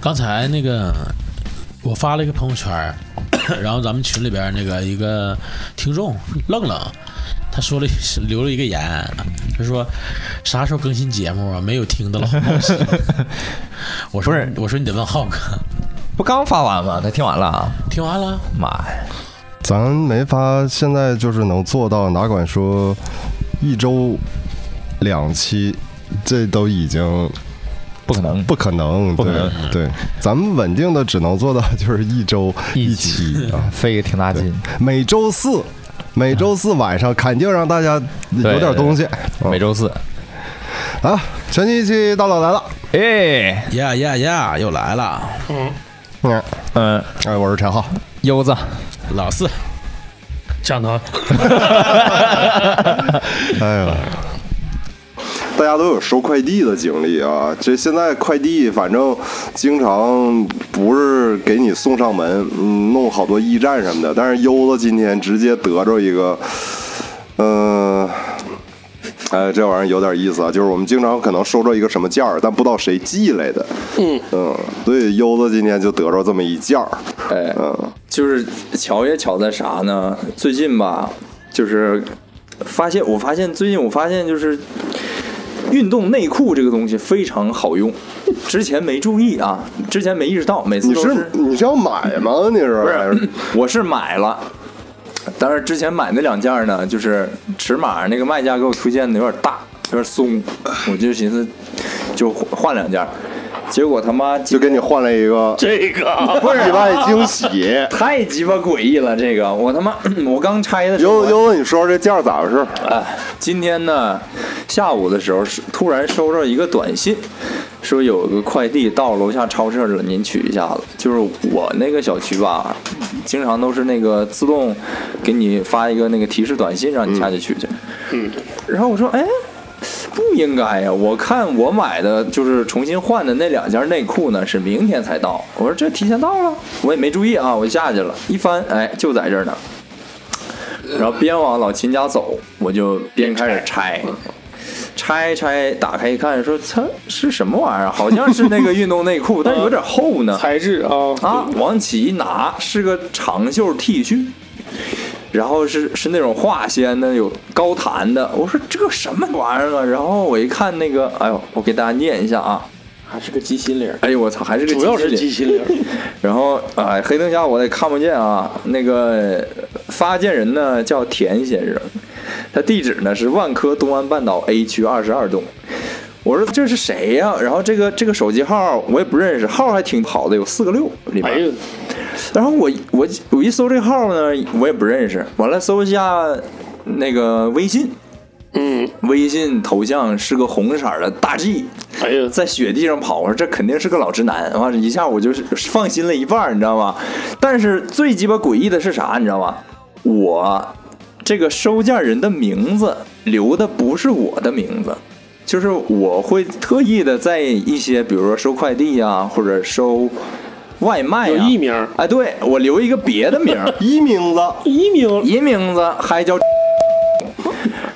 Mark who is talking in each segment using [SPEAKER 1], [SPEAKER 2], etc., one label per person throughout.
[SPEAKER 1] 刚才那个我发了一个朋友圈儿， 然后咱们群里边那个一个听众愣愣，他说了一留了一个言，他说啥时候更新节目啊？没有听的了，好 冒失我说
[SPEAKER 2] 不是
[SPEAKER 1] 我说你得问浩哥，
[SPEAKER 2] 不刚发完吗？他听完了啊，
[SPEAKER 1] 听完了，
[SPEAKER 2] 妈呀！
[SPEAKER 3] 咱没法现在就是能做到，哪管说一周两期，这都已经
[SPEAKER 2] 不可能，
[SPEAKER 3] 不可能，
[SPEAKER 2] 不可能
[SPEAKER 3] 对对，咱们稳定的只能做到就是一周
[SPEAKER 2] 一
[SPEAKER 3] 一
[SPEAKER 2] 期
[SPEAKER 3] 期啊，
[SPEAKER 2] 费个挺大劲。
[SPEAKER 3] 每周四，每周四晚上肯定让大家有点东西
[SPEAKER 2] 每周四，
[SPEAKER 3] 啊。全新一期大佬来了，
[SPEAKER 2] 哎，
[SPEAKER 1] 呀呀呀，又来了，
[SPEAKER 3] 嗯，
[SPEAKER 2] 嗯，
[SPEAKER 3] 哎，我是陈浩，
[SPEAKER 2] 优子，
[SPEAKER 1] 老四，
[SPEAKER 4] 讲堂
[SPEAKER 3] 哎呀。大家都有收快递的经历啊，这现在快递反正经常不是给你送上门，嗯，弄好多驿站什么的。但是优子今天直接得着一个，嗯、哎，这玩意儿有点意思啊，就是我们经常可能收着一个什么件儿，但不知道谁寄来的，嗯所以优子今天就得着这么一件儿，
[SPEAKER 5] 哎，
[SPEAKER 3] 嗯，
[SPEAKER 5] 就是巧也巧在啥呢？最近吧，就是发现我发现最近我发现就是运动内裤这个东西非常好用，之前没注意啊，之前没意识到，每次
[SPEAKER 3] 你
[SPEAKER 5] 都
[SPEAKER 3] 是你是要买吗？你是
[SPEAKER 5] 不是？我是买了。但是之前买那两件呢，就是尺码那个卖家给我推荐的有点大，有点松，我就寻思就换两件，结果他妈
[SPEAKER 3] 就给你换了一 个
[SPEAKER 4] 这个
[SPEAKER 3] 不是意外惊喜。
[SPEAKER 5] 太鸡巴诡异了，这个我他妈 我刚拆的时候
[SPEAKER 3] 优，优子，你说说这件儿咋回事？
[SPEAKER 5] 哎，今天呢，下午的时候是突然收到一个短信，说有个快递到楼下超市了，您取一下子。就是我那个小区吧，经常都是那个自动给你发一个那个提示短信，让你下去取去。嗯，然后我说，哎。不应该呀！我看我买的就是重新换的那两件内裤呢，是明天才到。我说这提前到了，我也没注意啊，我就下去了，一翻，哎，就在这儿呢。然后边往老秦家走，我就边开始拆，拆拆，打开一看，说它是什么玩意儿？啊好像是那个运动内裤，但是有点厚呢。
[SPEAKER 4] 材质啊，
[SPEAKER 5] 啊，往起一拿是个长袖 T 恤，然后是是那种化纤的，有高弹的。我说这什么玩意儿啊？然后我一看那个，哎呦，我给大家念一下啊，
[SPEAKER 4] 还是个鸡心领，
[SPEAKER 5] 哎呦我操，还是个
[SPEAKER 4] 主要是
[SPEAKER 5] 机器
[SPEAKER 4] 鸡
[SPEAKER 5] 人
[SPEAKER 4] 心领，
[SPEAKER 5] 然后啊、哎黑灯瞎火的也看不见啊。那个发件人呢叫田先生，他地址呢是万科东安半岛 A 区二十二栋。我说这是谁呀、然后这个这个手机号我也不认识，号还挺好的，有四个六里面。
[SPEAKER 4] 哎呦，
[SPEAKER 5] 然后我我我一搜这号呢，我也不认识。完了搜一下那个微信，
[SPEAKER 4] 嗯，
[SPEAKER 5] 微信头像是个红色儿的大 G，
[SPEAKER 4] 哎呦，
[SPEAKER 5] 在雪地上跑，我说这肯定是个老直男，完了一下我就是放心了一半儿，你知道吗？但是最鸡巴诡异的是啥，你知道吗？我这个收件人的名字留的不是我的名字，就是我会特意的在一些，比如说收快递啊，或者收外卖
[SPEAKER 4] 有
[SPEAKER 5] 啊，
[SPEAKER 4] 艺名儿，
[SPEAKER 5] 哎，对我留一个别的 名儿，
[SPEAKER 3] 一名字，
[SPEAKER 4] 艺名儿
[SPEAKER 5] 一名字还叫，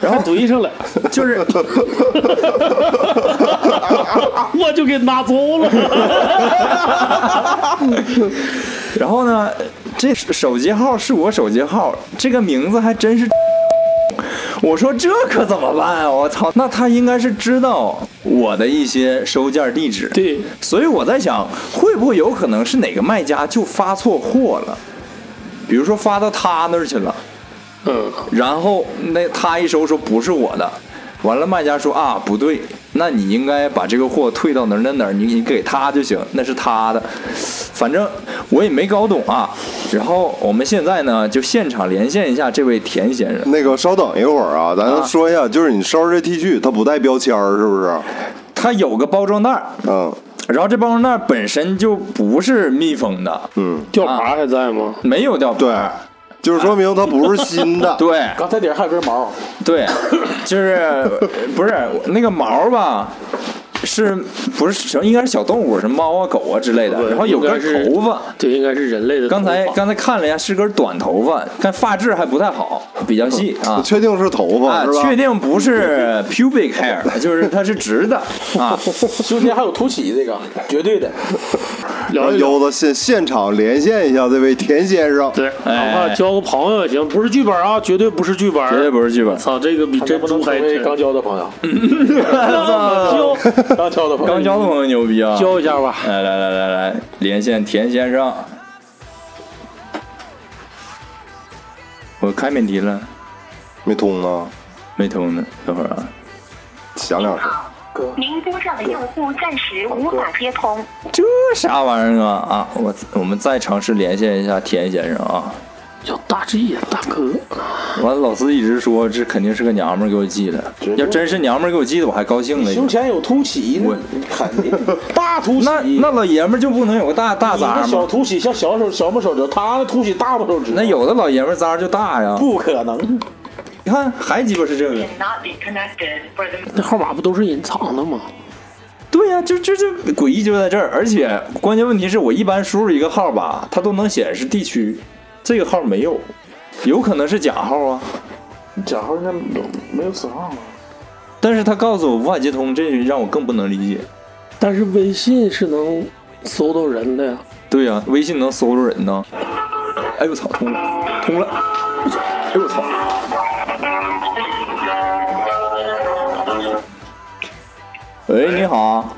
[SPEAKER 5] 然
[SPEAKER 4] 还
[SPEAKER 5] 后
[SPEAKER 4] 怼上了，
[SPEAKER 5] 就是
[SPEAKER 4] 我就给拿走了，
[SPEAKER 5] 然后呢，这手机号是我手机号，这个名字还真是。我说这可怎么办啊！我操，那他应该是知道我的一些收件地址，
[SPEAKER 4] 对，
[SPEAKER 5] 所以我在想，会不会有可能是哪个卖家就发错货了，比如说发到他那儿去了，
[SPEAKER 4] 嗯，
[SPEAKER 5] 然后那他一收说不是我的，完了卖家说啊不对，那你应该把这个货退到哪儿哪儿哪儿，你你给他就行，那是他的，反正我也没搞懂啊。然后我们现在呢就现场连线一下这位田先生，
[SPEAKER 3] 那个稍等一会儿啊，咱说一下，就是你收拾这 T 恤，它不带标签儿，是不是？
[SPEAKER 5] 他有个包装袋儿，
[SPEAKER 3] 嗯
[SPEAKER 5] 然后这包装袋儿本身就不是密封的，
[SPEAKER 3] 嗯，
[SPEAKER 4] 吊牌还在吗？
[SPEAKER 5] 没有吊牌
[SPEAKER 3] 对
[SPEAKER 5] 儿，
[SPEAKER 3] 就是说明它不是新的。
[SPEAKER 5] 对
[SPEAKER 4] 刚才顶上还有根毛，
[SPEAKER 5] 对，就是不是那个毛吧？是不是什么？应该是小动物，什么猫啊、狗啊之类的。然后有根头发，
[SPEAKER 4] 对，应该是人类的头
[SPEAKER 5] 刚
[SPEAKER 4] 发。
[SPEAKER 5] 才刚才看了一下，是根短头发，看发质还不太好，比较细啊。
[SPEAKER 3] 确定是头发
[SPEAKER 5] 啊，
[SPEAKER 3] 是吧？
[SPEAKER 5] 确定不是 pubic hair，就是它是直的啊。
[SPEAKER 4] 中间还有凸起，这个绝对的，
[SPEAKER 3] 让
[SPEAKER 4] 聊一聊
[SPEAKER 3] 优子现现场连线一下这位田先生。
[SPEAKER 4] 对，哪
[SPEAKER 5] 哎
[SPEAKER 4] 怕交个朋友也行，不是剧本啊，绝对不是剧本，
[SPEAKER 5] 绝对不是剧本。
[SPEAKER 4] 操，这个比
[SPEAKER 1] 这
[SPEAKER 4] 珍
[SPEAKER 1] 不能
[SPEAKER 4] 珠还
[SPEAKER 1] 成为
[SPEAKER 4] 真
[SPEAKER 1] 刚交的朋 友，
[SPEAKER 4] 交
[SPEAKER 1] 刚交的朋友，
[SPEAKER 5] 刚交的朋友牛逼啊！
[SPEAKER 4] 交一下吧。
[SPEAKER 5] 来来来来来，连线田先生，我开免提了，
[SPEAKER 3] 没通呢，
[SPEAKER 5] 没通呢，等会儿啊，
[SPEAKER 3] 响两声。
[SPEAKER 6] 您拨上的用户暂时无法接通。
[SPEAKER 5] 这啥玩意儿啊啊！我我们再尝试连线一下田先生啊。
[SPEAKER 4] 叫大 G 呀，大哥，
[SPEAKER 5] 完，老司一直说这肯定是个娘们儿给我寄的，要真是娘们儿给我寄的，我还高兴呢。
[SPEAKER 1] 胸前有凸起呢
[SPEAKER 5] 我，
[SPEAKER 1] 肯定大凸起。
[SPEAKER 5] 那那老爷们儿就不能有个大大
[SPEAKER 1] 你
[SPEAKER 5] 杂
[SPEAKER 1] 那小
[SPEAKER 5] 吗？
[SPEAKER 1] 凸起像小手小拇手指，他那凸起大拇手指，
[SPEAKER 5] 那有的老爷们儿渣就大呀。
[SPEAKER 1] 不可能。
[SPEAKER 5] 你看还鸡巴是这个？
[SPEAKER 6] Not be connected for the
[SPEAKER 4] 那号码不都是隐藏的吗？
[SPEAKER 5] 对呀、就就就诡异就在这儿，而且关键问题是我一般输入一个号吧，它都能显示地区，这个号没有，有可能是假号啊。
[SPEAKER 1] 假号应该没有此号啊。
[SPEAKER 5] 但是他告诉我无法接通，这让我更不能理解。
[SPEAKER 4] 但是微信是能搜到人的呀。
[SPEAKER 5] 对呀、微信能搜着人呢。哎呦我操，通了，通了！哎呦我操！喂，你好。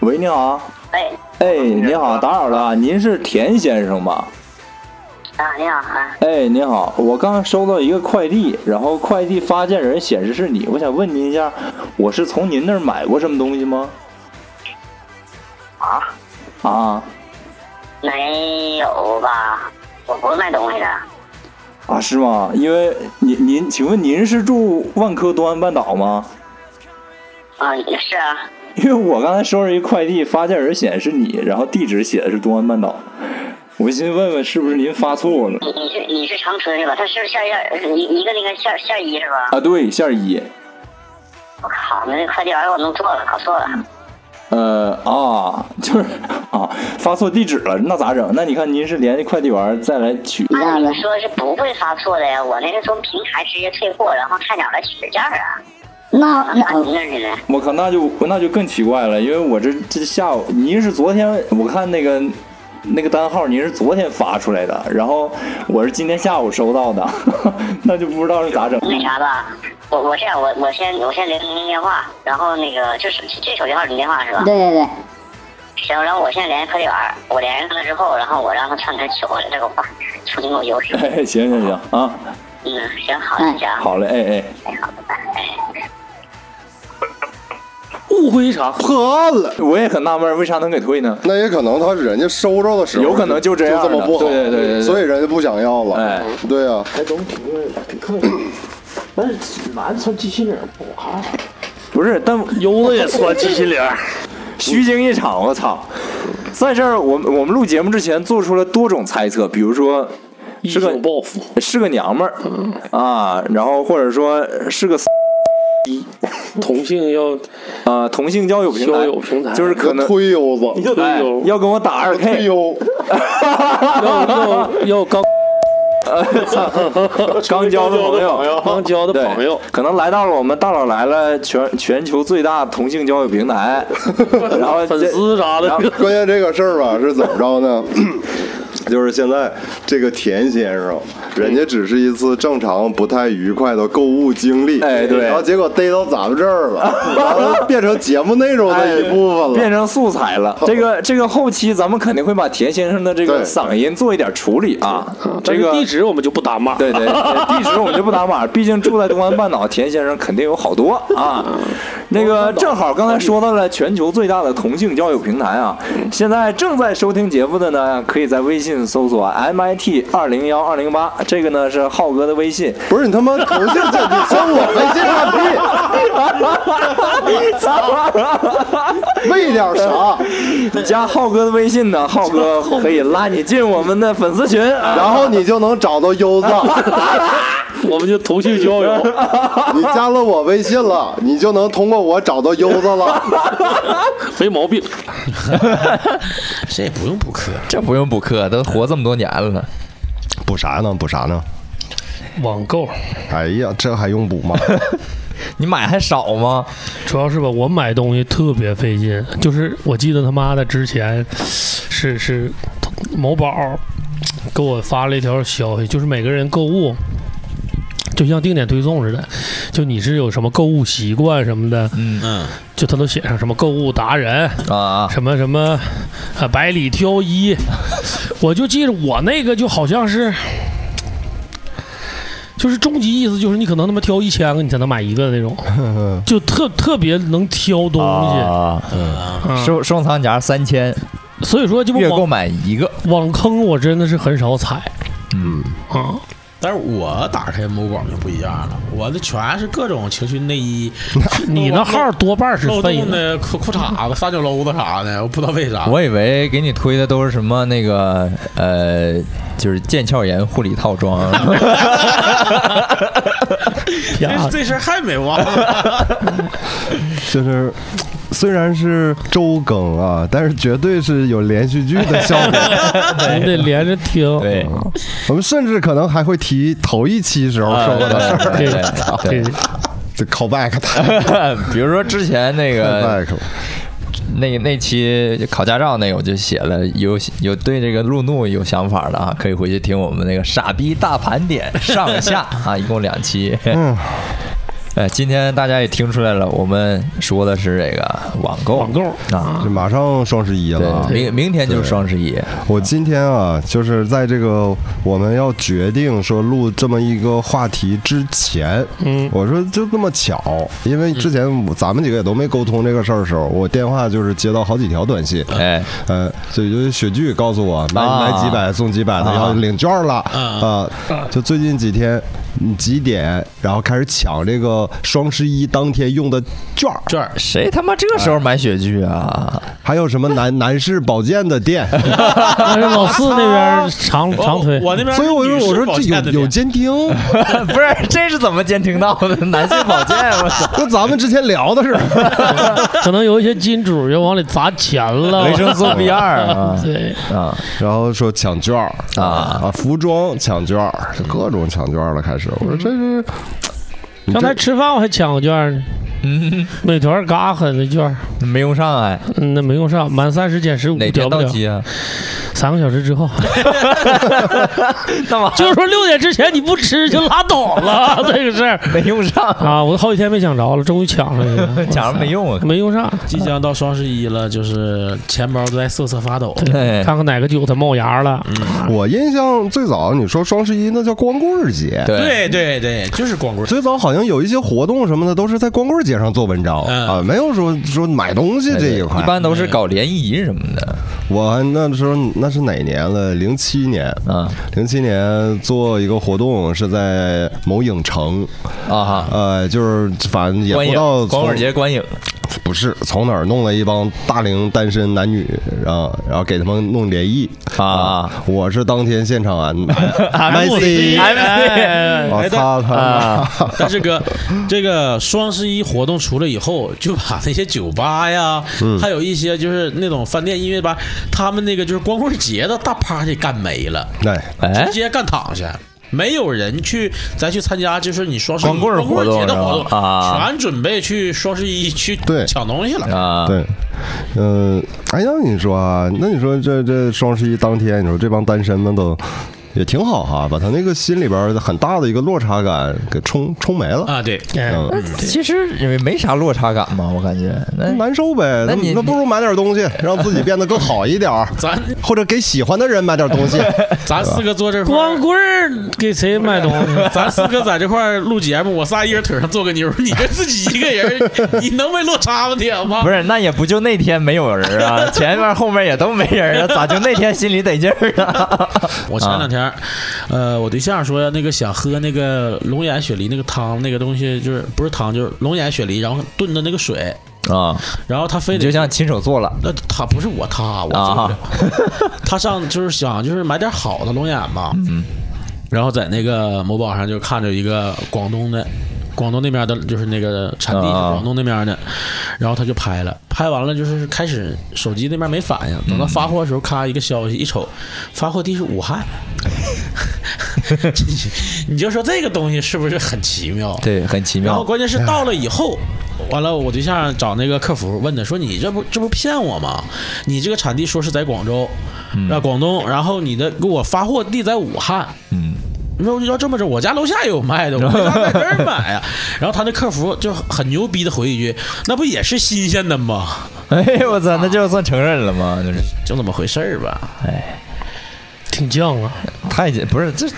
[SPEAKER 5] 喂，你好。
[SPEAKER 7] 哎，
[SPEAKER 5] 哎，你好，打扰了啊，您是田先生吧？
[SPEAKER 7] 啊，你好啊，
[SPEAKER 5] 哎，您好，我刚收到一个快递，然后快递发件人显示是你，我想问您一下，我是从您那儿买过什么东西吗？
[SPEAKER 7] 啊，
[SPEAKER 5] 啊
[SPEAKER 7] 没有吧？我不是卖东西的，
[SPEAKER 5] 啊，是吗？因为您您，请问您是住万科东安半岛吗？
[SPEAKER 7] 啊，也是啊，
[SPEAKER 5] 因为我刚才收着一个快递，发件人显示你，然后地址写的是东安半岛，我寻思问问是不是您发错了
[SPEAKER 7] 你你是你是长春的吧？他是不是下下一一个那个下下一是吧？
[SPEAKER 5] 啊？对，线儿一，
[SPEAKER 7] 我靠，那快递玩意儿我弄错了，搞错了。
[SPEAKER 8] 嗯
[SPEAKER 5] 呃啊，就是啊，发错地址了，那咋整？那你看您是联系快递员儿再来取，
[SPEAKER 7] 按理说是不会发错的呀，我那是从平台直接退货，然后菜鸟来取件儿啊。那按您那儿的呢？
[SPEAKER 5] 我靠，那就那就更奇怪了，因为我这这下午您是昨天我看那个那个单号您是昨天发出来的，然后我是今天下午收到的， 那就不知道是咋整。
[SPEAKER 7] 那啥吧，我我这样，我我先我先留您电话，然后那个这手这手机号是您电话是吧？
[SPEAKER 8] 对对对，
[SPEAKER 7] 行，然后我现在联系快递员儿，我联系他们之后，然后我让他上门取回来这个话，重新给我邮 寄。
[SPEAKER 5] 哎，行行行啊，
[SPEAKER 7] 嗯，行，好，谢谢啊，
[SPEAKER 5] 好嘞，哎哎，
[SPEAKER 7] 哎，好，拜拜。哎
[SPEAKER 4] 误会一场，
[SPEAKER 3] 破案了，
[SPEAKER 5] 我也很纳闷儿，为啥能给退呢？
[SPEAKER 3] 那也可能他人家收着的时候，
[SPEAKER 5] 有可能
[SPEAKER 3] 就
[SPEAKER 5] 就这样
[SPEAKER 3] 这么
[SPEAKER 5] 的
[SPEAKER 3] 不好，
[SPEAKER 5] 对对对对对
[SPEAKER 3] 所以人家不想要了。
[SPEAKER 5] 哎，
[SPEAKER 3] 对啊，
[SPEAKER 1] 还懂挺挺客气，但是男穿鸡心领不好看。
[SPEAKER 5] 不是，但
[SPEAKER 4] 优子也穿鸡心领 儿，
[SPEAKER 5] 虚惊一场，我操！在这儿，我们我们录节目之前做出了多种猜测，比如说
[SPEAKER 4] 一
[SPEAKER 5] 是个
[SPEAKER 4] 种报复。
[SPEAKER 5] 是个娘们
[SPEAKER 4] 嗯
[SPEAKER 5] 儿啊，然后或者说是个
[SPEAKER 4] 同性要
[SPEAKER 5] 啊同性交友平台，
[SPEAKER 4] 交友平台
[SPEAKER 5] 就是可能
[SPEAKER 3] 推悠子，
[SPEAKER 4] 要
[SPEAKER 5] 哎
[SPEAKER 4] 有
[SPEAKER 5] 要跟我打二
[SPEAKER 3] 推
[SPEAKER 5] K，
[SPEAKER 3] 悠，
[SPEAKER 4] 要要要刚
[SPEAKER 5] 刚交的朋友，
[SPEAKER 4] 刚交的
[SPEAKER 5] 对
[SPEAKER 4] 朋友，，
[SPEAKER 5] 可能来到了我们大佬来了全全球最大同性交友平 台，然后
[SPEAKER 4] 粉
[SPEAKER 5] 这
[SPEAKER 4] 丝啥
[SPEAKER 5] 然后
[SPEAKER 4] 的，
[SPEAKER 3] 关键这个事儿吧是怎么着 呢？就是现在这个田先生，人家只是一次正常不太愉快的购物经历，
[SPEAKER 5] 哎对
[SPEAKER 3] 然后结果逮到咱们这儿 了，然后变成节目内容的一部分了，
[SPEAKER 5] 变成素材了。这个这个后期咱们肯定会把田先生的这个
[SPEAKER 3] 对
[SPEAKER 5] 嗓音做一点处理啊，这
[SPEAKER 4] 但是
[SPEAKER 5] 个
[SPEAKER 4] 地址我们就不打码。
[SPEAKER 5] 对对，对地址我们就不打码，毕竟住在东安半岛，田先生肯定有好多啊。
[SPEAKER 3] 嗯
[SPEAKER 5] 那个正好刚才说到了全球最大的同性交友平台啊，
[SPEAKER 3] 嗯
[SPEAKER 5] 现在正在收听节目的呢，可以在微信搜索 MIT 二零幺二零八，这个呢是浩哥的微 信。
[SPEAKER 3] 不是你他妈同性这你上我微信干屁？为点啥？
[SPEAKER 5] 你加浩哥的微信呢，浩哥可以拉你进我们的粉丝群啊。
[SPEAKER 3] 然后你就能找到优子，
[SPEAKER 4] 我们就同性交友，
[SPEAKER 3] 你加了我微信了，你就能通过我找到优子了。
[SPEAKER 4] 没毛病。
[SPEAKER 9] 这也不用补课，
[SPEAKER 2] 这不用补课，都活这么多年了。
[SPEAKER 3] 补啥呢？补啥呢？
[SPEAKER 10] 网购，
[SPEAKER 3] 哎呀，这还用补吗？
[SPEAKER 2] 你买还少吗？
[SPEAKER 10] 主要是吧，我买东西特别费劲，就是我记得他妈的之前是是某宝给我发了一条消息，就是每个人购物。就像定点推送似的，就你是有什么购物习惯什么的，
[SPEAKER 1] 嗯，
[SPEAKER 10] 就他都写上什么购物达人，
[SPEAKER 2] 啊啊，
[SPEAKER 10] 什么什么啊，百里挑一，我就记着我那个就好像是，就是终极意思就是你可能他妈挑一千个你才能买一个的那种，就特特别能挑东西，
[SPEAKER 2] 啊
[SPEAKER 10] 嗯
[SPEAKER 2] 收收藏夹三千，
[SPEAKER 10] 所以说这不
[SPEAKER 2] 月购
[SPEAKER 10] 网
[SPEAKER 2] 买一个，
[SPEAKER 10] 网坑我真的是很少踩
[SPEAKER 2] 嗯，
[SPEAKER 10] 啊，
[SPEAKER 1] 但是我打开某宝就不一样了，我的全是各种情趣内 衣，
[SPEAKER 10] 你那号多半是
[SPEAKER 1] 漏
[SPEAKER 10] 废
[SPEAKER 1] 洞
[SPEAKER 10] 的，
[SPEAKER 1] 的裤裤衩子、三角篓子啥的，我不知道为
[SPEAKER 10] 啊
[SPEAKER 1] 啥。
[SPEAKER 2] 我以为给你推的都是什么那个呃，就是腱鞘炎护理套装，
[SPEAKER 10] 啊
[SPEAKER 1] 这这事儿还没忘，
[SPEAKER 3] 就是虽然是周更啊，但是绝对是有连续剧的效 果。
[SPEAKER 10] 你得连着听，
[SPEAKER 2] 对
[SPEAKER 10] 嗯
[SPEAKER 3] 我们甚至可能还会提头一期时候说过的事儿，
[SPEAKER 10] 啊对
[SPEAKER 2] 对
[SPEAKER 10] 对，
[SPEAKER 3] 这 call back
[SPEAKER 2] 嗯比如说之前那
[SPEAKER 3] call
[SPEAKER 2] 个
[SPEAKER 3] back。
[SPEAKER 2] 那那期考驾照那个，我就写了有有对这个路怒有想法的啊，可以回去听我们那个傻逼大盘点上下啊，一共两期。
[SPEAKER 3] 嗯，
[SPEAKER 2] 呃，今天大家也听出来了，我们说的是这个网购，
[SPEAKER 10] 网购
[SPEAKER 2] 啊，
[SPEAKER 3] 这马上双十一了啊
[SPEAKER 2] 对，，明明天就是双十一，
[SPEAKER 3] 我今天啊，就是在这个我们要决定说录这么一个话题之前，
[SPEAKER 10] 嗯
[SPEAKER 3] 我说就那么巧，因为之前我咱们几个也都没沟通这个事儿的时候，我电话就是接到好几条短信，
[SPEAKER 2] 哎，
[SPEAKER 3] 呃，就有雪剧告诉我买
[SPEAKER 2] 啊
[SPEAKER 3] 买几百送几百的，
[SPEAKER 2] 啊
[SPEAKER 3] 要领券了
[SPEAKER 1] 啊
[SPEAKER 3] 啊！就最近几天嗯几点，然后开始抢这个双十一当天用的券儿，
[SPEAKER 1] 这儿
[SPEAKER 2] 谁他妈这时候买雪具啊？
[SPEAKER 3] 还有什么男 男士保健的店，
[SPEAKER 10] 但是老四那边长长腿，
[SPEAKER 1] 我我那边
[SPEAKER 3] 所以我就我说这有有
[SPEAKER 1] 劲，
[SPEAKER 3] 监听，
[SPEAKER 2] 不是，这是怎么监听到的？男性保健，我操！
[SPEAKER 3] 跟咱们之前聊的似的。
[SPEAKER 10] 可能有一些金主就往里砸钱了，
[SPEAKER 2] 维生素 B 二啊
[SPEAKER 10] 对。
[SPEAKER 2] 啊
[SPEAKER 3] 然后说抢券儿
[SPEAKER 2] 啊
[SPEAKER 3] 啊，服装抢券儿，就各种抢券儿了，开始我说这是。你
[SPEAKER 10] 刚才
[SPEAKER 3] 这
[SPEAKER 10] 吃饭我还抢过券呢，
[SPEAKER 2] 嗯，
[SPEAKER 10] 美团嘎狠的券，
[SPEAKER 2] 没用上 哎，
[SPEAKER 10] 嗯，那没用上，满三十减十五，
[SPEAKER 2] 哪
[SPEAKER 10] 屌
[SPEAKER 2] 天
[SPEAKER 10] 不
[SPEAKER 2] 到
[SPEAKER 10] 了？
[SPEAKER 2] 期啊？
[SPEAKER 10] 三个小时之后，
[SPEAKER 2] 那玩
[SPEAKER 10] 就是说六点之前你不吃就拉倒了， 这个事儿
[SPEAKER 2] 没用 上，
[SPEAKER 10] 啊，我好几天没抢着了，终于抢上 一个，
[SPEAKER 2] 假如没用啊。
[SPEAKER 10] 没用上，
[SPEAKER 1] 即将到双十一了，就是钱包都在瑟瑟发抖。
[SPEAKER 2] 对，
[SPEAKER 10] 看看哪个韭菜冒芽了，
[SPEAKER 2] 嗯
[SPEAKER 3] 我印象最早你说双十一那叫光棍儿节，
[SPEAKER 1] 对
[SPEAKER 2] 对，
[SPEAKER 1] 对对，就是光棍。
[SPEAKER 3] 最早好像有一些活动什么的，都是在光棍节上做文章、
[SPEAKER 1] 嗯
[SPEAKER 3] 啊，没有说说买东西这一块。
[SPEAKER 2] 哎一般都是搞联谊什么的
[SPEAKER 3] 我还那时候那是哪年了？零七年，
[SPEAKER 2] 啊
[SPEAKER 3] 零七年做一个活动是在某影城，
[SPEAKER 2] 啊。
[SPEAKER 3] 呃，就是反正也不
[SPEAKER 2] 观
[SPEAKER 3] 知
[SPEAKER 2] 影，
[SPEAKER 3] 道
[SPEAKER 2] 光
[SPEAKER 3] 从
[SPEAKER 2] 棍节观影，啊
[SPEAKER 3] 不是从哪儿弄了一帮大龄单身男女，然后然后给他们弄联谊
[SPEAKER 2] 啊
[SPEAKER 3] 我是当天 现场啊安排，
[SPEAKER 2] MC 哎
[SPEAKER 3] 我操啊他妈！
[SPEAKER 2] 啊
[SPEAKER 1] 但是 哥，这个双十一活动出来以后，就把那些酒吧呀，还有一些就是那种饭店，因为把他们那个就是光棍节的大 party 干没了，
[SPEAKER 3] 对，
[SPEAKER 2] 哎
[SPEAKER 1] 直，接干躺下。没有人去再去参加，就是你双十一
[SPEAKER 2] 光棍儿活动
[SPEAKER 1] 节的活
[SPEAKER 2] 是吧
[SPEAKER 1] 动
[SPEAKER 2] 啊
[SPEAKER 1] 全准备去双十一去
[SPEAKER 3] 对
[SPEAKER 1] 抢东西了。
[SPEAKER 2] 啊，
[SPEAKER 3] 对，嗯、哎，那你说啊，那你说这这双十一当天，你说这帮单身们都也挺好哈，把他那个心里边儿很大的一个落差感给冲冲没了，
[SPEAKER 1] 啊，对，
[SPEAKER 10] 哎
[SPEAKER 3] 嗯，
[SPEAKER 2] 其实因为没啥落差感嘛，我感觉那
[SPEAKER 3] 难受呗。
[SPEAKER 2] 那你
[SPEAKER 3] 那不如买点东西，让自己变得更好一点儿，
[SPEAKER 1] 咱
[SPEAKER 3] 或者给喜欢的人买点东 西。
[SPEAKER 1] 咱四个坐这块
[SPEAKER 10] 光
[SPEAKER 1] 儿，
[SPEAKER 10] 棍儿给谁买东
[SPEAKER 2] 嗯
[SPEAKER 10] 西？
[SPEAKER 1] 咱四个在这块儿录节目，我仨一人腿上坐个妞儿，你这自己一个人 儿，你能没落差吗？天吗？
[SPEAKER 2] 不是那也不就那天没有人啊， 前面后面也都没人啊，咋就那天心里得劲儿啊？
[SPEAKER 1] 我前两天儿，呃，我对象说那个想喝那个龙眼雪梨那个汤，那个东西就是不是汤，就是龙眼雪梨，然后炖的那个水，
[SPEAKER 2] 啊，
[SPEAKER 1] 然后他非
[SPEAKER 2] 你
[SPEAKER 1] 得
[SPEAKER 2] 就像亲手做了
[SPEAKER 1] 那他不是我他我做不
[SPEAKER 2] 啊
[SPEAKER 1] 了，他上就是想就是买点好的龙眼嘛，
[SPEAKER 2] 嗯
[SPEAKER 1] 然后在那个某宝上就看着一个广东的。广东那边的，就是那个产地，
[SPEAKER 2] 啊
[SPEAKER 1] 广东那边的，然后他就拍了，拍完了就是开
[SPEAKER 2] 嗯
[SPEAKER 1] 始手机那边没反应，等到发货的时候，咔一个消息一瞅，发货地是武汉， 你就说这个东西是不是很奇妙？
[SPEAKER 2] 对，很奇
[SPEAKER 1] 然后
[SPEAKER 2] 妙。
[SPEAKER 1] 关键是到了以后，完了我对象找那个客服问他说：“你这不这不骗我吗？你这个产地说是在广州，那、广东，然后你的给我发货地在武汉。”
[SPEAKER 2] 嗯，
[SPEAKER 1] 你说要这么整，我家楼下也有卖的，我为 啥在这儿买呀？然后他那客服就很牛逼的回一句：“那不也是新鲜的吗？
[SPEAKER 2] 哎呦我操，那就算承认了吗？就是
[SPEAKER 1] 就那么回事儿吧。
[SPEAKER 10] 挺犟啊。
[SPEAKER 2] 太简不是这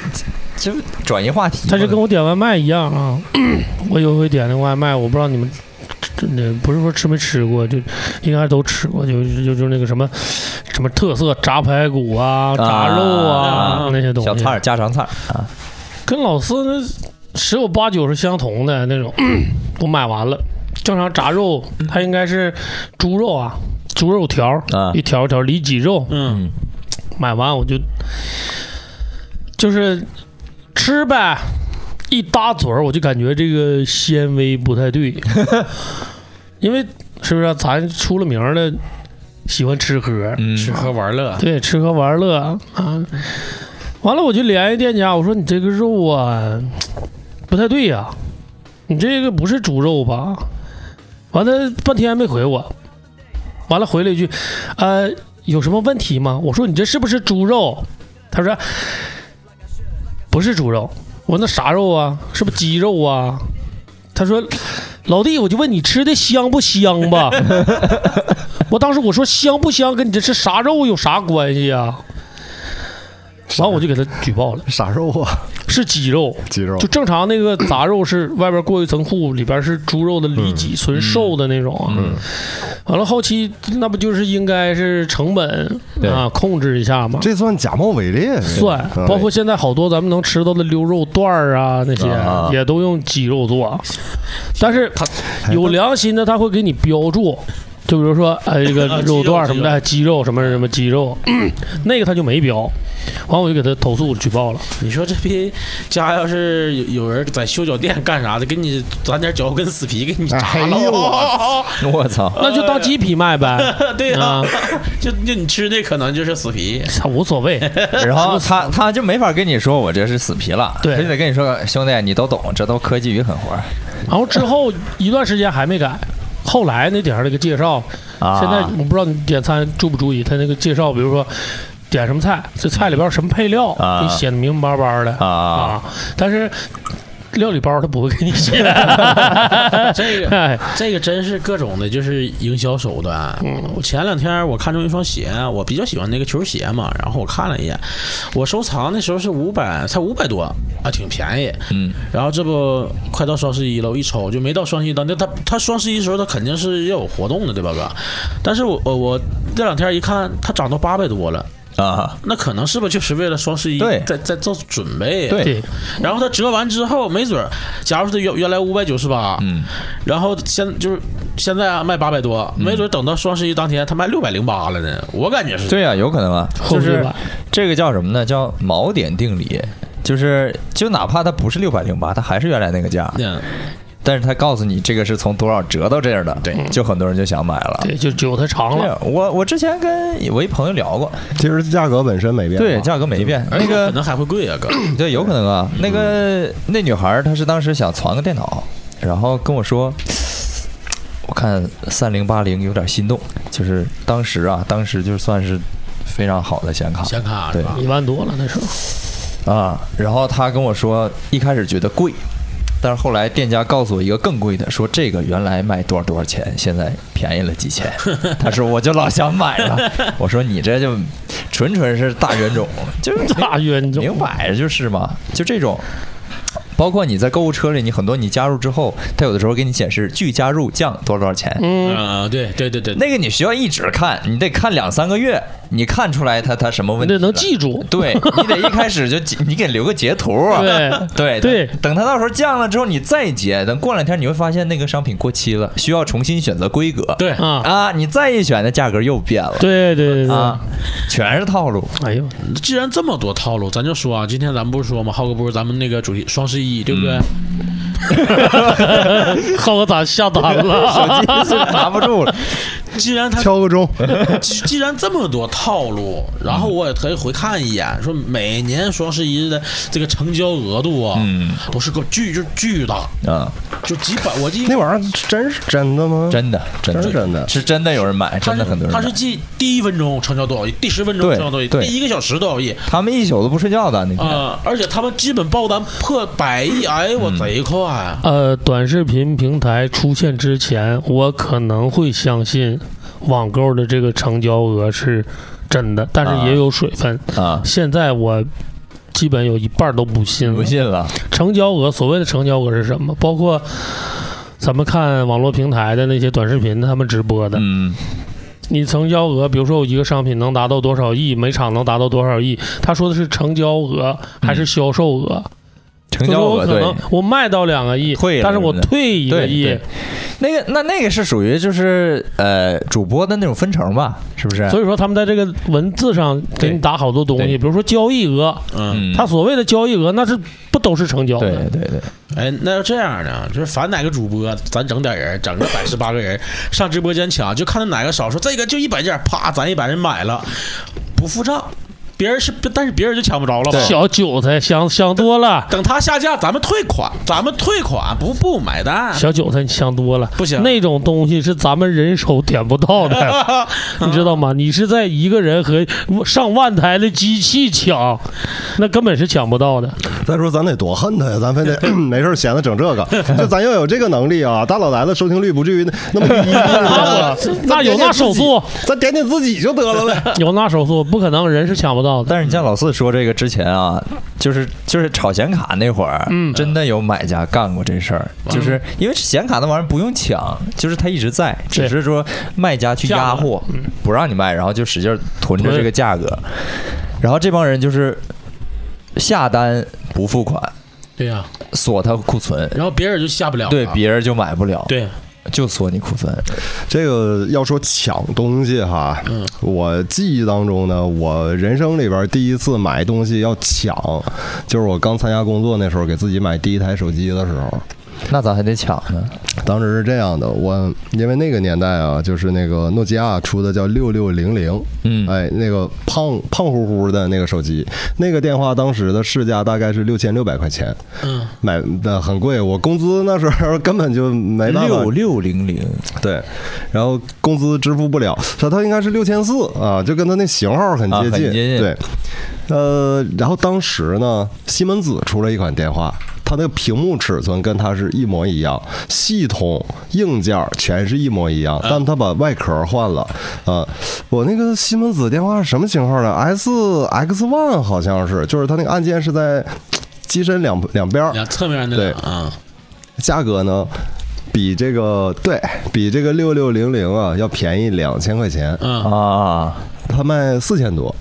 [SPEAKER 2] 这这转移话题嘛，
[SPEAKER 10] 他是跟我点外卖一样啊， 我有回点那个外卖，我不知道你们。真的不是说吃没吃过，就应该都吃过，就就就那个什么什么特色炸排骨啊、炸肉啊
[SPEAKER 2] 啊
[SPEAKER 10] 那些东西，
[SPEAKER 2] 小菜儿家常菜儿啊，
[SPEAKER 10] 跟老四那十有八九是相同的那种。 我买完了，正常炸肉，它应该是猪肉啊，猪肉条儿、
[SPEAKER 2] 啊
[SPEAKER 10] 一条一条里脊肉，
[SPEAKER 1] 嗯
[SPEAKER 2] 嗯
[SPEAKER 10] 买完我就就是吃呗，一搭嘴儿我就感觉这个纤维不 太对，因为是不是啊、咱出了名儿的喜欢吃喝，
[SPEAKER 2] 嗯，
[SPEAKER 1] 吃喝玩乐，
[SPEAKER 10] 对，吃喝玩乐啊。完了，我就联系店家，我说你这个肉啊，不太对呀、你这个不是猪肉吧？完了半天没回我，完了回了一句，呃，有什么问题吗？我说你这是不是猪肉？他说不是猪肉。我说那啥肉啊？是不是鸡肉啊？他说老弟，我就问你吃的香不香吧？我当时我说香不香跟你这是啥肉有啥关系啊？完我就给他 举报了，
[SPEAKER 3] 啥肉啊？
[SPEAKER 10] 是鸡肉，
[SPEAKER 3] 鸡肉
[SPEAKER 10] 就正常那个杂肉是外边过一层糊，里边是猪肉的里
[SPEAKER 3] 嗯
[SPEAKER 10] 脊，纯瘦的那种啊。完了后期那不就是应该是成本
[SPEAKER 2] 对
[SPEAKER 10] 啊控制一下嘛？
[SPEAKER 3] 这算假冒伪劣。
[SPEAKER 10] 算，
[SPEAKER 3] 嗯
[SPEAKER 10] 包括现在好多咱们能吃到的溜肉段儿啊，那些
[SPEAKER 2] 啊
[SPEAKER 10] 也都用鸡肉做，但是他有良心的，他会给你标注，就比如说呃这个
[SPEAKER 1] 啊鸡肉
[SPEAKER 10] 肉段儿什么的，鸡肉什么什么鸡肉，那个他就没标，完我就给他投诉举报了，
[SPEAKER 1] 你说这逼家要是有有人在修脚店干啥的，给你攒点脚跟死皮给你
[SPEAKER 3] 哎
[SPEAKER 1] 炸了，
[SPEAKER 3] 呦我
[SPEAKER 2] 我操，
[SPEAKER 10] 那就当鸡皮 卖呗，
[SPEAKER 1] 对呀、
[SPEAKER 10] 啊
[SPEAKER 1] 就就你吃那可能就是死 皮。
[SPEAKER 10] 他无所谓，
[SPEAKER 2] 然 后他他就没法跟你说我这是死皮了，
[SPEAKER 10] 对
[SPEAKER 2] 他就得跟你说兄弟，你都懂，这都科技与狠活儿
[SPEAKER 10] 然后之后一段时间还没改。后来那点儿那个介绍，
[SPEAKER 2] 啊。
[SPEAKER 10] 现在我不知道你点餐注不注意，他那个介绍，比如说点什么菜，这菜里边什么配料，
[SPEAKER 2] 啊
[SPEAKER 10] 你写的明明白白的
[SPEAKER 2] 啊
[SPEAKER 10] 但是料理包他不会给你写，
[SPEAKER 1] 这个
[SPEAKER 10] 哎
[SPEAKER 1] 这个真是各种的，就是营销手段。
[SPEAKER 10] 嗯
[SPEAKER 1] 我前两天我看中一双鞋，我比较喜欢那个球鞋嘛，然后我看了一眼，我收藏那时候是五百，才五百多啊，挺便宜。
[SPEAKER 2] 嗯，
[SPEAKER 1] 然后这不快到双十一了，我一瞅就没到双十一当天，他他双十一的时候他肯定是要有活动的，对吧哥？但是我我我这两天一看，它涨到八百多了。
[SPEAKER 2] 啊，
[SPEAKER 1] 那可能是不是就是为了双十一
[SPEAKER 2] 对
[SPEAKER 1] 在在做准备？
[SPEAKER 2] 对
[SPEAKER 10] 对，
[SPEAKER 1] 然后它折完之后，没准儿，假如说它原原来五百九十八，
[SPEAKER 2] 嗯，
[SPEAKER 1] 然后现就是现在啊卖八百多，没准等到双十一当天，他卖六百零八了呢。我感觉是，
[SPEAKER 2] 对啊，有可能啊，
[SPEAKER 10] 后
[SPEAKER 2] 就
[SPEAKER 10] 续
[SPEAKER 2] 是
[SPEAKER 10] 吧
[SPEAKER 2] 这个叫什么呢？叫锚点定理，就是就哪怕它不是六百零八，它还是原来那个价，
[SPEAKER 1] 嗯，
[SPEAKER 2] 但是它告诉你这个是从多少折到这样的，
[SPEAKER 1] 对
[SPEAKER 2] 就很多人就想买了。
[SPEAKER 10] 对，就韭菜长
[SPEAKER 2] 对
[SPEAKER 10] 了。
[SPEAKER 2] 啊，我我之前跟我一朋友聊过，
[SPEAKER 3] 其实价格本身没变化。啊
[SPEAKER 2] 对，价格没变。
[SPEAKER 1] 而且
[SPEAKER 2] 那
[SPEAKER 10] 哎
[SPEAKER 2] 个
[SPEAKER 1] 可能还会贵 啊，哥。
[SPEAKER 2] 对，有可能啊。那个那女孩儿她是当时想攒个电脑，然后跟我说，我看三零八零有点心动，就是当时啊，当时就算是非常好的显卡
[SPEAKER 1] 显卡啊是吧？
[SPEAKER 10] 一万多了那时候，
[SPEAKER 2] 啊。然后她跟我说，一开始觉得贵。但是后来店家告诉我一个更贵的，说这个原来卖多少多少钱，现在便宜了几千。他说我就老想买了，我说你这就纯纯是大冤种，就是
[SPEAKER 10] 大冤种，
[SPEAKER 2] 明摆着就是嘛，就这种。包括你在购物车里，你很多你加入之后，它有的时候给你显示拒加入降多少多少钱，
[SPEAKER 10] 嗯，
[SPEAKER 1] 嗯，对对对对，
[SPEAKER 2] 那个你需要一直看，你得看两三个月，你看出来它它什么问
[SPEAKER 10] 你
[SPEAKER 2] 题
[SPEAKER 10] 得
[SPEAKER 2] 了，
[SPEAKER 10] 能记住，
[SPEAKER 2] 对你得一开始就记你给留个截图，啊
[SPEAKER 10] 对
[SPEAKER 2] 对
[SPEAKER 10] 对
[SPEAKER 2] 等等它到时候降了之后你再截，等过两天你会发现那个商品过期了，需要重新选择规格，
[SPEAKER 1] 对
[SPEAKER 10] 啊，
[SPEAKER 2] 啊，你再一选，那价格又变了，
[SPEAKER 10] 对对对对，
[SPEAKER 2] 啊，全是套路，
[SPEAKER 10] 哎呦，
[SPEAKER 1] 既然这么多套路，咱就说啊，今天咱们不是说嘛，浩哥不是咱们那个主题双十一，对不对？
[SPEAKER 2] 嗯
[SPEAKER 10] 浩哥咋下单了？
[SPEAKER 2] 手 机是拿不住了。
[SPEAKER 1] 既然他
[SPEAKER 3] 敲个钟，
[SPEAKER 1] 既既然这么多套路，然后我也特意回看一眼，说每年双十一的这个成交额度啊，
[SPEAKER 2] 嗯
[SPEAKER 1] 都是个巨就巨大，
[SPEAKER 2] 啊，
[SPEAKER 1] 就几百，我记
[SPEAKER 3] 那玩意儿真是真的 吗？
[SPEAKER 2] 真的，真的，
[SPEAKER 3] 真真的
[SPEAKER 2] 是真的有人买，
[SPEAKER 1] 他
[SPEAKER 2] 真
[SPEAKER 1] 是
[SPEAKER 2] 的很多人
[SPEAKER 1] 他是
[SPEAKER 2] 买。
[SPEAKER 1] 记第一分钟成交多少亿，第十分钟
[SPEAKER 2] 对
[SPEAKER 1] 成交多少亿，
[SPEAKER 2] 对
[SPEAKER 1] 第一个小时多少亿。
[SPEAKER 2] 他们一宿都不睡觉的那天，
[SPEAKER 1] 啊、而且他们基本爆单破百亿，哎呦我贼快、
[SPEAKER 10] 呃，短视频平台出现之前，我可能会相信网购的这个成交额是真的，但是也有水分。
[SPEAKER 2] 啊，
[SPEAKER 10] 现在我基本有一半儿都不信了。
[SPEAKER 2] 不信了，
[SPEAKER 10] 成交额，所谓的成交额是什么？包括咱们看网络平台的那些短视频，他们直播的，
[SPEAKER 2] 嗯，
[SPEAKER 10] 你成交额，比如说我一个商品能达到多少亿，每场能达到多少亿，他说的是成交额还是销售额？
[SPEAKER 2] 嗯成
[SPEAKER 10] 就是
[SPEAKER 2] 交
[SPEAKER 10] 我
[SPEAKER 2] 额
[SPEAKER 10] 可
[SPEAKER 2] 对
[SPEAKER 10] 能我卖到两个亿
[SPEAKER 2] 退，了
[SPEAKER 10] 但是我
[SPEAKER 2] 是不是
[SPEAKER 10] 退一个
[SPEAKER 2] 对
[SPEAKER 10] 亿
[SPEAKER 2] 对，，那个那那个是属于就是呃主播的那种分成吧，是不是？
[SPEAKER 10] 所以说他们在这个文字上给你
[SPEAKER 2] 对
[SPEAKER 10] 打好多东西，
[SPEAKER 2] 对
[SPEAKER 10] 比如说交易额，
[SPEAKER 1] 嗯，
[SPEAKER 2] 嗯，
[SPEAKER 10] 他所谓的交易额那是不都是成交
[SPEAKER 2] 对
[SPEAKER 10] 的？
[SPEAKER 2] 对对，
[SPEAKER 1] 哎，那要这样呢，就是凡哪个主播，咱整点人，整个百十八个人上直播间抢，就看他哪个少，说这个就一百件，啪，咱一百人买了，不付账，别人是，但是别人就抢不着了吧？
[SPEAKER 10] 小韭菜想想多了，
[SPEAKER 1] 等他下架，咱们退款，咱们退款，不不买单。
[SPEAKER 10] 小韭菜你想多了，
[SPEAKER 1] 不行
[SPEAKER 10] 那种东西是咱们人手点不 到的，你知道吗？你是在一个人和上万台的机器抢，那根本是抢不到的。
[SPEAKER 3] 再说咱得多恨他呀，咱非得 没事儿闲的整这个，就咱要有这个能力啊，大老来的收听率不至于那么低
[SPEAKER 10] 那那有那手速，
[SPEAKER 3] 咱点点自己就得了 呗。
[SPEAKER 10] 有那手速，不可能人是抢不到的。
[SPEAKER 2] 但是你像老四说这个之前啊，
[SPEAKER 1] 嗯
[SPEAKER 2] 就是就是炒显卡那会儿，
[SPEAKER 10] 嗯
[SPEAKER 2] 真的有买家干过这事儿，
[SPEAKER 1] 嗯
[SPEAKER 2] 就是因为显卡那玩意儿不用抢，就是它一直在，
[SPEAKER 10] 对
[SPEAKER 2] 只是说卖家去压货，
[SPEAKER 1] 嗯
[SPEAKER 2] 不让你卖，然后就使劲囤着这个价格，然后这帮人就是下单不付款，
[SPEAKER 1] 对呀、
[SPEAKER 2] 锁他库存，
[SPEAKER 1] 然后别人就下不了了。
[SPEAKER 2] 对别人就买不了，
[SPEAKER 1] 对，
[SPEAKER 2] 就锁你库存，
[SPEAKER 3] 这个要说抢东西哈，我记忆当中呢，我人生里边第一次买东西要抢，就是我刚参加工作那时候，给自己买第一台手机的时候。
[SPEAKER 2] 那咱还得抢呢，
[SPEAKER 3] 当时是这样的，我因为那个年代啊，就是那个诺基亚出的叫六六零零，
[SPEAKER 2] 嗯
[SPEAKER 3] 哎，那个胖胖乎乎的那个手机，那个电话当时的市价大概是六千六百块钱，
[SPEAKER 1] 嗯，
[SPEAKER 3] 买的很贵，我工资那时候根本就没办法
[SPEAKER 2] 六六零零，
[SPEAKER 3] 对，然后工资支付不了，他他应该是六千四啊，就跟他那型号很
[SPEAKER 2] 啊
[SPEAKER 3] 接
[SPEAKER 2] 很
[SPEAKER 3] 近，
[SPEAKER 2] 接近
[SPEAKER 3] 对，呃，然后当时呢，西门子出了一款电话。它那个屏幕尺寸跟它是一模一样，系统硬件全是一模
[SPEAKER 2] 嗯
[SPEAKER 3] 一样，但它把外壳换了。啊，我那个西门子电话是什么型号的？S X One 好像是，就是它那个按键是在机身两两边儿，
[SPEAKER 1] 两侧面那
[SPEAKER 3] 对
[SPEAKER 1] 俩啊，
[SPEAKER 3] 价格呢，比这个对比这个六六零零啊要便宜两千块钱，
[SPEAKER 1] 嗯，
[SPEAKER 2] 啊，
[SPEAKER 3] 它卖四千多。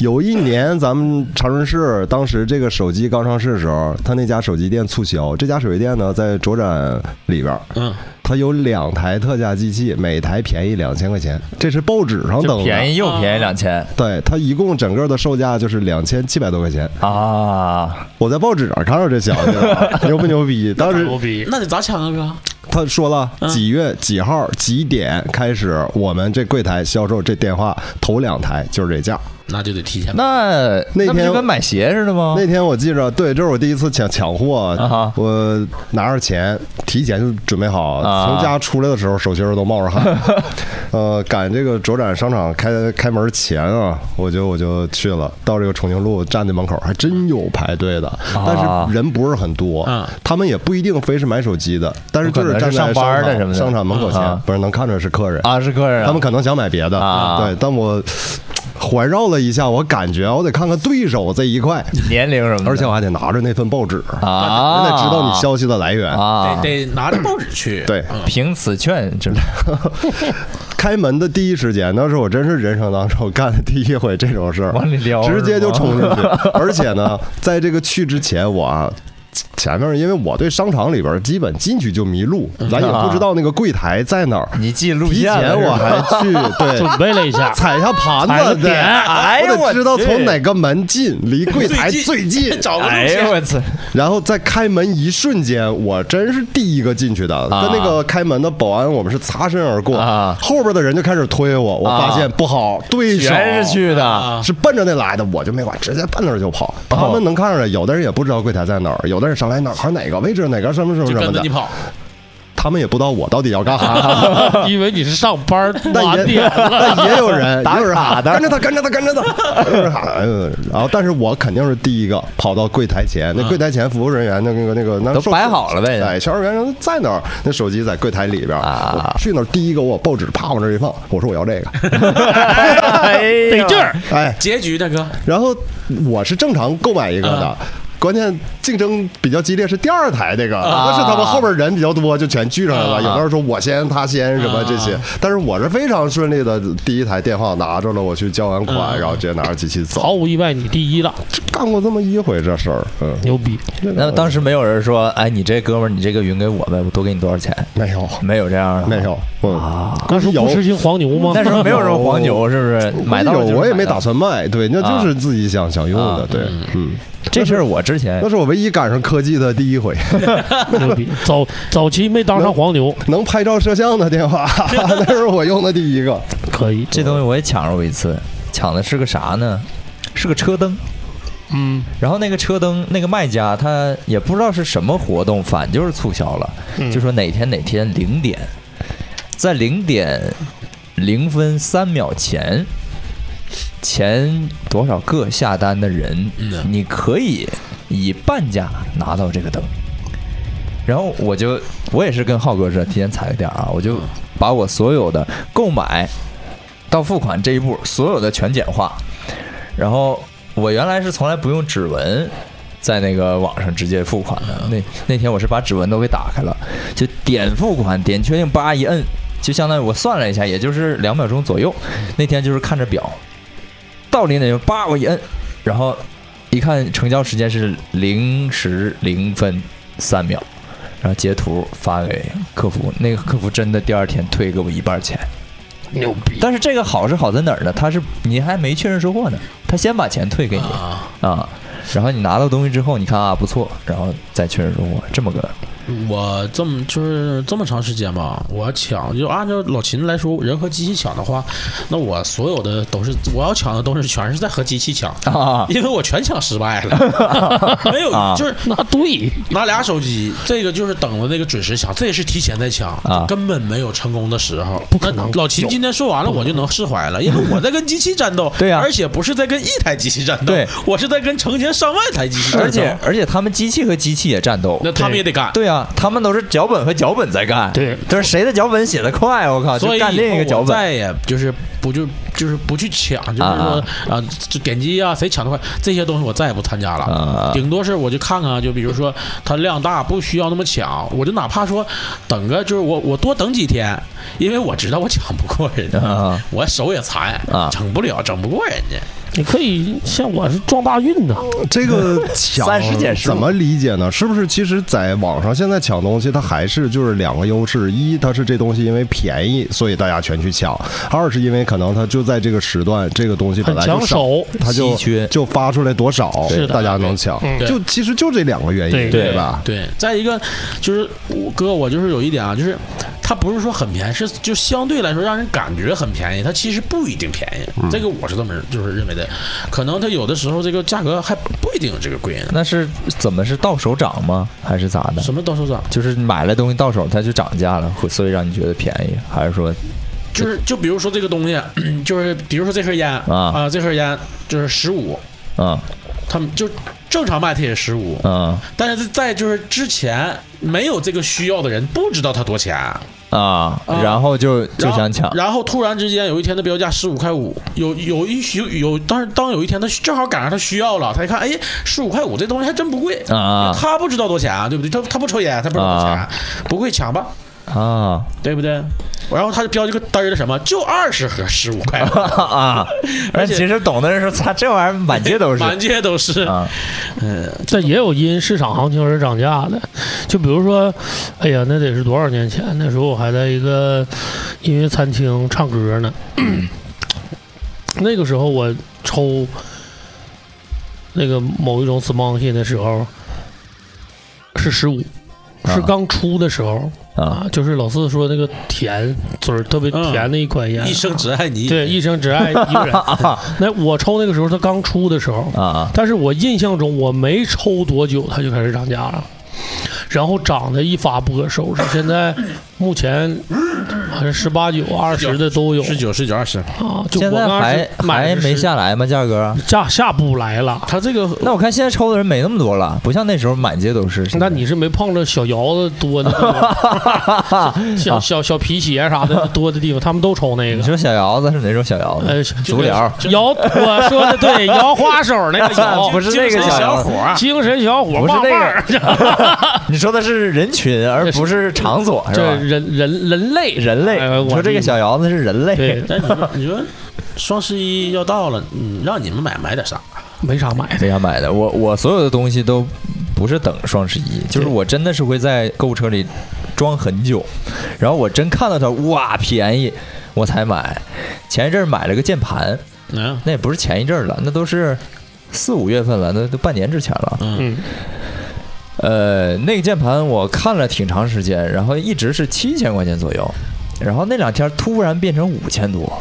[SPEAKER 3] 有一年，咱们长春市当时这个手机刚上市的时候，他那家手机店促销，这家手机店呢在卓展里边，
[SPEAKER 1] 嗯，
[SPEAKER 3] 它有两台特价机器，每台便宜两千块钱，这是报纸上登
[SPEAKER 2] 就
[SPEAKER 3] 的。
[SPEAKER 2] 便宜又便宜
[SPEAKER 1] 啊
[SPEAKER 2] 两千
[SPEAKER 3] 对，它一共整个的售价就是两千七百多块钱。
[SPEAKER 2] 啊，
[SPEAKER 3] 我在报纸上看到这消息了，牛不牛逼？当时
[SPEAKER 10] 逼！
[SPEAKER 1] 那你咋抢啊哥？
[SPEAKER 3] 他说了几月几号几点开始，我们这柜台销售这电话头两台就是这价。
[SPEAKER 1] 那就得提前买。
[SPEAKER 2] 那
[SPEAKER 3] 那
[SPEAKER 2] 不
[SPEAKER 3] 天
[SPEAKER 2] 就跟买鞋似的吗？
[SPEAKER 3] 那天我记着，对，这是我第一次抢抢货
[SPEAKER 2] 啊哈，
[SPEAKER 3] 我拿着钱提前就准备好，
[SPEAKER 2] 啊
[SPEAKER 3] 从家出来的时候手心儿都冒 着汗。呃，赶这个卓展商场开开门前啊，我就我就去了，到这个重庆路站在门口，还真有排队的，
[SPEAKER 2] 啊
[SPEAKER 3] 但是人不是很多
[SPEAKER 1] 嗯，
[SPEAKER 3] 他们也不一定非是买手机的，但是就
[SPEAKER 2] 可能是
[SPEAKER 3] 站在
[SPEAKER 2] 上
[SPEAKER 3] 商
[SPEAKER 2] 班儿的
[SPEAKER 3] 场
[SPEAKER 2] 什么的
[SPEAKER 3] 商场门口前
[SPEAKER 2] 啊，
[SPEAKER 3] 不是能看出来是客人
[SPEAKER 2] 啊，是客人啊，
[SPEAKER 3] 他们可能想买别的，
[SPEAKER 2] 啊
[SPEAKER 3] 对，但我环绕了一下，我感觉我得看看对手这一块，
[SPEAKER 2] 年龄什么的，
[SPEAKER 3] 而且我还得拿着那份报纸，
[SPEAKER 2] 嗯啊，
[SPEAKER 3] 我得知道你消息的来源。
[SPEAKER 2] 啊，
[SPEAKER 1] 得得拿着报纸去。
[SPEAKER 3] 对
[SPEAKER 1] 嗯
[SPEAKER 2] 凭此券之类的，
[SPEAKER 3] 开门的第一时间，那是我真是人生当中干的第一回这种事儿，
[SPEAKER 2] 往里撩，
[SPEAKER 3] 直接就
[SPEAKER 2] 吗
[SPEAKER 3] 是冲出去。而且呢，在这个去之前，我啊前面，因为我对商场里边基本进去就迷路，咱也
[SPEAKER 2] 啊
[SPEAKER 3] 不知道那个柜台在哪儿。
[SPEAKER 2] 你记路
[SPEAKER 3] 提
[SPEAKER 2] 线了
[SPEAKER 3] 前
[SPEAKER 2] 是吧
[SPEAKER 3] 我还 去对
[SPEAKER 10] 准备了一下，
[SPEAKER 3] 踩一下
[SPEAKER 10] 踩个
[SPEAKER 3] 盘子，对，
[SPEAKER 10] 点
[SPEAKER 2] 哎呦
[SPEAKER 3] 我
[SPEAKER 2] 我
[SPEAKER 3] 得知道
[SPEAKER 2] 去
[SPEAKER 3] 从哪个门进， 离柜台最近，
[SPEAKER 1] 找个路
[SPEAKER 2] 哎
[SPEAKER 1] 线
[SPEAKER 2] 呦。我操！
[SPEAKER 3] 然后在开门一瞬间，我真是第一个进去的，跟那个开门的保安我们是擦身而过，
[SPEAKER 2] 啊
[SPEAKER 3] 后边的人就开始推我，我发现不好，对手
[SPEAKER 2] 全是去的，
[SPEAKER 3] 啊是奔着那来的，我就没管，直接奔那儿就跑。他们能看出来，有的人也不知道柜台在哪儿，有的人上来哪儿哪个位置哪个什么什么
[SPEAKER 1] 就
[SPEAKER 3] 什么
[SPEAKER 1] 跟着
[SPEAKER 3] 的
[SPEAKER 1] 你，跑，
[SPEAKER 3] 他们也不知道我到底要干啥。
[SPEAKER 10] 以为你是上班儿
[SPEAKER 3] 但
[SPEAKER 10] 晚
[SPEAKER 3] 也
[SPEAKER 10] 点了。
[SPEAKER 3] 但也有 人，
[SPEAKER 2] 打
[SPEAKER 3] 也有人
[SPEAKER 2] 卡
[SPEAKER 3] 喊
[SPEAKER 2] 的
[SPEAKER 3] 跟着他，跟着他，跟着他，跟着喊。嗯然后，但是我肯定是第一个跑到柜台前。那柜台前服务人员，那个那个那
[SPEAKER 2] 嗯都
[SPEAKER 3] 售
[SPEAKER 2] 摆好了呗
[SPEAKER 3] 哎，销售员人在那儿，那手机在柜台里边儿
[SPEAKER 2] 啊
[SPEAKER 3] 我去那儿第一个，我把报纸啪往这儿一放，我说我要 这个，
[SPEAKER 2] 得
[SPEAKER 10] 得劲儿，
[SPEAKER 3] 哎，
[SPEAKER 1] 结局大哥，
[SPEAKER 3] 然后我是正常购买一个的
[SPEAKER 1] 啊。
[SPEAKER 3] 关键竞争比较激烈，是第二台这个，
[SPEAKER 2] 啊
[SPEAKER 3] 但是他们后边人比较多，就全聚上来了。有的人说我先，他先什么这些，
[SPEAKER 2] 啊
[SPEAKER 3] 但是我是非常顺利的，第一台电话拿着了，我去交完
[SPEAKER 2] 啊
[SPEAKER 3] 款，然后直接拿着机器
[SPEAKER 10] 毫
[SPEAKER 3] 走。
[SPEAKER 10] 无意外，你第一了，
[SPEAKER 3] 干过这么一回这事儿，嗯，
[SPEAKER 10] 牛逼！
[SPEAKER 2] 那当时没有人说，哎，你这哥们儿，你这个云给我呗，我多给你多少钱？
[SPEAKER 3] 没有，
[SPEAKER 2] 没有这啊样的，
[SPEAKER 3] 没。有，嗯，
[SPEAKER 10] 那时候
[SPEAKER 3] 有
[SPEAKER 10] 不吃。腥黄牛吗？
[SPEAKER 2] 那时候没有什么黄牛，是不是？买到
[SPEAKER 3] 有
[SPEAKER 2] 了就是
[SPEAKER 3] 我也
[SPEAKER 2] 买
[SPEAKER 3] 没
[SPEAKER 2] 到
[SPEAKER 3] 打算卖，对，那就是自己想想用的
[SPEAKER 2] 啊，
[SPEAKER 3] 对，嗯，
[SPEAKER 2] 这事儿，我之前
[SPEAKER 3] 那是我唯一赶上科技的第一 回。
[SPEAKER 10] 牛逼！ 早早期没当上黄牛，
[SPEAKER 3] 能拍照摄像的 电话，那是我用的第一个。
[SPEAKER 10] 可以。
[SPEAKER 2] 这东西我也抢着过一次，抢的是个啥呢？是个车灯。
[SPEAKER 10] 嗯，
[SPEAKER 2] 然后那个车灯，那个卖家他也不知道是什么活动，反正就是促销了，就说哪天哪天零点，在零点零分三秒前，前多少个下单的人，你可以以半价拿到这个灯。然后我就我也是跟浩哥似的，提前踩个点儿啊，我就把我所有的购买到付款这一步所有的全简化。然后我原来是从来不用指纹在那个网上直接付款的，那那天我是把指纹都给打开了，就点付款，点确定，叭一摁，就相当于我算了一下，也就是两秒钟左右。那天就是看着表，到零点叭我一摁，然后一看成交时间是零时零分三秒。然后截图发给客服，那个客服真的第二天退给我一半钱，
[SPEAKER 10] 牛逼！
[SPEAKER 2] 但是这个好是好在哪儿呢？他是你还没确认收货呢，他先把钱退给你
[SPEAKER 1] 啊，
[SPEAKER 2] 啊，然后你拿到东西之后，你看啊不错，然后再确认收货，这么个
[SPEAKER 1] 我这么就是这么长时间吧，我要抢就按照老秦来说，人和机器抢的话，那我所有的都是我要抢的东西全是在和机器 抢，
[SPEAKER 2] 啊
[SPEAKER 1] 因为我全抢失败 了，没有
[SPEAKER 2] 啊
[SPEAKER 1] 就是
[SPEAKER 10] 那对，
[SPEAKER 1] 拿俩手机，这个就是等着那个准时抢，这也是提前在抢，
[SPEAKER 2] 啊
[SPEAKER 1] 根本没有成功的时候。
[SPEAKER 10] 不可能
[SPEAKER 1] 那老秦今天说完了，我就能释怀了，因为我在跟机器战斗，
[SPEAKER 2] 对呀
[SPEAKER 1] 而且不是在跟一台机器战斗，
[SPEAKER 2] 对
[SPEAKER 1] 我是在跟成千上万台机器战斗，
[SPEAKER 2] 而且而且他们机器和机器也战斗
[SPEAKER 1] 那，他们也得干。
[SPEAKER 2] 对啊，他们都是脚本和脚本在干，
[SPEAKER 10] 对
[SPEAKER 2] 就是谁的脚本写的快，我啊靠，就
[SPEAKER 1] 所以
[SPEAKER 2] 干另一个
[SPEAKER 1] 以后
[SPEAKER 2] 脚
[SPEAKER 1] 我
[SPEAKER 2] 本，
[SPEAKER 1] 再也就是不就就是不去抢，就是说
[SPEAKER 2] 啊
[SPEAKER 1] 啊，就点击啊，谁抢得快这些东西我再也不参加了
[SPEAKER 2] 啊，
[SPEAKER 1] 顶多是我就看看，就比如说它量大，不需要那么抢，我就哪怕说等个就是我我多等几天，因为我知道我抢不过人家
[SPEAKER 2] 啊，
[SPEAKER 1] 我手也残
[SPEAKER 2] 啊，
[SPEAKER 1] 整不了，整不过人家。
[SPEAKER 10] 你可以像我是撞大运呢，
[SPEAKER 3] 这个抢
[SPEAKER 2] 三十减十五
[SPEAKER 3] 怎么理解呢？是不是其实在网上现在抢东西，它还是就是两个优势：一，它是这东西因为便宜，所以大家全去抢；二是因为可能它就在这个时段，这个东西本
[SPEAKER 10] 很
[SPEAKER 3] 来
[SPEAKER 10] 抢
[SPEAKER 3] 就少，
[SPEAKER 10] 手。
[SPEAKER 3] 它就
[SPEAKER 2] 稀缺
[SPEAKER 3] 就发出来多少
[SPEAKER 10] 是，的
[SPEAKER 3] 大家能抢
[SPEAKER 10] 嗯。
[SPEAKER 3] 就其实就这两个原因，
[SPEAKER 10] 对
[SPEAKER 3] 对吧？
[SPEAKER 1] 对，再一个就是我哥，我就是有一点啊，就是它不是说很便宜，是就相对来说让人感觉很便宜，它其实不一定便宜。
[SPEAKER 2] 嗯
[SPEAKER 1] 这个我是这么就是认为的，可能它有的时候这个价格还不一定有这个贵呢。
[SPEAKER 2] 那是怎么是到手涨吗？还是咋的？
[SPEAKER 1] 什么到手涨？
[SPEAKER 2] 就是买了东西到手，它就涨价了，会所以让你觉得便宜，还是说
[SPEAKER 1] 就是就比如说这个东西， 就是比如说这盒烟
[SPEAKER 2] 啊
[SPEAKER 1] 这盒烟就是十五，
[SPEAKER 2] 嗯
[SPEAKER 1] 他们就正常卖它也十五，
[SPEAKER 2] 嗯
[SPEAKER 1] 但是在就是之前没有这个需要的人不知道它多钱，
[SPEAKER 2] 啊，然后就就
[SPEAKER 1] 然后
[SPEAKER 2] 想抢，
[SPEAKER 1] 然后突然之间有一天的标价十五块五，有有一有有，当当有一天他正好赶上他需要了，他一看，哎，十五块五这东西还真不贵
[SPEAKER 2] 啊啊
[SPEAKER 1] 他不知道多钱啊，对不对？他他不抽烟，他不知道多钱，
[SPEAKER 2] 啊
[SPEAKER 1] 不贵抢吧，
[SPEAKER 2] 啊，
[SPEAKER 1] 对不对？然后他就标这个单儿的什么，就二十盒十五块，
[SPEAKER 2] 啊！但
[SPEAKER 1] 而且
[SPEAKER 2] 其实懂的人说，他这玩意儿满街都是
[SPEAKER 1] 满街都是。
[SPEAKER 2] 啊，
[SPEAKER 10] 但也有因市场行情而涨价的，就比如说，哎呀，那得是多少年前？那时候我还在一个音乐餐厅唱歌呢。 那个时候我抽那个某一种 s m o n k y 的时候是十五，是
[SPEAKER 2] 啊
[SPEAKER 10] 刚出的时候
[SPEAKER 2] 啊，
[SPEAKER 10] 就是老四说那个甜嘴儿特别
[SPEAKER 1] 嗯
[SPEAKER 10] 甜的一款烟，
[SPEAKER 1] 一生只爱你。
[SPEAKER 10] 对，一生只爱一个人。 那我抽那个时候，它刚出的时候，
[SPEAKER 2] 啊
[SPEAKER 10] 但是我印象中我没抽多久，它就开始涨价了，然后涨得一发不可收拾。现在目前好像十八九、二十的都有
[SPEAKER 1] 十九、十九、二十，
[SPEAKER 10] 啊，就
[SPEAKER 2] 现
[SPEAKER 10] 我
[SPEAKER 2] 在
[SPEAKER 10] 刚开
[SPEAKER 2] 还
[SPEAKER 10] 始买
[SPEAKER 2] 还
[SPEAKER 10] 的
[SPEAKER 2] 没
[SPEAKER 10] 是
[SPEAKER 2] 下来吗？价格？
[SPEAKER 10] 价下不来了。
[SPEAKER 1] 他这个
[SPEAKER 2] 那我看现在抽的人没那么多了，不像那时候满街都是。
[SPEAKER 10] 那你是没碰着小窑子多的地方， 小小小皮鞋啥的多的地方，他们都抽那
[SPEAKER 2] 你
[SPEAKER 10] 个。
[SPEAKER 2] 说小窑子是哪种小窑
[SPEAKER 10] 呃
[SPEAKER 2] 子？，嗯足
[SPEAKER 10] 就
[SPEAKER 2] 疗
[SPEAKER 10] 摇，我说的 对，摇花手那个摇，
[SPEAKER 2] 不是那个小
[SPEAKER 1] 小
[SPEAKER 2] 窑子
[SPEAKER 1] 伙，儿，
[SPEAKER 10] 精神小伙，
[SPEAKER 2] 不是
[SPEAKER 10] 棒棒儿
[SPEAKER 2] 你说的是人群，而不是场所，是
[SPEAKER 10] 这
[SPEAKER 2] 吧？
[SPEAKER 10] 人人人类
[SPEAKER 2] 人类，
[SPEAKER 10] 哎我
[SPEAKER 2] 你说这个小窑子是人类
[SPEAKER 10] 对，
[SPEAKER 1] 哎但你说你说双十一要到了，嗯，让你们买买点啥？
[SPEAKER 10] 没啥买的，
[SPEAKER 2] 谁家买的？我我所有的东西都不是等双十一，就是我真的是会在购物车里装很久，然后我真看到它哇便宜，我才买。前一阵儿买了个键盘，
[SPEAKER 1] 嗯
[SPEAKER 2] 那也不是前一阵儿了，那都是四五月份了，那都半年之前了。
[SPEAKER 1] 嗯
[SPEAKER 10] 嗯，
[SPEAKER 2] 呃，那个键盘我看了挺长时间，然后一直是七千块钱左右，然后那两天突然变成五千多，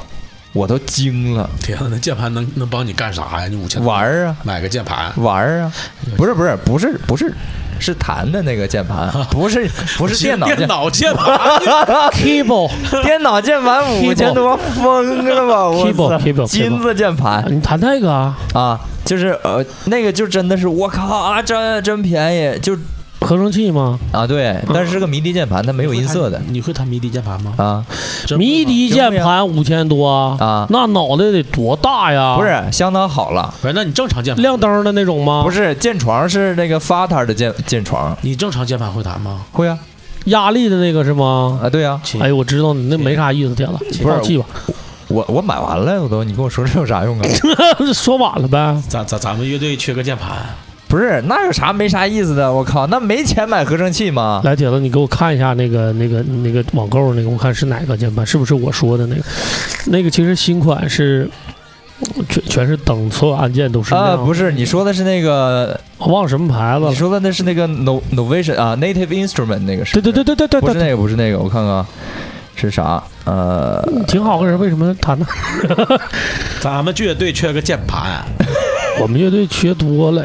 [SPEAKER 2] 我都惊了。
[SPEAKER 1] 天啊哪，那键盘能能帮你干啥呀？你五千
[SPEAKER 2] 玩儿啊，
[SPEAKER 1] 买个键盘，
[SPEAKER 2] 玩儿啊，不是不是不是不是，是弹的那个键盘，不 是啊不是电脑键
[SPEAKER 1] 电脑键盘，
[SPEAKER 10] Cable，
[SPEAKER 2] 电脑键盘五千多，疯了吧！ 我
[SPEAKER 10] Keyboard，
[SPEAKER 2] 操，
[SPEAKER 10] keyboard，
[SPEAKER 2] 金子键盘
[SPEAKER 10] 你谈那个啊？
[SPEAKER 2] 啊，就是呃那个就真的是我靠，啊真真便宜，就
[SPEAKER 10] 合成器吗？
[SPEAKER 2] 啊对，但是是个迷笛键盘，它没有音色的
[SPEAKER 1] 你会弹迷笛键盘吗？
[SPEAKER 2] 啊。
[SPEAKER 1] 真会吗
[SPEAKER 10] 迷笛键盘五千多
[SPEAKER 2] 啊
[SPEAKER 10] 那脑袋得多大呀？
[SPEAKER 2] 不是相当好了，
[SPEAKER 1] 不是，那你正常键盘，
[SPEAKER 10] 亮灯的那种吗？
[SPEAKER 2] 不是键床是那个 Fata 的键键床，
[SPEAKER 1] 你正常键盘会弹吗？
[SPEAKER 2] 会啊
[SPEAKER 10] 压力的那个是吗？
[SPEAKER 2] 啊对啊，
[SPEAKER 1] 亲
[SPEAKER 10] 哎，我知道你那没啥意思，铁子，
[SPEAKER 2] 不是
[SPEAKER 10] 放 弃吧，
[SPEAKER 2] 我我买完了我都，你跟我说这有啥用啊？
[SPEAKER 10] 说晚了呗。
[SPEAKER 1] 咱咱咱们乐队缺个键盘，
[SPEAKER 2] 不是那有啥没啥意思的，我靠，那没钱买合成器吗？
[SPEAKER 10] 来，铁子，你给我看一下那个、那个、那个网购那个，我看是哪个键盘，是不是我说的那个？那个其实新款是全全是灯，所有按键都是
[SPEAKER 2] 啊，
[SPEAKER 10] 亮。
[SPEAKER 2] 不是，你说的是那个，
[SPEAKER 10] 我忘了什么牌子
[SPEAKER 2] 你
[SPEAKER 10] 了。
[SPEAKER 2] 说的那是那个 no novation 啊，native instrument 那个是？
[SPEAKER 10] 对对对，对对对
[SPEAKER 2] 不是
[SPEAKER 10] 对，
[SPEAKER 2] 那个，不是那个，我看看啊是啥？呃，
[SPEAKER 10] 挺好个人，为什么 弹呢？
[SPEAKER 1] 咱们乐队缺个键盘
[SPEAKER 10] 我们乐队缺多了，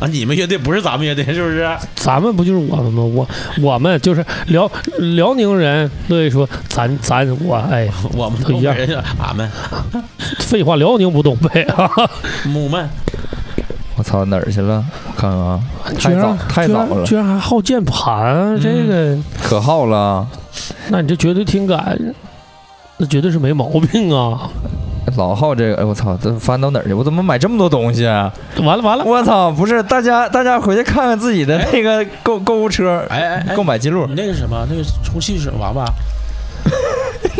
[SPEAKER 1] 啊！你们乐队不是咱们乐队是不是？
[SPEAKER 10] 咱们不就是我们吗？我我们就是辽辽宁人，所以说咱咱我哎，
[SPEAKER 1] 我们
[SPEAKER 10] 都一样
[SPEAKER 1] 东北人，俺们
[SPEAKER 10] 废话，辽宁不东北啊，
[SPEAKER 1] 母们
[SPEAKER 2] 我操，哪儿去了？我看看啊，
[SPEAKER 10] 居
[SPEAKER 2] 太早
[SPEAKER 10] 然
[SPEAKER 2] 太早
[SPEAKER 10] 居然
[SPEAKER 2] 了嗯
[SPEAKER 10] 居，然还好键盘，这个，
[SPEAKER 2] 可好了，
[SPEAKER 10] 那你这绝对听感，那绝对是没毛病啊！
[SPEAKER 2] 老好这个，哎，我操，这翻到哪儿去？我怎么买这么多东西啊？
[SPEAKER 10] 完了完哎了，
[SPEAKER 2] 我操，不是，大家大家回去看看自己的那个购购物车
[SPEAKER 1] 哎哎哎
[SPEAKER 2] 购买记录
[SPEAKER 1] 你，那个什么，那个充气是娃娃，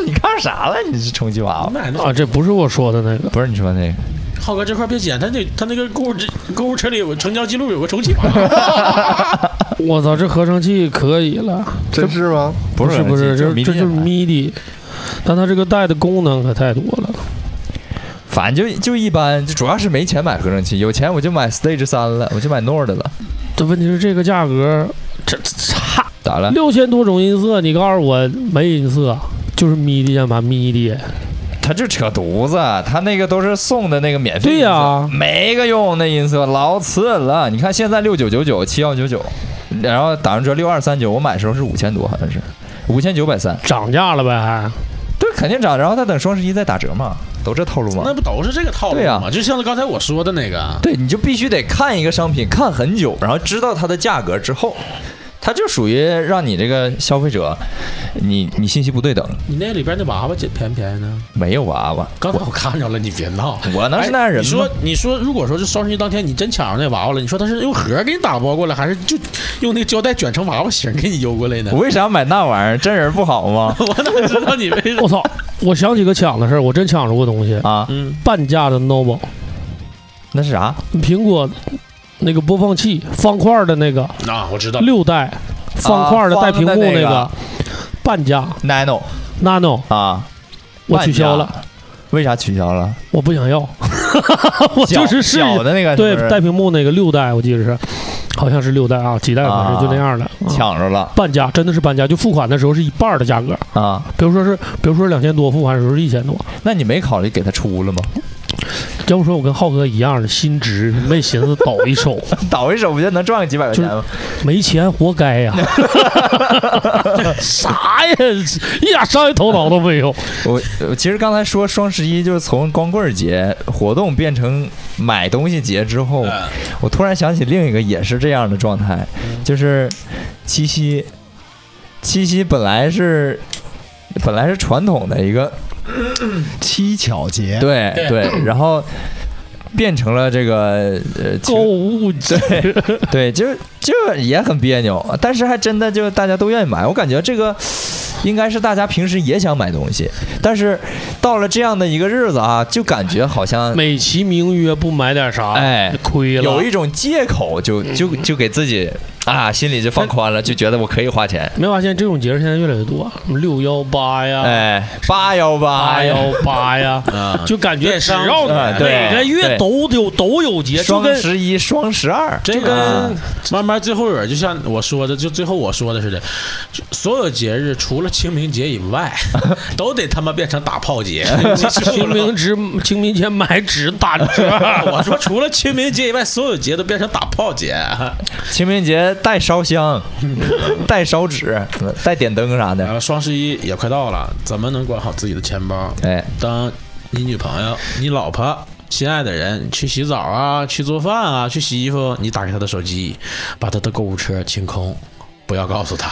[SPEAKER 2] 你看啥了？你是充气娃
[SPEAKER 1] 我
[SPEAKER 2] 娃？
[SPEAKER 1] 买那
[SPEAKER 10] 啊，这不是我说的那个，
[SPEAKER 2] 不是你说那个，
[SPEAKER 1] 浩哥这块别剪，他那他那个购物车购物车里有个成交记录，有个充气娃娃。
[SPEAKER 10] 我操，这合成器可以了。
[SPEAKER 3] 真是吗？
[SPEAKER 2] 不是啊
[SPEAKER 10] 不是，
[SPEAKER 2] 就
[SPEAKER 10] 这这就是 MIDI，但它这个带的功能可太多了。
[SPEAKER 2] 反正就就一般，就主要是没钱买合成器，有钱我就买 Stage 三了，我就买 Nord 了。
[SPEAKER 10] 这问题是这个价格，这这差
[SPEAKER 2] 咋了？
[SPEAKER 10] 六千多种音色，你告诉我没音色，就是 MIDI 键盘 MIDI，
[SPEAKER 2] 他就扯犊子，啊他那个都是送的那个免费
[SPEAKER 10] 对
[SPEAKER 2] 音色，
[SPEAKER 10] 呀
[SPEAKER 2] 没个用，那音色老次了。你看现在六九九九、七幺九九，然后打完折六二三九，我买的时候是五千多，好像是五千九百三，
[SPEAKER 10] 涨价了呗还。
[SPEAKER 2] 对，肯定涨。然后他等双十一再打折嘛，都这套路嘛
[SPEAKER 1] 那。不都是这个套路
[SPEAKER 2] 对呀
[SPEAKER 1] 吗？就像刚才我说的那个，
[SPEAKER 2] 对，你就必须得看一个商品看很久，然后知道它的价格之后，它就属于让你这个消费者，你你信息不对等，
[SPEAKER 1] 你那里边那娃娃便不便宜呢？
[SPEAKER 2] 没有娃娃，
[SPEAKER 1] 刚才我看着了，你别闹。
[SPEAKER 2] 我能是那样人
[SPEAKER 1] 哎你
[SPEAKER 2] 吗
[SPEAKER 1] 说，你说，如果说是双十一当天你真抢着那娃娃了，你说他是用盒给你打包过来，还是就用那个胶带卷成娃娃形给你邮过来呢
[SPEAKER 2] 我？为啥买那玩意儿？真人不好吗？
[SPEAKER 1] 我哪知道你为什么？
[SPEAKER 10] 我操！我想起个抢的事儿，我真抢着过东西，
[SPEAKER 2] 啊，
[SPEAKER 1] 嗯，
[SPEAKER 10] 半价的 Noble
[SPEAKER 2] 那是啥？
[SPEAKER 10] 苹果那个播放器方块儿的那个
[SPEAKER 1] 啊，我知道，
[SPEAKER 10] 六代方块儿的
[SPEAKER 2] 啊
[SPEAKER 10] 带屏幕
[SPEAKER 2] 方呃的那
[SPEAKER 10] 个半价
[SPEAKER 2] Nano
[SPEAKER 10] Nano，
[SPEAKER 2] 啊，
[SPEAKER 10] 我取消
[SPEAKER 2] 半
[SPEAKER 10] 了，
[SPEAKER 2] 价。为啥取消了？
[SPEAKER 10] 我不 想要，我
[SPEAKER 2] 小
[SPEAKER 10] 就是试一
[SPEAKER 2] 小的那个
[SPEAKER 10] 对
[SPEAKER 2] 是不是
[SPEAKER 10] 带屏幕那个六代，我记得是，好像是六代啊，几代反
[SPEAKER 2] 啊
[SPEAKER 10] 正就那样的。啊
[SPEAKER 2] 抢着了
[SPEAKER 10] 半价真的是半价，就付款的时候是一半儿的价格，
[SPEAKER 2] 啊？
[SPEAKER 10] 比如说是，比如说两千多，付款的时候是一千多。
[SPEAKER 2] 那你没考虑给他出了吗？
[SPEAKER 10] 要不说我跟浩哥一样的心直，没寻思倒 一手，
[SPEAKER 2] 倒一手不就能赚个几百块钱吗？
[SPEAKER 10] 没钱活 该呀！啥呀，一点商业头脑都 没有。
[SPEAKER 2] 我我其实刚才说双十一就是从光棍儿节活动变成买东西节之后，
[SPEAKER 1] 嗯
[SPEAKER 2] 我突然想起另一个也是这样的状态，就是七夕。七夕本来是本来是传统的一个
[SPEAKER 3] 七巧节，
[SPEAKER 2] 对
[SPEAKER 1] 对
[SPEAKER 2] 对，然后变成了这个呃
[SPEAKER 10] 购
[SPEAKER 2] 情
[SPEAKER 10] 物节，
[SPEAKER 2] 对，就是就是也很别扭，但是还真的就大家都愿意买。我感觉这个应该是大家平时也想买东西，但是到了这样的一个日子啊，就感觉好像
[SPEAKER 10] 美其名曰不买点啥，
[SPEAKER 2] 哎
[SPEAKER 10] 亏了。嗯
[SPEAKER 2] 有一种借口就，就就给自己啊心里就放宽了，就觉得我可以花钱。
[SPEAKER 10] 没发现这种节儿现在越来越多，啊六幺八呀，
[SPEAKER 2] 哎，八幺八
[SPEAKER 10] 嗯八
[SPEAKER 2] 呀
[SPEAKER 10] 幺八呀，
[SPEAKER 1] 啊
[SPEAKER 10] 就感觉
[SPEAKER 1] 电
[SPEAKER 10] 只
[SPEAKER 1] 商
[SPEAKER 10] 要
[SPEAKER 2] 啊对
[SPEAKER 10] 哪个月
[SPEAKER 2] 对
[SPEAKER 10] 都有都有节，就
[SPEAKER 2] 双
[SPEAKER 10] 跟
[SPEAKER 2] 十一、双十二，
[SPEAKER 1] 这
[SPEAKER 2] 就啊
[SPEAKER 1] 跟慢慢最后尾儿就像我说的，就最后我说的似的，就所有节日除了清明节以外， 都得他妈变成打炮 节。你知道吗
[SPEAKER 10] 清明节清明节买纸打折。
[SPEAKER 1] 我说除了清明节以外，所有节都变成打炮节。
[SPEAKER 2] 清明节带烧香、带烧纸、带点灯啥的。
[SPEAKER 1] 然后哎双十一也快到了，怎么能管好自己的钱包？
[SPEAKER 2] 哎，
[SPEAKER 1] 当你女朋友、你老婆、心爱的人去洗澡啊、去做饭啊、去洗衣服，你打开她的手机，把她的购物车清空，不要告诉她。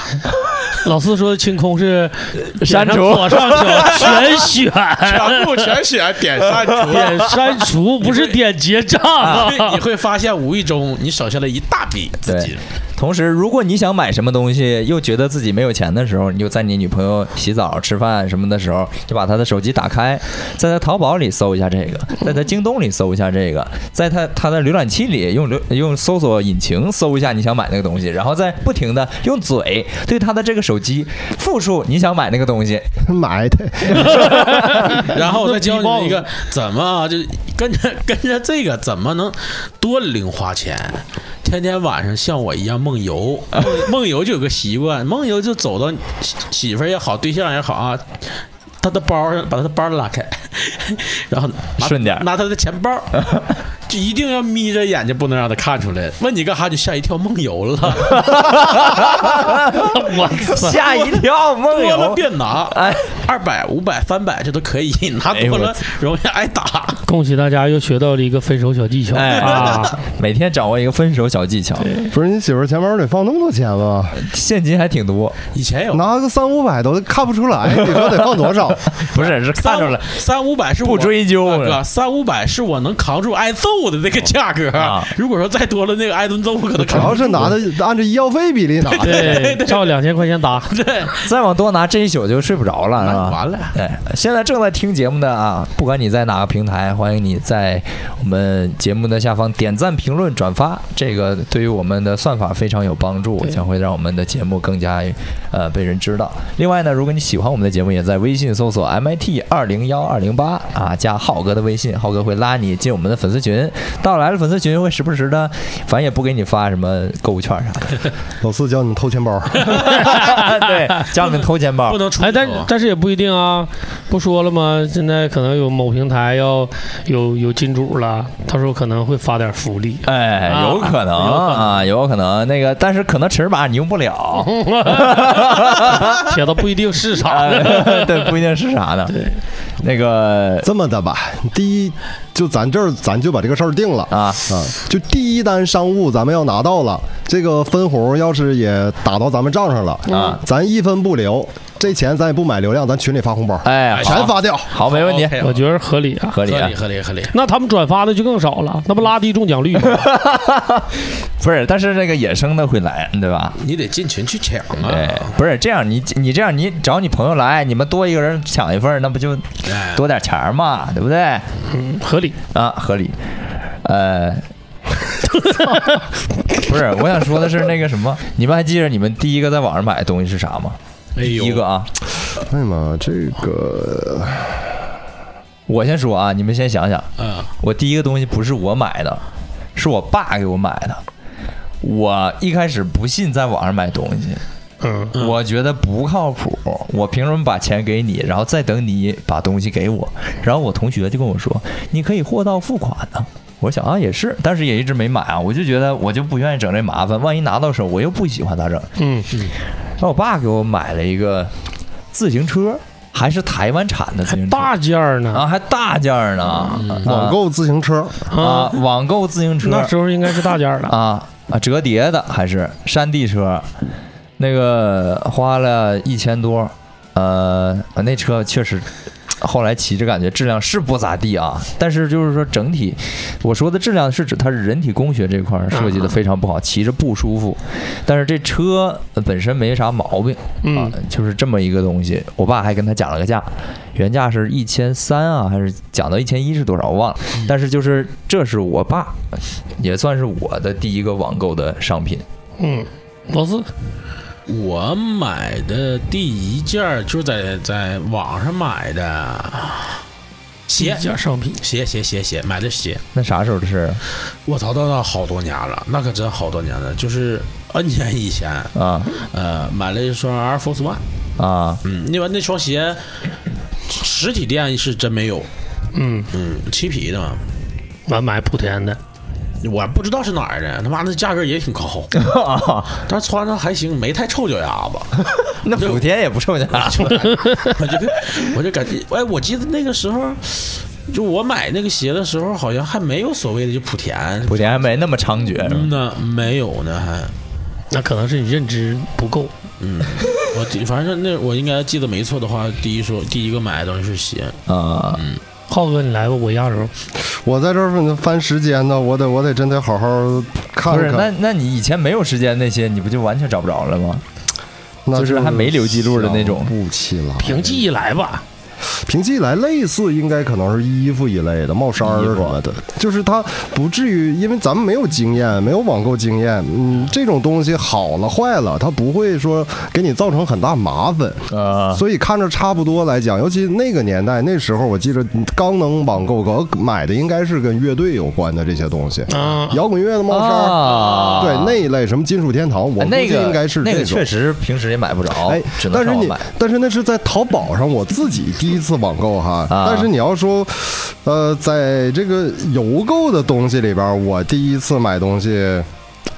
[SPEAKER 10] 老四说的清空是
[SPEAKER 2] 删除
[SPEAKER 10] 点上左上 角全选，
[SPEAKER 1] 全部全选点删除。
[SPEAKER 10] 点删除不是点结账啊。
[SPEAKER 1] 你会发现无意中你省下了一大笔自己
[SPEAKER 2] 对。同时，如果你想买什么东西，又觉得自己没有钱的时候，你就在你女朋友洗澡、吃饭什么的时候，就把她的手机打开，在她淘宝里搜一下这个，在她京东里搜一下这个，在她她的浏览器里用浏用搜索引擎搜一下你想买那个东西，然后再不停的用嘴对她的这个手机复述你想买那个东西。
[SPEAKER 3] 买它。
[SPEAKER 1] 然后我再教你一个怎么啊，就跟着 跟着这个怎么能多零花钱？天天晚上像我一样梦游，梦梦游就有个习惯，梦游就走到媳媳妇儿也好，对象也好啊。他的包上，把他的包拉开， 然后拿
[SPEAKER 2] 顺点儿
[SPEAKER 1] 拿他的钱 包，就一定要眯着眼睛，不能让他看出来。问你干啥，就吓一跳，梦游 了，
[SPEAKER 10] 我操！
[SPEAKER 2] 吓一跳，梦
[SPEAKER 1] 多了
[SPEAKER 2] 游。
[SPEAKER 1] 别拿。
[SPEAKER 2] 哎，
[SPEAKER 1] 二百、五百、三百这都可以，拿
[SPEAKER 2] 哎
[SPEAKER 1] 多
[SPEAKER 2] 我
[SPEAKER 1] 了容易挨打。
[SPEAKER 10] 恭喜大家又学到了一个分手小技 巧
[SPEAKER 2] 哎
[SPEAKER 10] 啊！
[SPEAKER 2] 每天掌握一个分手小技巧，
[SPEAKER 3] 不是你媳妇儿钱包里放那么多钱吗？
[SPEAKER 2] 现金还挺多，
[SPEAKER 1] 以前有
[SPEAKER 3] 拿个三五百都看不出来，你说得放多 少？
[SPEAKER 2] 不是是 看
[SPEAKER 1] 三
[SPEAKER 2] 出
[SPEAKER 1] 五
[SPEAKER 2] 来
[SPEAKER 1] 三五百是
[SPEAKER 2] 不
[SPEAKER 1] 我
[SPEAKER 2] 追究
[SPEAKER 1] 大哥，三五百是我能扛住挨揍的那个价格。
[SPEAKER 2] 啊
[SPEAKER 1] 如果说再多了，那个挨顿揍我可能
[SPEAKER 3] 主
[SPEAKER 1] 扛
[SPEAKER 3] 要
[SPEAKER 1] 不住。
[SPEAKER 3] 是拿的按照医药费比例拿的。
[SPEAKER 10] 对，照两千块钱打，
[SPEAKER 2] 再往多拿，这一宿就睡不着了，是
[SPEAKER 1] 那
[SPEAKER 2] 吧？
[SPEAKER 1] 完了，
[SPEAKER 2] 哎，现在正在听节目的啊，不管你在哪个平台，欢迎你在我们节目的下方点赞、评论、转发，这个对于我们的算法非常有帮助，将会让我们的节目更加呃被人知道。另外呢，如果你喜欢我们的节目，也在微信搜索 MIT 二零幺二零八啊，加浩哥的微信，浩哥会拉你进我们的粉丝群。到来了粉丝群，会时不时的，反正也不给你发什么购物券啥
[SPEAKER 3] 老四教你偷钱包，
[SPEAKER 2] 的， 对，家里面偷钱包
[SPEAKER 1] 不。能出手。
[SPEAKER 10] 哎，但但是也不一定啊，不说了吗？现在可能有某平台要有有金主了，他说可能会发点福 利。
[SPEAKER 2] 哎，
[SPEAKER 10] 啊
[SPEAKER 2] 有可能
[SPEAKER 10] 有可能
[SPEAKER 2] 啊，有可能那个，但是可能尺码你用不 了，
[SPEAKER 10] 铁子不一定是啥
[SPEAKER 2] 啊
[SPEAKER 10] 的。
[SPEAKER 2] 对，不一定是啥的。那个
[SPEAKER 3] 这么的吧，第一就咱这儿咱就把这个事儿定了
[SPEAKER 2] 啊
[SPEAKER 10] 嗯
[SPEAKER 3] 啊，就第一单商务咱们要拿到了，这个分红要是也打到咱们账上了
[SPEAKER 2] 啊
[SPEAKER 3] 咱一分不留，这钱咱也不买流量，咱群里发红包，
[SPEAKER 2] 哎，
[SPEAKER 3] 全发掉。
[SPEAKER 2] 好，没问题，
[SPEAKER 1] OK，
[SPEAKER 10] 我觉得合理啊。
[SPEAKER 2] 合理
[SPEAKER 1] 合
[SPEAKER 2] 啊
[SPEAKER 1] 理，合理，合理。
[SPEAKER 10] 那他们转发的就更少了，那不拉低中奖率吗？
[SPEAKER 2] 不是，但是那个野生的会来，对吧？
[SPEAKER 1] 你得进群去抢
[SPEAKER 2] 对
[SPEAKER 1] 啊！，
[SPEAKER 2] 不是这样，你你这样，你找你朋友来，你们多一个人抢一份儿，那不就
[SPEAKER 1] 哎
[SPEAKER 2] 多点钱儿嘛，对不对？
[SPEAKER 10] 嗯，合理。
[SPEAKER 2] 啊，合理。呃， 不是，我想说的是那个什么，你们还记着你们第一个在网上买的东西是啥吗？
[SPEAKER 1] 哎
[SPEAKER 2] 第
[SPEAKER 1] 呦，
[SPEAKER 2] 一个啊，
[SPEAKER 3] 哎呀妈，这个
[SPEAKER 2] 我先说啊，你们先想想，
[SPEAKER 1] 嗯，
[SPEAKER 2] 我第一个东西不是我买的，是我爸给我买的。我一开始不信在网上买东西，
[SPEAKER 10] 嗯，
[SPEAKER 2] 我觉得不靠谱。我凭什么把钱给你，然后再等你把东西给我？然后我同学就跟我说，你可以货到付款呢、我想啊，也是，但是也一直没买啊。我就觉得我就不愿意整这麻烦，万一拿到手我又不喜欢咋整？
[SPEAKER 10] 嗯，
[SPEAKER 2] 然后我爸给我买了一个自行车，还是台湾产的自行车，
[SPEAKER 10] 大件儿呢
[SPEAKER 2] 啊，还大件儿呢，啊
[SPEAKER 3] 网购自行车，
[SPEAKER 2] 啊，网购自行车
[SPEAKER 10] 嗯那时候应该是大件儿了。
[SPEAKER 2] 啊啊，折叠的还是山地车，那个花了一千多，呃，啊那车确实。后来骑着感觉质量是不咋地啊，但是就是说整体，我说的质量是指它是人体工学这块儿设计的非常不好，骑着不舒服。但是这车本身没啥毛病啊
[SPEAKER 10] 嗯，，
[SPEAKER 2] 就是这么一个东西。我爸还跟他讲了个价，原价是一千三啊，还是讲到一千一是多少我忘了。但是就是这是我爸，也算是我的第一个网购的商品。
[SPEAKER 10] 嗯，老四，
[SPEAKER 1] 我买的第一件儿就是在在网上买的鞋
[SPEAKER 10] 一，件商品，
[SPEAKER 1] 鞋鞋鞋鞋，买的鞋。
[SPEAKER 2] 那啥时候的事儿
[SPEAKER 1] 我操，到那好多年了，那可真好多年了，就是 N 年以前，
[SPEAKER 2] 啊
[SPEAKER 1] 呃，买了一双 Air Force One，
[SPEAKER 2] 啊？
[SPEAKER 1] 嗯，那完那双鞋实体店是真没有，
[SPEAKER 10] 嗯，
[SPEAKER 1] 嗯，漆皮的嘛，
[SPEAKER 10] 完买莆田的，
[SPEAKER 1] 我不知道是哪儿的，他妈那价格也挺高， 但是穿着还行，没太臭脚丫子。
[SPEAKER 2] 那莆田也不臭家
[SPEAKER 1] 我就我就感觉，哎，我记得那个时候，就我买那个鞋的时候，好像还没有所谓的就莆田，
[SPEAKER 2] 莆田还没那么猖獗，是吧
[SPEAKER 1] 嗯呢没有呢还。
[SPEAKER 10] 那可能是你认知不够。
[SPEAKER 1] 我第反正那我应该记得没错的话，第一说第一个买的东西是鞋，
[SPEAKER 2] 啊
[SPEAKER 10] 浩哥，你来吧，我压轴。
[SPEAKER 3] 我在这儿翻时间呢，我得我得真得好好看
[SPEAKER 2] 不是，那
[SPEAKER 3] 看。
[SPEAKER 2] 那你以前没有时间那些，你不就完全找不着了吗？
[SPEAKER 3] 那
[SPEAKER 2] 就是还没留记录的那种
[SPEAKER 3] 想不起来。
[SPEAKER 10] 凭记忆来吧，
[SPEAKER 3] 平寄来类似，应该可能是衣服一类的，帽衫儿什
[SPEAKER 2] 啊
[SPEAKER 3] 么的，就是它不至于，因为咱们没有经验，没有网购经验，嗯，这种东西好了坏了，它不会说给你造成很大麻烦，
[SPEAKER 2] 啊
[SPEAKER 3] 所以看着差不多来讲，尤其那个年代，那时候我记着刚能网购，我买的应该是跟乐队有关的这些东西，
[SPEAKER 10] 啊，
[SPEAKER 3] 摇滚乐的帽衫儿，
[SPEAKER 2] 啊，
[SPEAKER 3] 对那一类什么金属天堂，我
[SPEAKER 2] 哎
[SPEAKER 3] 估
[SPEAKER 2] 那
[SPEAKER 3] 计
[SPEAKER 2] 个
[SPEAKER 3] 应该是
[SPEAKER 2] 那
[SPEAKER 3] 这
[SPEAKER 2] 个
[SPEAKER 3] 种
[SPEAKER 2] 确。实平时也买不着，
[SPEAKER 3] 哎
[SPEAKER 2] 只，能
[SPEAKER 3] 但是
[SPEAKER 2] 上网
[SPEAKER 3] 你
[SPEAKER 2] 买。，
[SPEAKER 3] 但是那是在淘宝上，我自己第一次网购哈。
[SPEAKER 2] 啊
[SPEAKER 3] 但是你要说，呃，在这个邮购的东西里边儿，我第一次买东西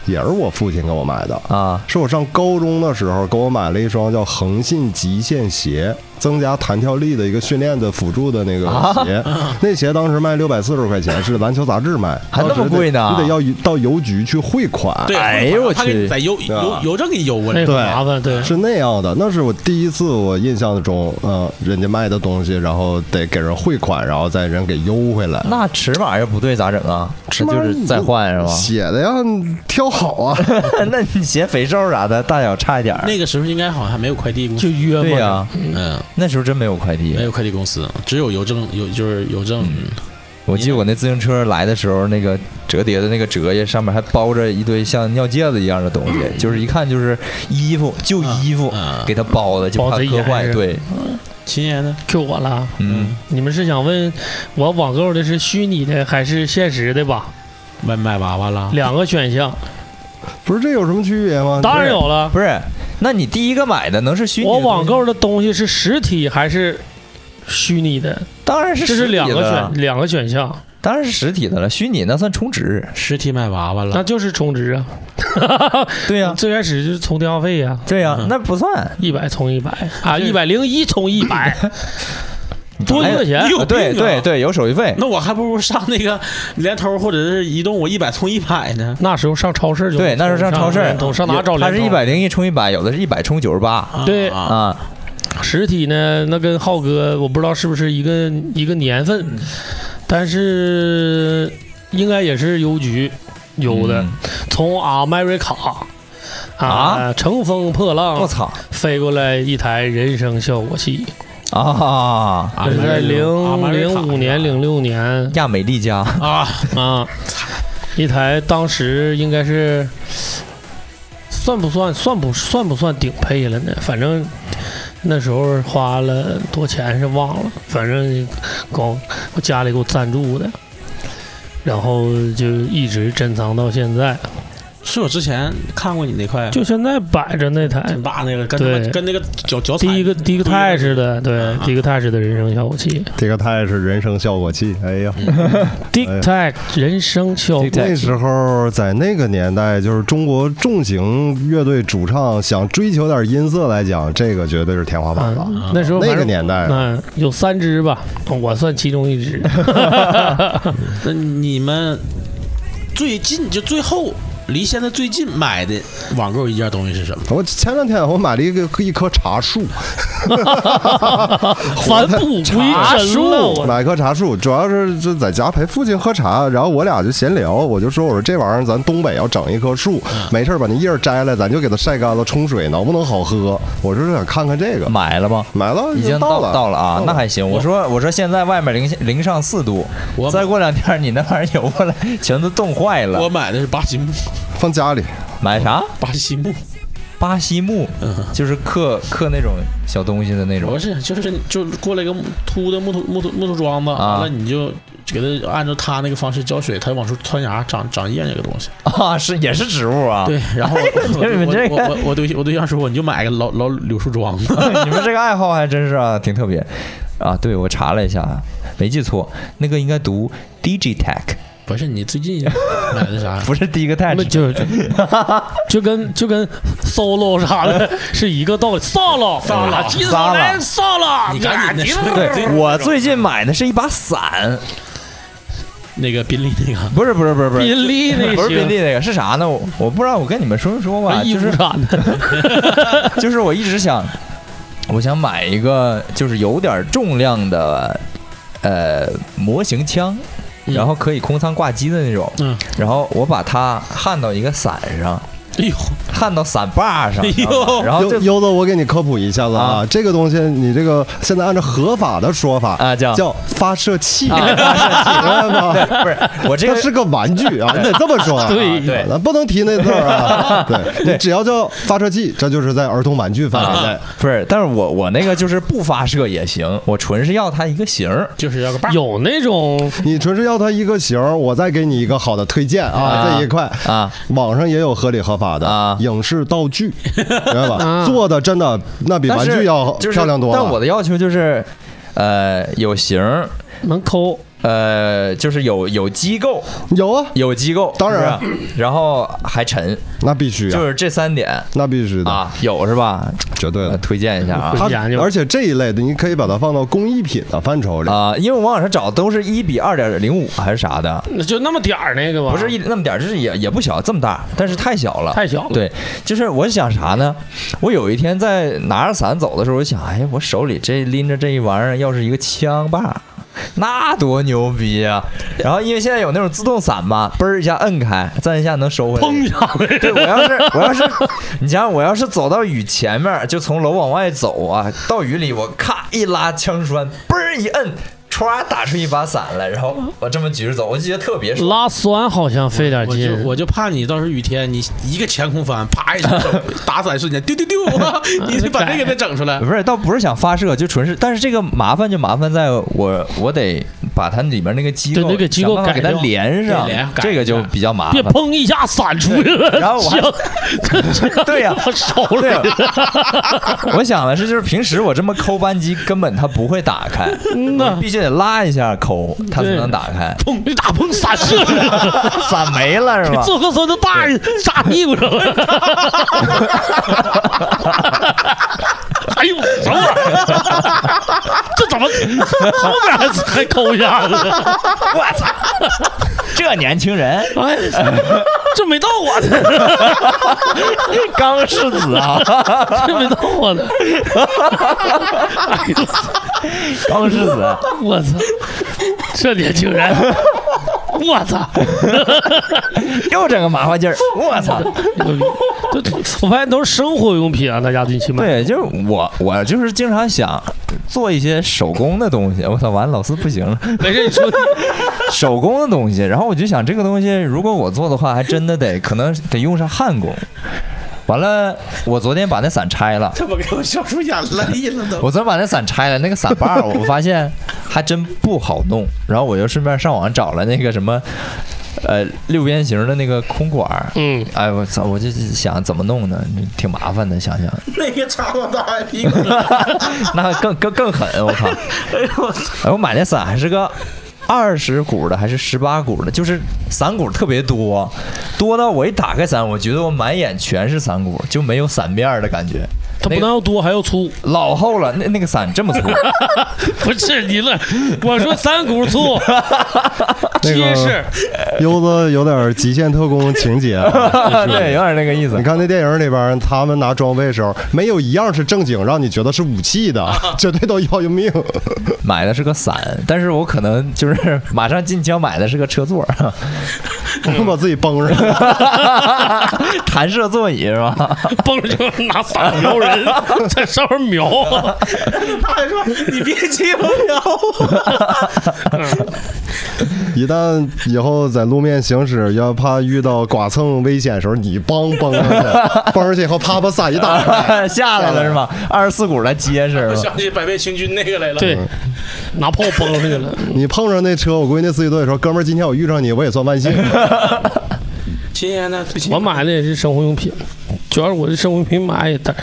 [SPEAKER 3] 也是我父亲给我买的。
[SPEAKER 2] 啊
[SPEAKER 3] 是我上高中的时候给我买了一双叫恒信极限鞋，增加弹跳力的一个训练的辅助的那个
[SPEAKER 2] 啊
[SPEAKER 3] 鞋。那鞋当时卖六百四十块钱，是篮球杂志卖，
[SPEAKER 2] 还那么
[SPEAKER 3] 当时得
[SPEAKER 2] 贵呢
[SPEAKER 3] 你得要到邮局去汇款。
[SPEAKER 1] 对，
[SPEAKER 2] 哎呦我
[SPEAKER 1] 他给
[SPEAKER 2] 去
[SPEAKER 1] 你在邮邮邮政给你邮过
[SPEAKER 10] 那
[SPEAKER 1] 来，
[SPEAKER 10] 个麻烦，对，
[SPEAKER 3] 是那样的，那是我第一次我印象中，呃，人家卖的东西，然后得给人汇款，然后再人给邮回来。
[SPEAKER 2] 那尺码要不对咋整啊？这就是再换是吧？
[SPEAKER 3] 写的呀，你挑好啊，
[SPEAKER 2] 那你鞋肥瘦啥的，大小差一点儿。
[SPEAKER 1] 那个时候应该好像还没有快递公
[SPEAKER 10] 就
[SPEAKER 1] 司，
[SPEAKER 10] 约嘛。
[SPEAKER 2] 对呀、
[SPEAKER 1] 嗯，
[SPEAKER 2] 那时候真没有快递
[SPEAKER 1] 没。有快递公司，只有邮政邮就是邮政，
[SPEAKER 2] 我记得我那自行车来的时候，那个折叠的那个折页上面还包着一堆像尿介子一样的东西，就是一看就是衣服，旧衣服
[SPEAKER 1] 嗯嗯
[SPEAKER 2] 给它包的，就怕
[SPEAKER 10] 包贼
[SPEAKER 2] 磕
[SPEAKER 10] 严
[SPEAKER 2] 坏。
[SPEAKER 10] 实
[SPEAKER 2] 对，
[SPEAKER 1] 秦爷呢？
[SPEAKER 10] Q 我了，
[SPEAKER 2] 嗯，
[SPEAKER 10] 你们是想问我网购的是虚拟的还是现实的吧？
[SPEAKER 1] 卖卖娃娃啦，
[SPEAKER 10] 两个选项，
[SPEAKER 3] 不是这有什么区别吗？
[SPEAKER 10] 当然有了。
[SPEAKER 2] 不是，那你第一个买的能啊是虚拟的
[SPEAKER 10] 我
[SPEAKER 2] 东西吗？
[SPEAKER 10] 网购的东西是实体还是虚拟的？
[SPEAKER 2] 当然是
[SPEAKER 10] 这
[SPEAKER 2] 实
[SPEAKER 10] 是
[SPEAKER 2] 体
[SPEAKER 10] 两
[SPEAKER 2] 的
[SPEAKER 10] 个
[SPEAKER 2] 了
[SPEAKER 10] 选，两个选项，
[SPEAKER 2] 当然是实体的了，虚拟那算充值。
[SPEAKER 1] 实体卖娃娃
[SPEAKER 10] 那
[SPEAKER 1] 啦，
[SPEAKER 10] 就是充值啊。
[SPEAKER 2] 对呀、
[SPEAKER 10] 最开始就是充电话费啊呀、
[SPEAKER 2] 对呀、
[SPEAKER 1] 嗯
[SPEAKER 2] 那不算。
[SPEAKER 10] 一百充一百啊，一百零一充一百，多一块钱
[SPEAKER 1] 哎有病啊
[SPEAKER 2] 对对对，有手续费。
[SPEAKER 1] 那我还不如上那个联通或者是移动，我一百充一百呢。
[SPEAKER 10] 那时候上超市就
[SPEAKER 2] 对，那时候上超市
[SPEAKER 10] 联通，上哪找啊联
[SPEAKER 2] 它
[SPEAKER 10] 通？
[SPEAKER 2] 是一百零一充一百，有的是一百充九十八
[SPEAKER 10] 对
[SPEAKER 1] 啊，
[SPEAKER 2] 啊。
[SPEAKER 10] 实体呢，那跟浩哥我不知道是不是一个一个年份，
[SPEAKER 2] 嗯
[SPEAKER 10] 但是应该也是邮局邮的，
[SPEAKER 2] 嗯
[SPEAKER 10] 从阿麦瑞卡啊
[SPEAKER 2] 啊
[SPEAKER 10] 乘风破
[SPEAKER 2] 我
[SPEAKER 10] 浪
[SPEAKER 2] 操
[SPEAKER 10] 飞过来一台人生效果器，
[SPEAKER 2] 啊！
[SPEAKER 1] 啊
[SPEAKER 10] 这是在
[SPEAKER 1] 阿玛
[SPEAKER 10] 零
[SPEAKER 1] 瑞卡
[SPEAKER 10] 零五年、零六年
[SPEAKER 2] 亚美利加
[SPEAKER 1] 啊，
[SPEAKER 10] 啊，一台当时应该是算不算算不算不算顶配了呢？反正那时候花了多钱是忘了，反正搞我家里给我赞助的，然后就一直珍藏到现在，
[SPEAKER 1] 是我之前看过你那块
[SPEAKER 10] 就现在摆着那台
[SPEAKER 1] 挺大那个，跟他妈
[SPEAKER 10] 对
[SPEAKER 1] 跟那个脚脚踩
[SPEAKER 10] 第一个第一个泰式的，对
[SPEAKER 1] 啊，
[SPEAKER 10] 第一个泰式的人生效果器
[SPEAKER 3] 这个他也是人生效果器。哎呀，
[SPEAKER 10] d i c t a 人生效果器
[SPEAKER 3] 那时候在那个年代，就是中国重型乐队主唱想追求点音色来讲，这个绝对是天花板了。
[SPEAKER 2] 嗯
[SPEAKER 10] 啊，那时候
[SPEAKER 3] 那
[SPEAKER 10] 反
[SPEAKER 3] 个
[SPEAKER 10] 正
[SPEAKER 3] 年代，
[SPEAKER 10] 嗯，有三只吧，我算其中一只。
[SPEAKER 1] 那你们最近就最后离现在最近买的网购一件东西是什么？
[SPEAKER 3] 我前两天我买了一个一棵 茶树，
[SPEAKER 10] 返璞归真了，我
[SPEAKER 3] 买棵茶树，主要是就在家陪父亲喝茶，然后我俩就闲聊，我就说我说这玩意儿咱东北要整一棵树，
[SPEAKER 2] 嗯
[SPEAKER 3] 没事儿把那叶儿摘下来，咱就给它晒干了冲水，能不能好喝？我就是想看看这个，
[SPEAKER 2] 买了吗？
[SPEAKER 3] 买了
[SPEAKER 2] 嗯已经
[SPEAKER 3] 到
[SPEAKER 2] 了
[SPEAKER 3] 了
[SPEAKER 2] 到了啊，那还行。我说我说现在外面零零上四度
[SPEAKER 1] 我，
[SPEAKER 2] 再过两天你那玩意儿邮过来全都冻坏
[SPEAKER 1] 我
[SPEAKER 2] 了。
[SPEAKER 1] 买的是巴西木，
[SPEAKER 3] 放家里，
[SPEAKER 2] 买啥？
[SPEAKER 1] 巴西木
[SPEAKER 2] 巴西木
[SPEAKER 1] 嗯，
[SPEAKER 2] 就是刻刻那种小东西的那
[SPEAKER 1] 不
[SPEAKER 2] 种。
[SPEAKER 1] 是，就是就过来一个木秃的木头木头木头桩子，完
[SPEAKER 2] 啊
[SPEAKER 1] 了你就给它按照它那个方式浇水，它往出窜芽长长叶那个东西。
[SPEAKER 2] 啊，是也是植物啊。
[SPEAKER 1] 对，然后我
[SPEAKER 2] 你们这个
[SPEAKER 1] 我我我对我对象说，你就买个老老柳树桩子。
[SPEAKER 2] 你们这个爱好还真是啊，挺特别啊。对，我查了一下，没记错，那个应该读 Digitech，
[SPEAKER 1] 不是你最近买的 啥？
[SPEAKER 2] 不是第一个 tech
[SPEAKER 10] 那。就就 就跟就跟 solo 啥的是一个道理，solo 啊 solo，吉
[SPEAKER 2] 撒了
[SPEAKER 10] solo，
[SPEAKER 1] 你赶紧的说
[SPEAKER 2] 对，我最近买的是一把伞，
[SPEAKER 1] 那个宾利那个
[SPEAKER 2] 不是不是不是不是
[SPEAKER 10] 宾利那
[SPEAKER 2] 不是宾
[SPEAKER 10] 行，
[SPEAKER 2] 利那个是啥呢？我我不知道，我跟你们说一说吧，
[SPEAKER 10] 衣
[SPEAKER 2] 就
[SPEAKER 10] 服
[SPEAKER 2] 是
[SPEAKER 10] 啥的，
[SPEAKER 2] 就是我一直想，我想买一个就是有点重量的，呃，模型枪，
[SPEAKER 1] 嗯
[SPEAKER 2] 然后可以空仓挂机的那种，
[SPEAKER 1] 嗯，
[SPEAKER 2] 然后我把它焊到一个伞上，
[SPEAKER 1] 哎呦，
[SPEAKER 2] 焊到伞把上，
[SPEAKER 1] 哎呦
[SPEAKER 2] 知道吧然后
[SPEAKER 3] 悠
[SPEAKER 2] 就
[SPEAKER 3] 悠子，我给你科普一下子啊
[SPEAKER 2] 啊，
[SPEAKER 3] 这个东西你这个现在按照合法的说法
[SPEAKER 2] 啊叫
[SPEAKER 3] 叫发射器，
[SPEAKER 2] 啊
[SPEAKER 3] 明白 吗？
[SPEAKER 2] 不是我这
[SPEAKER 3] 它
[SPEAKER 2] 个
[SPEAKER 3] 是个玩 具啊，你得这么说啊。
[SPEAKER 10] 对
[SPEAKER 2] 对
[SPEAKER 3] 咱不能提那字儿 啊。对，你只要叫发射器，这就是在儿童玩具范
[SPEAKER 1] 啊
[SPEAKER 3] 围内。
[SPEAKER 2] 啊不是，但是我我那个就是不发射也行，我纯是要它一个形儿。
[SPEAKER 1] 就是要个把儿。
[SPEAKER 10] 有那种
[SPEAKER 3] 你纯是要它一个型儿，我再给你一个好的推荐啊，
[SPEAKER 2] 啊
[SPEAKER 3] 这一块
[SPEAKER 2] 啊，
[SPEAKER 3] 网上也有合理合法的
[SPEAKER 2] 啊
[SPEAKER 3] 影视 道具，明白吧？
[SPEAKER 10] 啊
[SPEAKER 3] 做的真的那比
[SPEAKER 2] 但
[SPEAKER 3] 玩
[SPEAKER 2] 是
[SPEAKER 3] 具要
[SPEAKER 2] 就是
[SPEAKER 3] 漂亮多了。
[SPEAKER 2] 但我的要求就是，呃，有形儿，
[SPEAKER 10] 能抠，
[SPEAKER 2] 呃，就是有有机构，
[SPEAKER 3] 有啊，
[SPEAKER 2] 有机构，
[SPEAKER 3] 当然
[SPEAKER 2] 是不是，然后还沉，
[SPEAKER 3] 那必须啊
[SPEAKER 2] 就，是这三点
[SPEAKER 3] 那必须的，
[SPEAKER 2] 啊，有是吧？
[SPEAKER 3] 绝对
[SPEAKER 2] 呃
[SPEAKER 3] 的。
[SPEAKER 2] 推荐一下啊
[SPEAKER 10] 不
[SPEAKER 3] 它
[SPEAKER 10] 研究
[SPEAKER 3] 而且这一类的，你可以把它放到工艺品的范畴里。
[SPEAKER 2] 啊，因为我往上找都是一比二点零五还是啥的，
[SPEAKER 10] 那就那么点儿那个吧，
[SPEAKER 2] 不是一那么点儿，就是也也不小，这么大，但是太小了，
[SPEAKER 10] 太小了，，
[SPEAKER 2] 对，就是我想啥呢？我有一天在拿着伞走的时候，我想，哎，我手里这拎着这一玩意儿，要是一个枪把，那多牛逼啊！然后因为现在有那种自动伞嘛，嘣儿一下摁开，再一下能收回来。
[SPEAKER 10] 砰下 来，
[SPEAKER 2] 对我要是我 要是，你想想我要是走到雨前面，就从楼往外走啊，到雨里我咔一拉枪栓，嘣儿一摁，歘打出一把伞来，然后我这么举着走，我就觉得特别爽。
[SPEAKER 10] 拉栓好像费点
[SPEAKER 1] 我就
[SPEAKER 10] 劲，
[SPEAKER 1] 我就怕你到时候雨天，你一个前空翻，啪一下 手打伞瞬间丢 丢丢，你得把这个给它整出来。
[SPEAKER 2] 不是，倒不是想发射，就纯是，但是这个麻烦就麻烦在我我得把它里面那个机
[SPEAKER 10] 对
[SPEAKER 2] 构，
[SPEAKER 10] 那个机构
[SPEAKER 2] 想办法给
[SPEAKER 10] 改
[SPEAKER 2] 它
[SPEAKER 10] 掉
[SPEAKER 2] 连上
[SPEAKER 1] 对连上，改
[SPEAKER 2] 这个就
[SPEAKER 1] 一下
[SPEAKER 2] 比较麻
[SPEAKER 10] 别
[SPEAKER 2] 烦。
[SPEAKER 10] 砰一下闪出去了，
[SPEAKER 2] 然后我还
[SPEAKER 10] 还
[SPEAKER 2] 对呀
[SPEAKER 10] 手
[SPEAKER 2] 对
[SPEAKER 10] 里
[SPEAKER 2] 呀， 我想的是，就是平时我这么抠扳机，根本它不会打开，
[SPEAKER 10] 嗯呐
[SPEAKER 2] 我必须得拉一下抠，它才
[SPEAKER 10] 对。
[SPEAKER 2] 能打 开
[SPEAKER 10] 砰一大砰闪射出去了。
[SPEAKER 2] 伞没了是吧？
[SPEAKER 10] 做个孙子大人扎屁股上 了。哎呦，等会儿，这怎么后面还还抠一下子？
[SPEAKER 2] 我 操，这年轻人
[SPEAKER 10] 哎，这没到我呢，
[SPEAKER 2] 刚世子啊，
[SPEAKER 10] 这没到我呢，哎
[SPEAKER 2] 刚世子，
[SPEAKER 10] 我操，这年轻人，我 操！
[SPEAKER 2] 又整个麻花劲 儿，我操！
[SPEAKER 10] 都我发现都是生活用品啊，大家近期买。
[SPEAKER 2] 对，就是我，我就是经常想做一些手工的东西。我操，完了老四不行了，
[SPEAKER 10] 没事，你说
[SPEAKER 2] 手工的东西。然后我就想，这个东西如果我做的话，还真的得可能得用上焊工。完了，我昨天把那伞拆了，
[SPEAKER 1] 他妈给我笑出眼泪了都。
[SPEAKER 2] 我昨天把那伞拆了，那个伞把儿我发现还真不好弄。然后我又顺便上网找了那个什么，呃，六边形的那个空管儿。
[SPEAKER 10] 嗯，
[SPEAKER 2] 哎，我操！我就想怎么弄呢，挺麻烦的。想想
[SPEAKER 1] 那个长毛大汉屁股，
[SPEAKER 2] 那更更更狠，我靠！
[SPEAKER 1] 哎呦我操！
[SPEAKER 2] 哎，我买那伞还是个二十股的，还是十八股的，就是伞股特别多，多到我一打开伞，我觉得我满眼全是伞股，就没有伞面儿的感觉。
[SPEAKER 10] 它不但要多，还要粗。
[SPEAKER 2] 老厚了，那那个 伞这么粗，
[SPEAKER 10] 不是你了，我说三股 粗，
[SPEAKER 3] 那
[SPEAKER 10] 结实
[SPEAKER 3] 个。优子有点极限特工情节啊。
[SPEAKER 2] 对，有点那个意思
[SPEAKER 3] 你。看那电影里边，他们拿装备的时候，没有一样是正经，让你觉得是武器的，绝对都要人命。
[SPEAKER 2] 买的是个伞，但是我可能就是 马上进枪买的是个车座，
[SPEAKER 3] 我把自己崩上了。
[SPEAKER 2] 弹射座椅是吧？
[SPEAKER 10] 蹦着就拿伞瞄人，在上面瞄。
[SPEAKER 1] 他还说 你别欺负我。
[SPEAKER 3] 一旦以后在路面行驶，要怕遇到剐蹭危险的时候，你帮崩上去，崩上去以后啪把伞一打 开，
[SPEAKER 2] 下来了是吗？二十四股来接是
[SPEAKER 1] 我
[SPEAKER 2] 吗？
[SPEAKER 1] 想起百变星君那个来了。
[SPEAKER 10] 对，拿炮崩上去了。
[SPEAKER 3] 你碰上那车，我估计那司机都得说：“哥们儿，今天我遇上你，我也算万幸。
[SPEAKER 1] 今天呢，最近
[SPEAKER 10] 我买的也是生活用品，主要是我这生活用品买也带，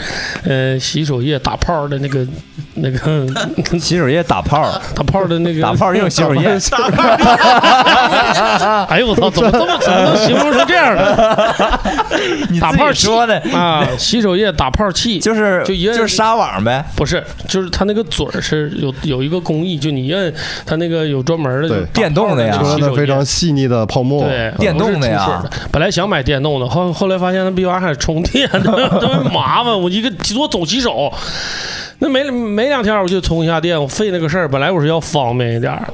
[SPEAKER 10] 呃，洗手液打泡的那个、那个
[SPEAKER 2] 洗手液打泡 儿，
[SPEAKER 10] 打泡的那个
[SPEAKER 2] 打泡儿用洗手 液。
[SPEAKER 10] 哎呦我操，怎么这么怎么能形容成这样的
[SPEAKER 2] 你
[SPEAKER 10] 打
[SPEAKER 2] 自己
[SPEAKER 10] 泡器
[SPEAKER 2] 说的，
[SPEAKER 10] 啊？洗手液打泡器
[SPEAKER 2] 就是
[SPEAKER 10] 就一摁
[SPEAKER 2] 就是纱网呗。
[SPEAKER 10] 不是，就是它那个嘴儿是有有一个工艺，就你摁它那个有专门的
[SPEAKER 3] 对
[SPEAKER 10] 就打
[SPEAKER 2] 电动的呀
[SPEAKER 10] 泡”
[SPEAKER 3] 说
[SPEAKER 10] 洗
[SPEAKER 3] 的
[SPEAKER 10] 手
[SPEAKER 3] 非
[SPEAKER 10] 液
[SPEAKER 3] 常细腻的泡沫，
[SPEAKER 10] 对，
[SPEAKER 2] 电动的呀
[SPEAKER 10] 不是冲水的。本来想买电动的，后后来发现那逼玩意儿还得充电，特别麻烦。我一个我总洗手，那没没两天我就充一下电，我费那个事儿。本来我是要方便一 点儿，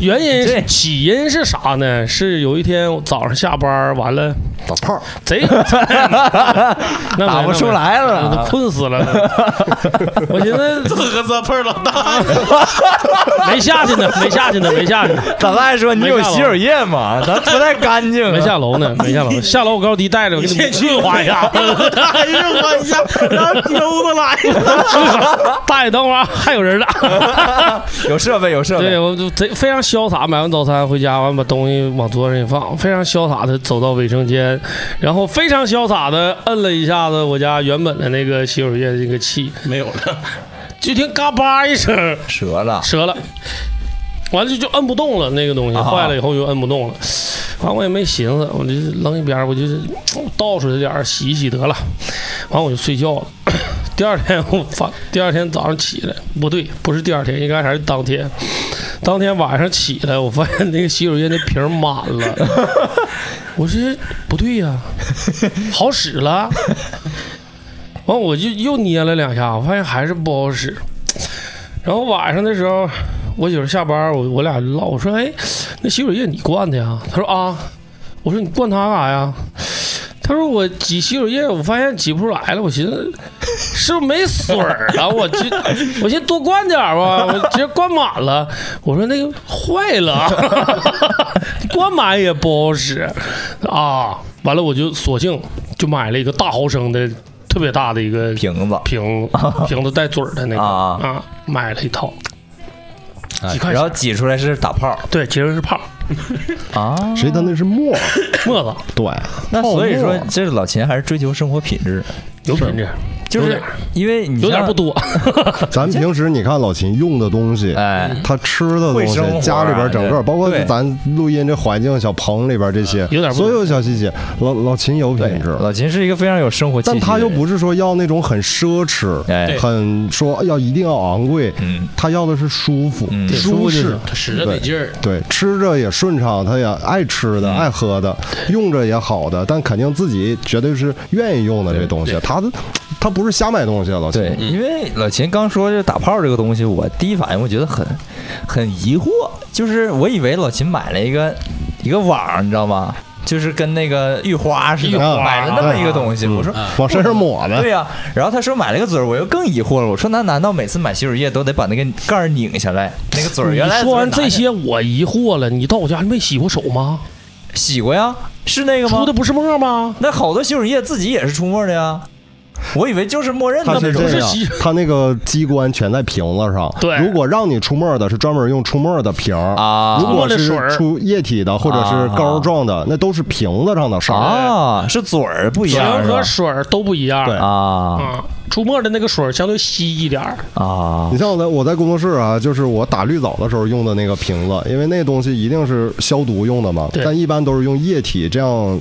[SPEAKER 10] 原因
[SPEAKER 2] 这
[SPEAKER 10] 是起因是啥呢？是有一天我早上下班儿完了，
[SPEAKER 3] 打泡儿。
[SPEAKER 10] 贼 那
[SPEAKER 2] 打不出来了
[SPEAKER 10] 我都困死了。 我寻思
[SPEAKER 1] 自个子碰儿老大，
[SPEAKER 10] 没下去呢，没下去呢，没下去呢。
[SPEAKER 2] 老大还说你
[SPEAKER 10] 没
[SPEAKER 2] 有
[SPEAKER 10] 看过
[SPEAKER 2] 洗手液吗？咱不太干净啊。
[SPEAKER 10] 没下楼呢，没下楼。下楼我高低带着，我给你
[SPEAKER 1] 先
[SPEAKER 10] 们
[SPEAKER 1] 去
[SPEAKER 10] 润滑一下。
[SPEAKER 1] 哎呀我一下让溜 子来了。
[SPEAKER 10] 大爷，等会儿啊还有人 呢。
[SPEAKER 2] 有设备，有设
[SPEAKER 10] 对，
[SPEAKER 2] 备。
[SPEAKER 10] 我就贼非常潇洒，买完早餐回家，完把东西往桌上一放，非常潇洒的走到卫生间，然后非常潇洒的摁了一下子我家原本的那个洗手液的那个器，
[SPEAKER 1] 没有了，
[SPEAKER 10] 就听嘎巴一声
[SPEAKER 2] 折了，
[SPEAKER 10] 折了。完了就就摁不动了，那个东西
[SPEAKER 2] 啊
[SPEAKER 10] 坏了以后就摁不动了。完我也没寻思，我就扔一边儿，我就是倒出来点儿洗一洗得了。完我就睡觉了。 第二天我发，第二天早上起来，不对，不是第二天，应该还是当天。当天晚上起来，我发现那个洗手液那瓶儿满了。我说不对呀、好使了。完我就又捏了两下，我发现还是不好使。然后晚上的时候，我媳妇下班，我我俩唠，我说：“哎，那洗手液你灌的呀？”她说：“啊。”我说：“你灌它干啥呀？”她说：“我挤洗手液，我发现挤不出来了。我寻思是不是没水儿了？我就我寻思多灌点儿吧，我直接灌满了。我说那个坏了， 灌满也不好使啊。完了，我就索性就买了一个大毫升的，特别大的一个
[SPEAKER 2] 瓶子
[SPEAKER 10] 瓶 瓶子带嘴儿的那个
[SPEAKER 2] 啊哎
[SPEAKER 10] 啊，买了一套，几块钱
[SPEAKER 2] 然后挤出来是打泡
[SPEAKER 10] 对，其实是 泡儿
[SPEAKER 2] 啊。
[SPEAKER 3] 谁他那是沫儿？
[SPEAKER 10] 沫子，
[SPEAKER 3] 对，
[SPEAKER 2] 那所以
[SPEAKER 3] 泡沫
[SPEAKER 2] 说
[SPEAKER 3] 儿，
[SPEAKER 2] 这老秦还是追求生活品质，
[SPEAKER 10] 有品质，
[SPEAKER 2] 就
[SPEAKER 10] 有
[SPEAKER 2] 是
[SPEAKER 10] 点
[SPEAKER 2] 因为你
[SPEAKER 10] 有点
[SPEAKER 2] 像
[SPEAKER 10] 不多，
[SPEAKER 3] 咱平时你看老秦用的东西，
[SPEAKER 2] 哎，
[SPEAKER 10] 嗯
[SPEAKER 3] 他吃的东
[SPEAKER 2] 会
[SPEAKER 3] 西
[SPEAKER 2] 生活，啊
[SPEAKER 3] 家里边整个，
[SPEAKER 2] 对
[SPEAKER 3] 包括
[SPEAKER 2] 对啊
[SPEAKER 3] 咱录音这环境、小棚里边这些，
[SPEAKER 10] 有点不
[SPEAKER 3] 所有小细节，老老秦有品质，
[SPEAKER 2] 老秦是一个非常有生活气息
[SPEAKER 3] 但
[SPEAKER 2] 的人，
[SPEAKER 3] 他又不是说要那种很奢侈，
[SPEAKER 2] 哎
[SPEAKER 3] 很说要一定要昂贵，
[SPEAKER 2] 嗯
[SPEAKER 3] 他要的是舒服、
[SPEAKER 2] 嗯 对
[SPEAKER 3] 舒适。
[SPEAKER 1] 他使着得劲儿，
[SPEAKER 3] 对，吃着也顺畅，他也爱吃
[SPEAKER 2] 嗯
[SPEAKER 3] 的、爱喝的，用着也好的，但肯定自己绝对是愿意用的这东西
[SPEAKER 1] 对。
[SPEAKER 3] 他的他不是瞎买东西，老秦
[SPEAKER 2] 对，
[SPEAKER 1] 嗯
[SPEAKER 10] 嗯
[SPEAKER 2] 因为老秦刚说这打炮这个东西，我第一反应我觉得很很疑惑，就是我以为老秦买了一个一个网，你知道吗？就是跟那个浴花似的，
[SPEAKER 3] 浴花
[SPEAKER 2] 买了那么一个东西，
[SPEAKER 10] 嗯
[SPEAKER 2] 我说。
[SPEAKER 3] 往身上抹呗
[SPEAKER 2] 对。呀、然后他说买了个嘴儿，我又更疑惑了。我说那难道每次买洗手液都得把那个盖儿拧下来？那个嘴儿
[SPEAKER 10] 嗯你
[SPEAKER 2] 原来
[SPEAKER 10] 说完
[SPEAKER 2] 嘴儿拿
[SPEAKER 10] 这
[SPEAKER 2] 下
[SPEAKER 10] 些，我疑惑了。你到我家没洗过手吗？
[SPEAKER 2] 洗过呀？是那个吗
[SPEAKER 10] 出的？不是沫吗？
[SPEAKER 2] 那好多洗手液自己也是出沫的呀。我以为就是默认的
[SPEAKER 3] 它
[SPEAKER 2] 那
[SPEAKER 3] 是
[SPEAKER 2] 种
[SPEAKER 3] 这
[SPEAKER 10] 是
[SPEAKER 3] 样
[SPEAKER 10] 吸，
[SPEAKER 3] 它那个机关全在瓶子上。
[SPEAKER 10] 对
[SPEAKER 3] 如果让你出沫的，是专门用出沫的瓶儿
[SPEAKER 2] 啊
[SPEAKER 3] 如果
[SPEAKER 10] 出沫的
[SPEAKER 3] 是
[SPEAKER 10] 水
[SPEAKER 3] 出液体的或者是膏状的，那都是瓶子上的事儿。
[SPEAKER 2] 啊，是嘴儿不一
[SPEAKER 10] 水
[SPEAKER 2] 样是吧
[SPEAKER 10] 和水儿都不一样。
[SPEAKER 3] 对
[SPEAKER 2] 啊
[SPEAKER 10] 啊，出沫的那个水儿相对稀一点儿，
[SPEAKER 2] 啊
[SPEAKER 3] 你像我在我在工作室啊，就是我打绿藻的时候用的那个瓶子，因为那东西一定是消毒用的嘛，
[SPEAKER 10] 对
[SPEAKER 3] 但一般都是用液体，这样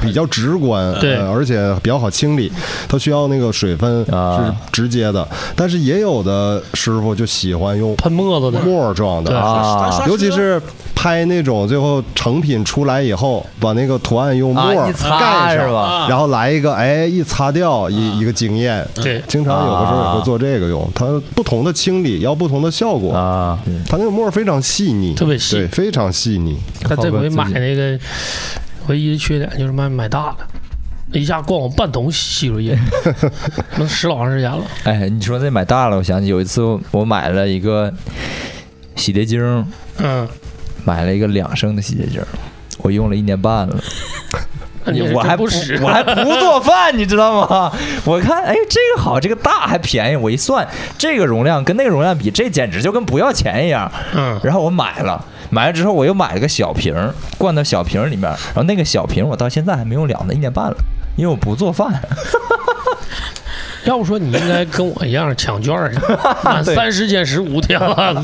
[SPEAKER 3] 比较直观，
[SPEAKER 10] 对
[SPEAKER 3] 呃而且比较好清理。它需要那个水分是
[SPEAKER 2] 啊
[SPEAKER 3] 直接的，但是也有的师傅就喜欢用
[SPEAKER 10] 喷沫子的。
[SPEAKER 3] 沫状的
[SPEAKER 10] 对
[SPEAKER 2] 啊
[SPEAKER 3] 尤其是拍那种最后成品出来以后，把那个图案用墨
[SPEAKER 2] 啊
[SPEAKER 3] 儿
[SPEAKER 2] 一擦
[SPEAKER 3] 盖
[SPEAKER 2] 是
[SPEAKER 3] 上，
[SPEAKER 2] 吧？啊
[SPEAKER 3] 然后来一个，哎，一擦掉一一个经验。
[SPEAKER 10] 对，
[SPEAKER 3] 经常有的时候也会做这个用，它不同的清理要不同的效果。
[SPEAKER 2] 啊，
[SPEAKER 3] 它那个沫儿非常细腻，
[SPEAKER 10] 特别细
[SPEAKER 3] 对，非常细腻。
[SPEAKER 10] 但这回买
[SPEAKER 2] 好吧
[SPEAKER 10] 那个唯一的缺点就是买买大了，一下灌我半桶洗 手液，能使老长时间了。
[SPEAKER 2] 哎，你说这买大了，我想起有一次我买了一个洗洁精，
[SPEAKER 10] 嗯，
[SPEAKER 2] 买了一个两升的洗洁精，我用了一年半了，
[SPEAKER 10] 那你是
[SPEAKER 2] 我还
[SPEAKER 10] 真不使，
[SPEAKER 2] 我还不做饭，你知道吗？ 我看，哎，这个好，这个大还便宜，我一算，这个容量跟那个容量比，这简直就跟不要钱一样。
[SPEAKER 10] 嗯，
[SPEAKER 2] 然后我买了，买了之后我又买了个小瓶儿，灌到小瓶儿里面，然后那个小瓶儿我到现在还没用了呢，一年半了，因为我不做饭。
[SPEAKER 10] 要不说你应该跟我一样抢 券儿去，满三十减十五天了，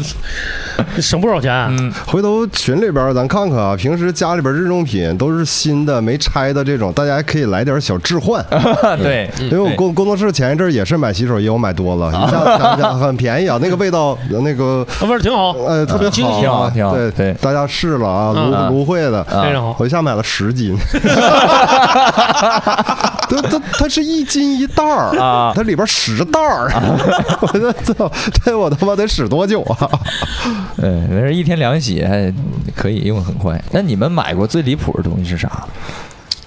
[SPEAKER 10] 省不少钱。啊
[SPEAKER 2] 嗯
[SPEAKER 3] 回头群里边儿咱看看啊，平时家里边儿日用品都是新的没拆的这种，大家还可以来点儿小置换。
[SPEAKER 2] 啊对，
[SPEAKER 3] 因为我工工作室前一阵儿也是买洗手液，我买多了，一 下想想很便宜啊，那个味道那个
[SPEAKER 10] 那味儿啊挺好，
[SPEAKER 3] 呃特别
[SPEAKER 2] 嗯挺
[SPEAKER 3] 好
[SPEAKER 2] 好
[SPEAKER 3] 啊，
[SPEAKER 2] 挺好
[SPEAKER 3] 对
[SPEAKER 2] 对
[SPEAKER 3] 大家试了啊，
[SPEAKER 2] 嗯
[SPEAKER 3] 芦芦荟的，
[SPEAKER 10] 非常好。
[SPEAKER 3] 我一下买了 十斤，它它它是一斤一袋儿
[SPEAKER 2] 啊
[SPEAKER 3] 它里边十袋 儿，我这操，这我他妈得使多久 啊？
[SPEAKER 2] 嗯，没事，一天两洗还可以用得很快。那你们买过最离谱的东西是啥？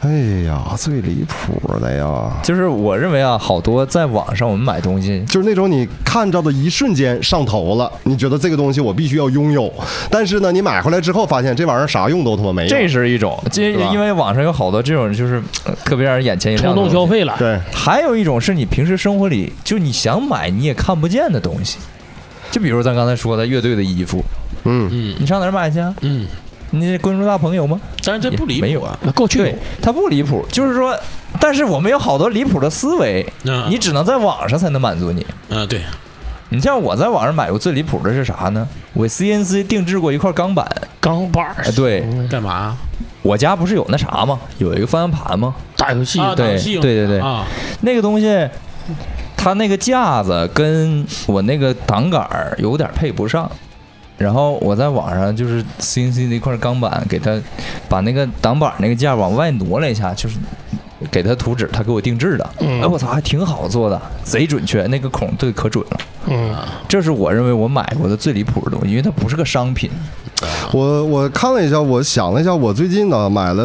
[SPEAKER 3] 哎呀，最离谱的呀！
[SPEAKER 2] 就是我认为啊，好多在网上我们买东
[SPEAKER 10] 啊
[SPEAKER 2] 西，
[SPEAKER 3] 就是那种你看着的一瞬间上头了，你觉得这个东西我必须要拥有，但是呢，你买回来之后发现这玩意儿啥用都他妈没有。
[SPEAKER 2] 这是一种，这
[SPEAKER 3] 是吧
[SPEAKER 2] 因为网上有好多这种就是呃特别让人眼前一亮
[SPEAKER 10] 冲
[SPEAKER 2] 的
[SPEAKER 10] 动
[SPEAKER 2] 东西
[SPEAKER 10] 消。费了，
[SPEAKER 3] 对，
[SPEAKER 2] 还有一种是你平时生活里就你想买你也看不见的东西，就比如咱刚才说的乐队的衣服，
[SPEAKER 3] 嗯，
[SPEAKER 2] 你上哪儿买去啊？
[SPEAKER 1] 嗯，
[SPEAKER 2] 你关注大朋友吗？
[SPEAKER 1] 但是这不离谱
[SPEAKER 2] 没有
[SPEAKER 1] 啊，
[SPEAKER 10] 够去
[SPEAKER 2] 对，它不离谱，就是说，但是我们有好多离谱的思维，
[SPEAKER 1] 嗯
[SPEAKER 2] 你只能在网上才能满足你。
[SPEAKER 1] 嗯，对，
[SPEAKER 2] 你像我在网上买过最离谱的是啥呢？我 CNC 定制过一块钢板，
[SPEAKER 10] 钢板儿嗯
[SPEAKER 2] 哎，对
[SPEAKER 1] 干嘛？
[SPEAKER 2] 我家不是有那啥吗？有一个方向盘吗？
[SPEAKER 10] 打游戏
[SPEAKER 1] 啊，
[SPEAKER 2] 对
[SPEAKER 1] 打游戏用
[SPEAKER 2] 对对对
[SPEAKER 1] 啊，
[SPEAKER 2] 那个东西，它那个架子跟我那个挡杆儿有点配不上。然后我在网上就是 CNC 那块钢板，给它把那个挡板那个架往外挪了一下，就是给它图纸，它给我定制的。
[SPEAKER 10] 嗯
[SPEAKER 2] 哎，我操，还挺好做的，贼准确，那个孔对可准了。
[SPEAKER 10] 嗯，
[SPEAKER 2] 这是我认为我买过的最离谱的东西，因为它不是个商品。
[SPEAKER 3] 我我看了一下，我想了一下，我最近呢买了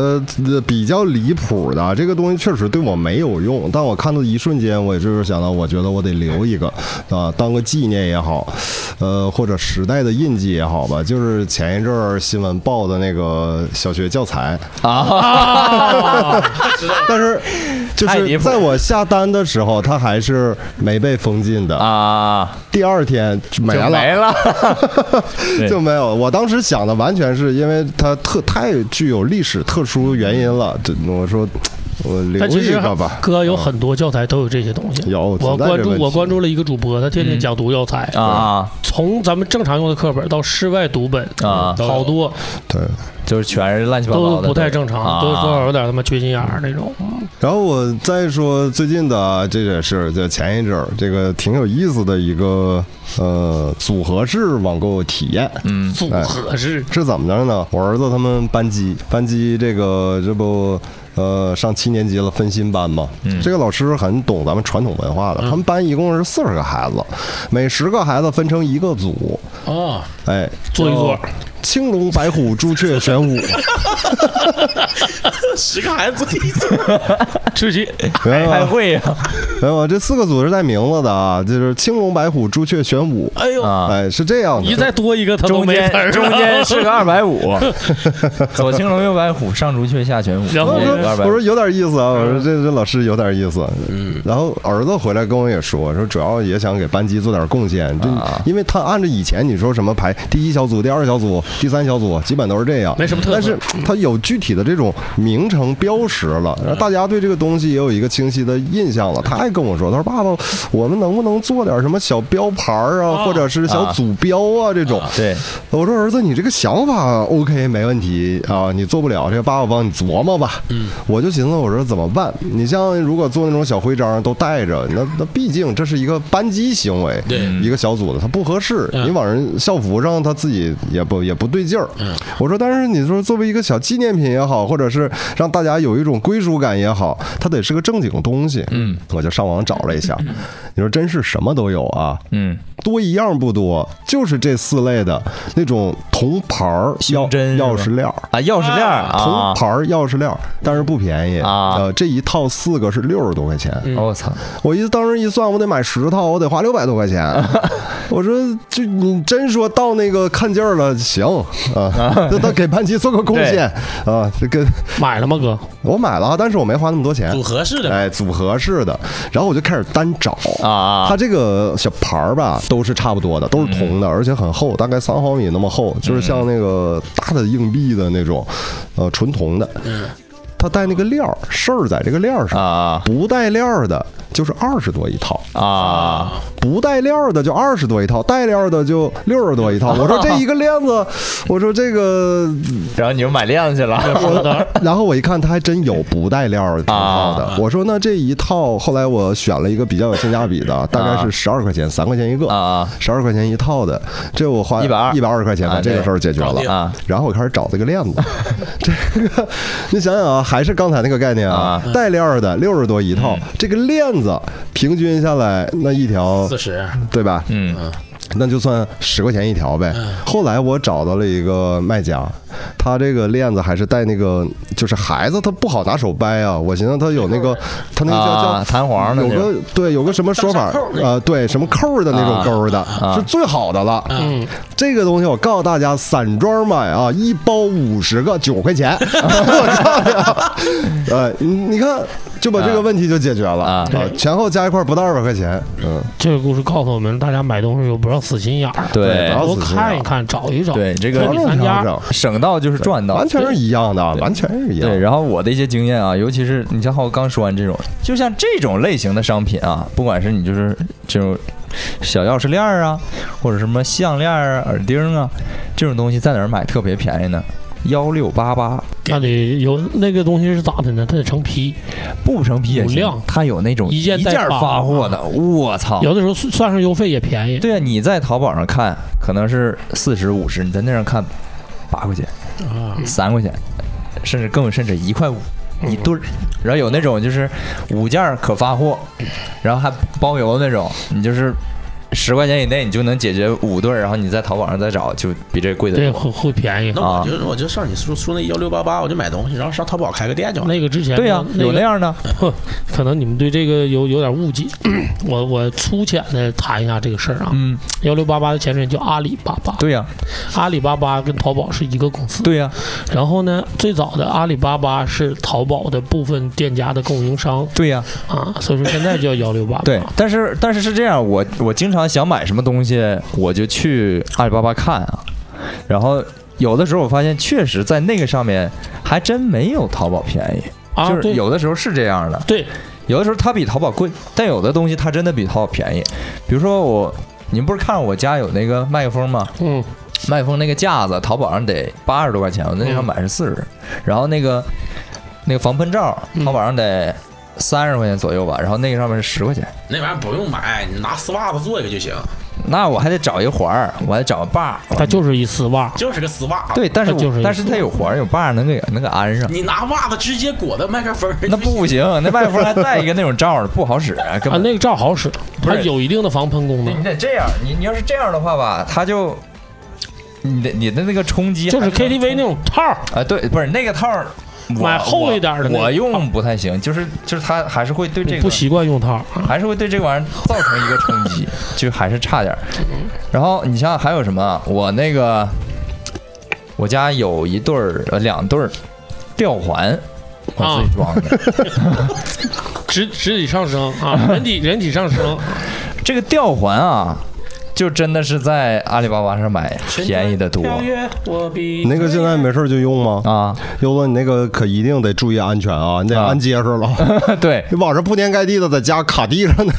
[SPEAKER 3] 呃比较离谱的这个东西，确实对我没有用，但我看到一瞬间，我也就是想到，我觉得我得留一个啊，当个纪念也好，呃，或者时代的印记也好吧。就是前一阵儿新闻报的那个小学教材，但是就
[SPEAKER 2] 太离
[SPEAKER 3] 是
[SPEAKER 2] 谱
[SPEAKER 3] 在我下单的时候，它还是没被封禁的。
[SPEAKER 2] 啊，
[SPEAKER 3] 第二天就没
[SPEAKER 2] 就
[SPEAKER 3] 了，
[SPEAKER 2] 没了。对
[SPEAKER 3] 就没有。我当时想的完全是因为它特太具有历史特殊原因了，这我说。我留
[SPEAKER 10] 但其
[SPEAKER 3] 一
[SPEAKER 10] 实
[SPEAKER 3] 个吧。
[SPEAKER 10] 哥
[SPEAKER 2] 嗯
[SPEAKER 10] 有很多教材都有这些东西。
[SPEAKER 3] 有
[SPEAKER 10] 我
[SPEAKER 3] 存在
[SPEAKER 10] 关
[SPEAKER 3] 这
[SPEAKER 10] 注
[SPEAKER 3] 问
[SPEAKER 10] 我
[SPEAKER 3] 题
[SPEAKER 10] 关注了一个主播，他天天讲读教材，
[SPEAKER 2] 嗯啊，
[SPEAKER 10] 从咱们正常用的课本到室外读本
[SPEAKER 2] 啊
[SPEAKER 10] 好多
[SPEAKER 3] 对，
[SPEAKER 2] 就是全是乱七八糟
[SPEAKER 10] 都
[SPEAKER 2] 的，啊
[SPEAKER 10] 不太正常，都多少有点他妈缺心眼儿那种。
[SPEAKER 3] 然后我再说最近的啊，这也是就前一阵儿这个挺有意思的一个呃组合式网购体验，
[SPEAKER 2] 嗯
[SPEAKER 10] 组合是
[SPEAKER 3] 是怎么着呢？我儿子他们班级，班级这个这不呃上七年级了，分新班嘛。这个老师很懂咱们传统文化的，他们班一共是四十个孩子，每十个孩子分成一个组，
[SPEAKER 2] 啊
[SPEAKER 1] 哦，
[SPEAKER 3] 哎，
[SPEAKER 10] 坐一坐，
[SPEAKER 3] 青龙白虎朱雀玄武，
[SPEAKER 1] 十个孩子一组，
[SPEAKER 10] 吃鸡
[SPEAKER 3] 明白
[SPEAKER 2] 开
[SPEAKER 3] 吗？
[SPEAKER 2] 会呀啊
[SPEAKER 3] 没有，这四个组是带名字的啊，就是青龙白虎朱雀玄武。
[SPEAKER 1] 哎呦，
[SPEAKER 2] 啊，
[SPEAKER 3] 哎，是这样的，
[SPEAKER 10] 一再多一个他都
[SPEAKER 2] 中
[SPEAKER 10] 没词儿
[SPEAKER 2] 间
[SPEAKER 10] 了
[SPEAKER 2] 中间是个二百五， 左青龙右白虎，上竹雀下玄武，
[SPEAKER 10] 然后
[SPEAKER 3] 我
[SPEAKER 2] 中间有个
[SPEAKER 3] 说
[SPEAKER 2] 嗯二百嗯
[SPEAKER 3] 我说
[SPEAKER 2] 五
[SPEAKER 3] 有点意思啊，我说这这老师有点意思。嗯，然后儿子回来跟我也说，说主要也想给班级做点贡献，这
[SPEAKER 2] 啊
[SPEAKER 3] 因为他按照以前你说什么排第一小组、第二小组、第三小组，基本都是这样，
[SPEAKER 10] 没什么特色
[SPEAKER 3] 但是他有具体的这种名称标识了，
[SPEAKER 10] 嗯
[SPEAKER 3] 然后大家对这个东西也有一个清晰的印象了。他还跟我说，他说爸爸，我们能不能做点什么小标牌儿
[SPEAKER 10] 哦
[SPEAKER 3] 啊，或者是小
[SPEAKER 2] 啊
[SPEAKER 3] 组标啊这种？
[SPEAKER 2] 对，
[SPEAKER 3] 我说儿子，你这个想法 OK 没问题啊，你做不了，这个爸爸帮你琢磨吧。嗯，我就寻思我说怎么办？你像如果做那种小徽章都带着，那那毕竟这是一个班级行为，
[SPEAKER 1] 对
[SPEAKER 3] 一个小组的，他不合适。
[SPEAKER 1] 嗯
[SPEAKER 3] 你往人校服上，他自己也不也不对劲儿。
[SPEAKER 1] 嗯，
[SPEAKER 3] 我说，但是你说作为一个小纪念品也好，或者是让大家有一种归属感也好，它得是个正经东西。嗯，我就上网找了一下，你说真是什么都有啊。
[SPEAKER 2] 嗯，
[SPEAKER 3] 多一样不多，就是这四类的那种铜牌儿、钥
[SPEAKER 2] 胸针是吧
[SPEAKER 3] 钥匙链儿。
[SPEAKER 2] 啊，钥匙链儿
[SPEAKER 3] 铜
[SPEAKER 2] 啊，
[SPEAKER 3] 牌儿钥匙链儿，但是不便宜
[SPEAKER 2] 啊嗯
[SPEAKER 3] 呃，这一套四个是六十多块钱，
[SPEAKER 2] 哦我操，
[SPEAKER 3] 我一当时一算，我得买十套，我得花六百多 块钱。我说，就你真说到那个看劲儿了，行啊，那他给班级做个贡献啊，这个
[SPEAKER 10] 买了吗哥？
[SPEAKER 3] 我买了，啊但是我没花那么多钱
[SPEAKER 1] 组。合式的，
[SPEAKER 3] 哎，组合式的，然后我就开始单找
[SPEAKER 2] 啊啊嗯
[SPEAKER 3] 它这个小牌儿吧，都是差不多的，都是铜的，而且很厚，大概三毫米那么厚，就是像那个大的硬币的那种，呃，纯铜的。它带那个链儿，事儿在这个链儿
[SPEAKER 2] 嗯
[SPEAKER 3] 上，
[SPEAKER 2] 啊
[SPEAKER 3] 不带链儿的就是二十多一套。
[SPEAKER 2] 啊，
[SPEAKER 3] 不带链儿的就二十多一套，带链儿的就六十多 一套。我说这一个链子，我说这个，
[SPEAKER 2] 然后你就买链子去 了，
[SPEAKER 3] 我然后我一看他还真有不带链儿的一套
[SPEAKER 2] 啊
[SPEAKER 3] 的。我说那这一套，后来我选了一个比较有性价比的，大概是十二块钱，三块钱一个
[SPEAKER 2] 啊啊，
[SPEAKER 3] 十二块钱一套的，这我花
[SPEAKER 2] 120
[SPEAKER 3] 一百二十块钱把
[SPEAKER 2] 啊
[SPEAKER 3] 这个
[SPEAKER 2] 对
[SPEAKER 3] 事儿解决
[SPEAKER 1] 搞定
[SPEAKER 3] 了
[SPEAKER 2] 啊。
[SPEAKER 3] 然后我开始找这个链子，这个你想想啊，还是刚才那个概念啊，带链儿的六十多一套，这个链子平均下来那一条
[SPEAKER 1] 四十，
[SPEAKER 3] 对吧？
[SPEAKER 2] 嗯
[SPEAKER 3] 那就算十块钱一条呗。后来我找到了一个卖家，他这个链子还是带那个，就是孩子他不好拿手掰啊。我寻思他有那个，他那个叫
[SPEAKER 2] 啊，
[SPEAKER 3] 叫。
[SPEAKER 2] 弹簧的
[SPEAKER 3] 有
[SPEAKER 2] 那种
[SPEAKER 3] 个对，有个什么说法
[SPEAKER 1] 当上扣儿那？个
[SPEAKER 3] 呃，对，什么扣儿的那种
[SPEAKER 2] 啊
[SPEAKER 3] 钩儿的，是最好的了。
[SPEAKER 10] 嗯，
[SPEAKER 3] 这个东西我告诉大家，散装买啊，一包五十个，九块钱。 我告诉你啊，呃，你你看，就把这个问题就解决了呃
[SPEAKER 2] 啊
[SPEAKER 3] 前后加一块儿不到二百块钱。嗯，
[SPEAKER 10] 这个故事告诉我们，大家买东西又不要死心眼儿，
[SPEAKER 2] 对
[SPEAKER 3] 然后
[SPEAKER 10] 多看一看，找一找。
[SPEAKER 2] 对，这
[SPEAKER 10] 看
[SPEAKER 2] 个
[SPEAKER 10] 你参加
[SPEAKER 3] 调整
[SPEAKER 2] 省到就是赚到，
[SPEAKER 3] 完全是一样的啊，完全是一样
[SPEAKER 2] 对，
[SPEAKER 3] 的。
[SPEAKER 2] 然后我的一些经验啊，尤其是你像浩刚说完这种，就像这种类型的商品啊，不管是你就是这种小钥匙链儿啊，或者什么项链儿啊、耳钉啊，这种东西在哪儿买特别便宜呢？幺六八八
[SPEAKER 10] 那得有那个东西是咋的呢？它得成批，
[SPEAKER 2] 不成皮也
[SPEAKER 10] 有量
[SPEAKER 2] 行，它有那种
[SPEAKER 10] 一件带啊
[SPEAKER 2] 儿
[SPEAKER 10] 发
[SPEAKER 2] 发货的，我操！
[SPEAKER 10] 有的时候算算上邮费也便宜。
[SPEAKER 2] 哦对啊，你在淘宝上看可能是四十五十，你在那上看八块钱、
[SPEAKER 1] 啊
[SPEAKER 2] 三块钱，甚至更甚至一块五一对儿。然后有那种就是五件儿可发货，然后还包邮那种，你就是十块钱以内你就能解决五对儿，然后你在淘宝上再找就比这贵的
[SPEAKER 10] 对，
[SPEAKER 2] 多。
[SPEAKER 10] 会会便宜
[SPEAKER 1] 那。
[SPEAKER 2] 啊
[SPEAKER 1] 我就我就上你说说那幺六八八，我就买东西，然后上淘宝开个店就完了。
[SPEAKER 10] 那个之前
[SPEAKER 2] 对呀、啊
[SPEAKER 10] 那
[SPEAKER 2] 有
[SPEAKER 10] 个
[SPEAKER 2] 那样的
[SPEAKER 10] 可能你们对这个有有点误解，我我粗浅的谈一下这个事儿啊。
[SPEAKER 2] 嗯，
[SPEAKER 10] 幺六八八的前身叫阿里巴巴，
[SPEAKER 2] 对呀、
[SPEAKER 10] 阿里巴巴跟淘宝是一个公司。
[SPEAKER 2] 对呀、
[SPEAKER 10] 然后呢，最早的阿里巴巴是淘宝的部分店家的供应商
[SPEAKER 2] 对呀、
[SPEAKER 10] 啊，所以说现在叫幺六八八。
[SPEAKER 2] 对，但是但是是这样，我我经常想买什么东西，我就去阿里巴巴看啊，然后有的时候我发现确实在那个上面还真没有淘宝便宜，
[SPEAKER 10] 啊
[SPEAKER 2] 就是
[SPEAKER 10] 对
[SPEAKER 2] 有的时候是这样的，
[SPEAKER 10] 对，
[SPEAKER 2] 有的时候它比淘宝贵，但有的东西它真的比淘宝便宜。比如说我，你们不是看我家有那个麦克风吗？
[SPEAKER 10] 嗯，
[SPEAKER 2] 麦克风那个架子，淘宝上得八十多块钱，我那
[SPEAKER 10] 嗯
[SPEAKER 2] 时候买是四十、然后那个那个防喷罩，
[SPEAKER 10] 嗯
[SPEAKER 2] 淘宝上得三十块钱左右吧，然后那个上面是十块钱，
[SPEAKER 1] 那玩意儿不用买，你拿丝袜子做一个就行，把
[SPEAKER 2] 那我还得找一环儿，我还得找个把儿。
[SPEAKER 10] 它就是一丝袜，
[SPEAKER 1] 就是个丝袜。
[SPEAKER 2] 对，但是
[SPEAKER 10] 它就是
[SPEAKER 2] 我
[SPEAKER 10] 一
[SPEAKER 2] 但是它有环儿有把儿，能给能给安上。
[SPEAKER 1] 你拿袜子直接裹到麦克风儿，
[SPEAKER 2] 那不行，啊那麦克风还带一个那种罩儿，不好使，根
[SPEAKER 10] 啊，
[SPEAKER 2] 本
[SPEAKER 10] 那个罩好使，
[SPEAKER 2] 不
[SPEAKER 10] 它
[SPEAKER 2] 是
[SPEAKER 10] 有一定的防喷功
[SPEAKER 2] 你
[SPEAKER 10] 能。
[SPEAKER 2] 得这样，你你要是这样的话吧，它就你的你的那个冲击
[SPEAKER 10] 就
[SPEAKER 2] 还
[SPEAKER 10] 是
[SPEAKER 2] 能
[SPEAKER 10] KTV 那种套儿，
[SPEAKER 2] 啊，对，不是那个套儿，我
[SPEAKER 10] 买厚一点儿的那
[SPEAKER 2] 我，
[SPEAKER 10] 个
[SPEAKER 2] 我用不太行，就是就是它还是会对这个
[SPEAKER 10] 不习惯用套儿。
[SPEAKER 2] 还是会对这个玩意儿造成一个冲击，就还是差点儿。
[SPEAKER 10] 嗯
[SPEAKER 2] 然后你像还有什么啊？我那个我家有一对儿呃两对儿吊环，我
[SPEAKER 10] 啊
[SPEAKER 2] 自己装的。
[SPEAKER 10] 直直体上升啊， 人体人体上 升，
[SPEAKER 2] 这个吊环啊，就真的是在阿里巴巴上买便宜的多
[SPEAKER 1] 跳跃我比
[SPEAKER 3] 你那个现在没事儿就用吗？
[SPEAKER 2] 啊。
[SPEAKER 3] 优子，你那个可一定得注意安全啊，你得
[SPEAKER 2] 啊
[SPEAKER 3] 安结实 了。
[SPEAKER 2] 对，
[SPEAKER 3] 你网上铺天盖地的在家卡地上呢，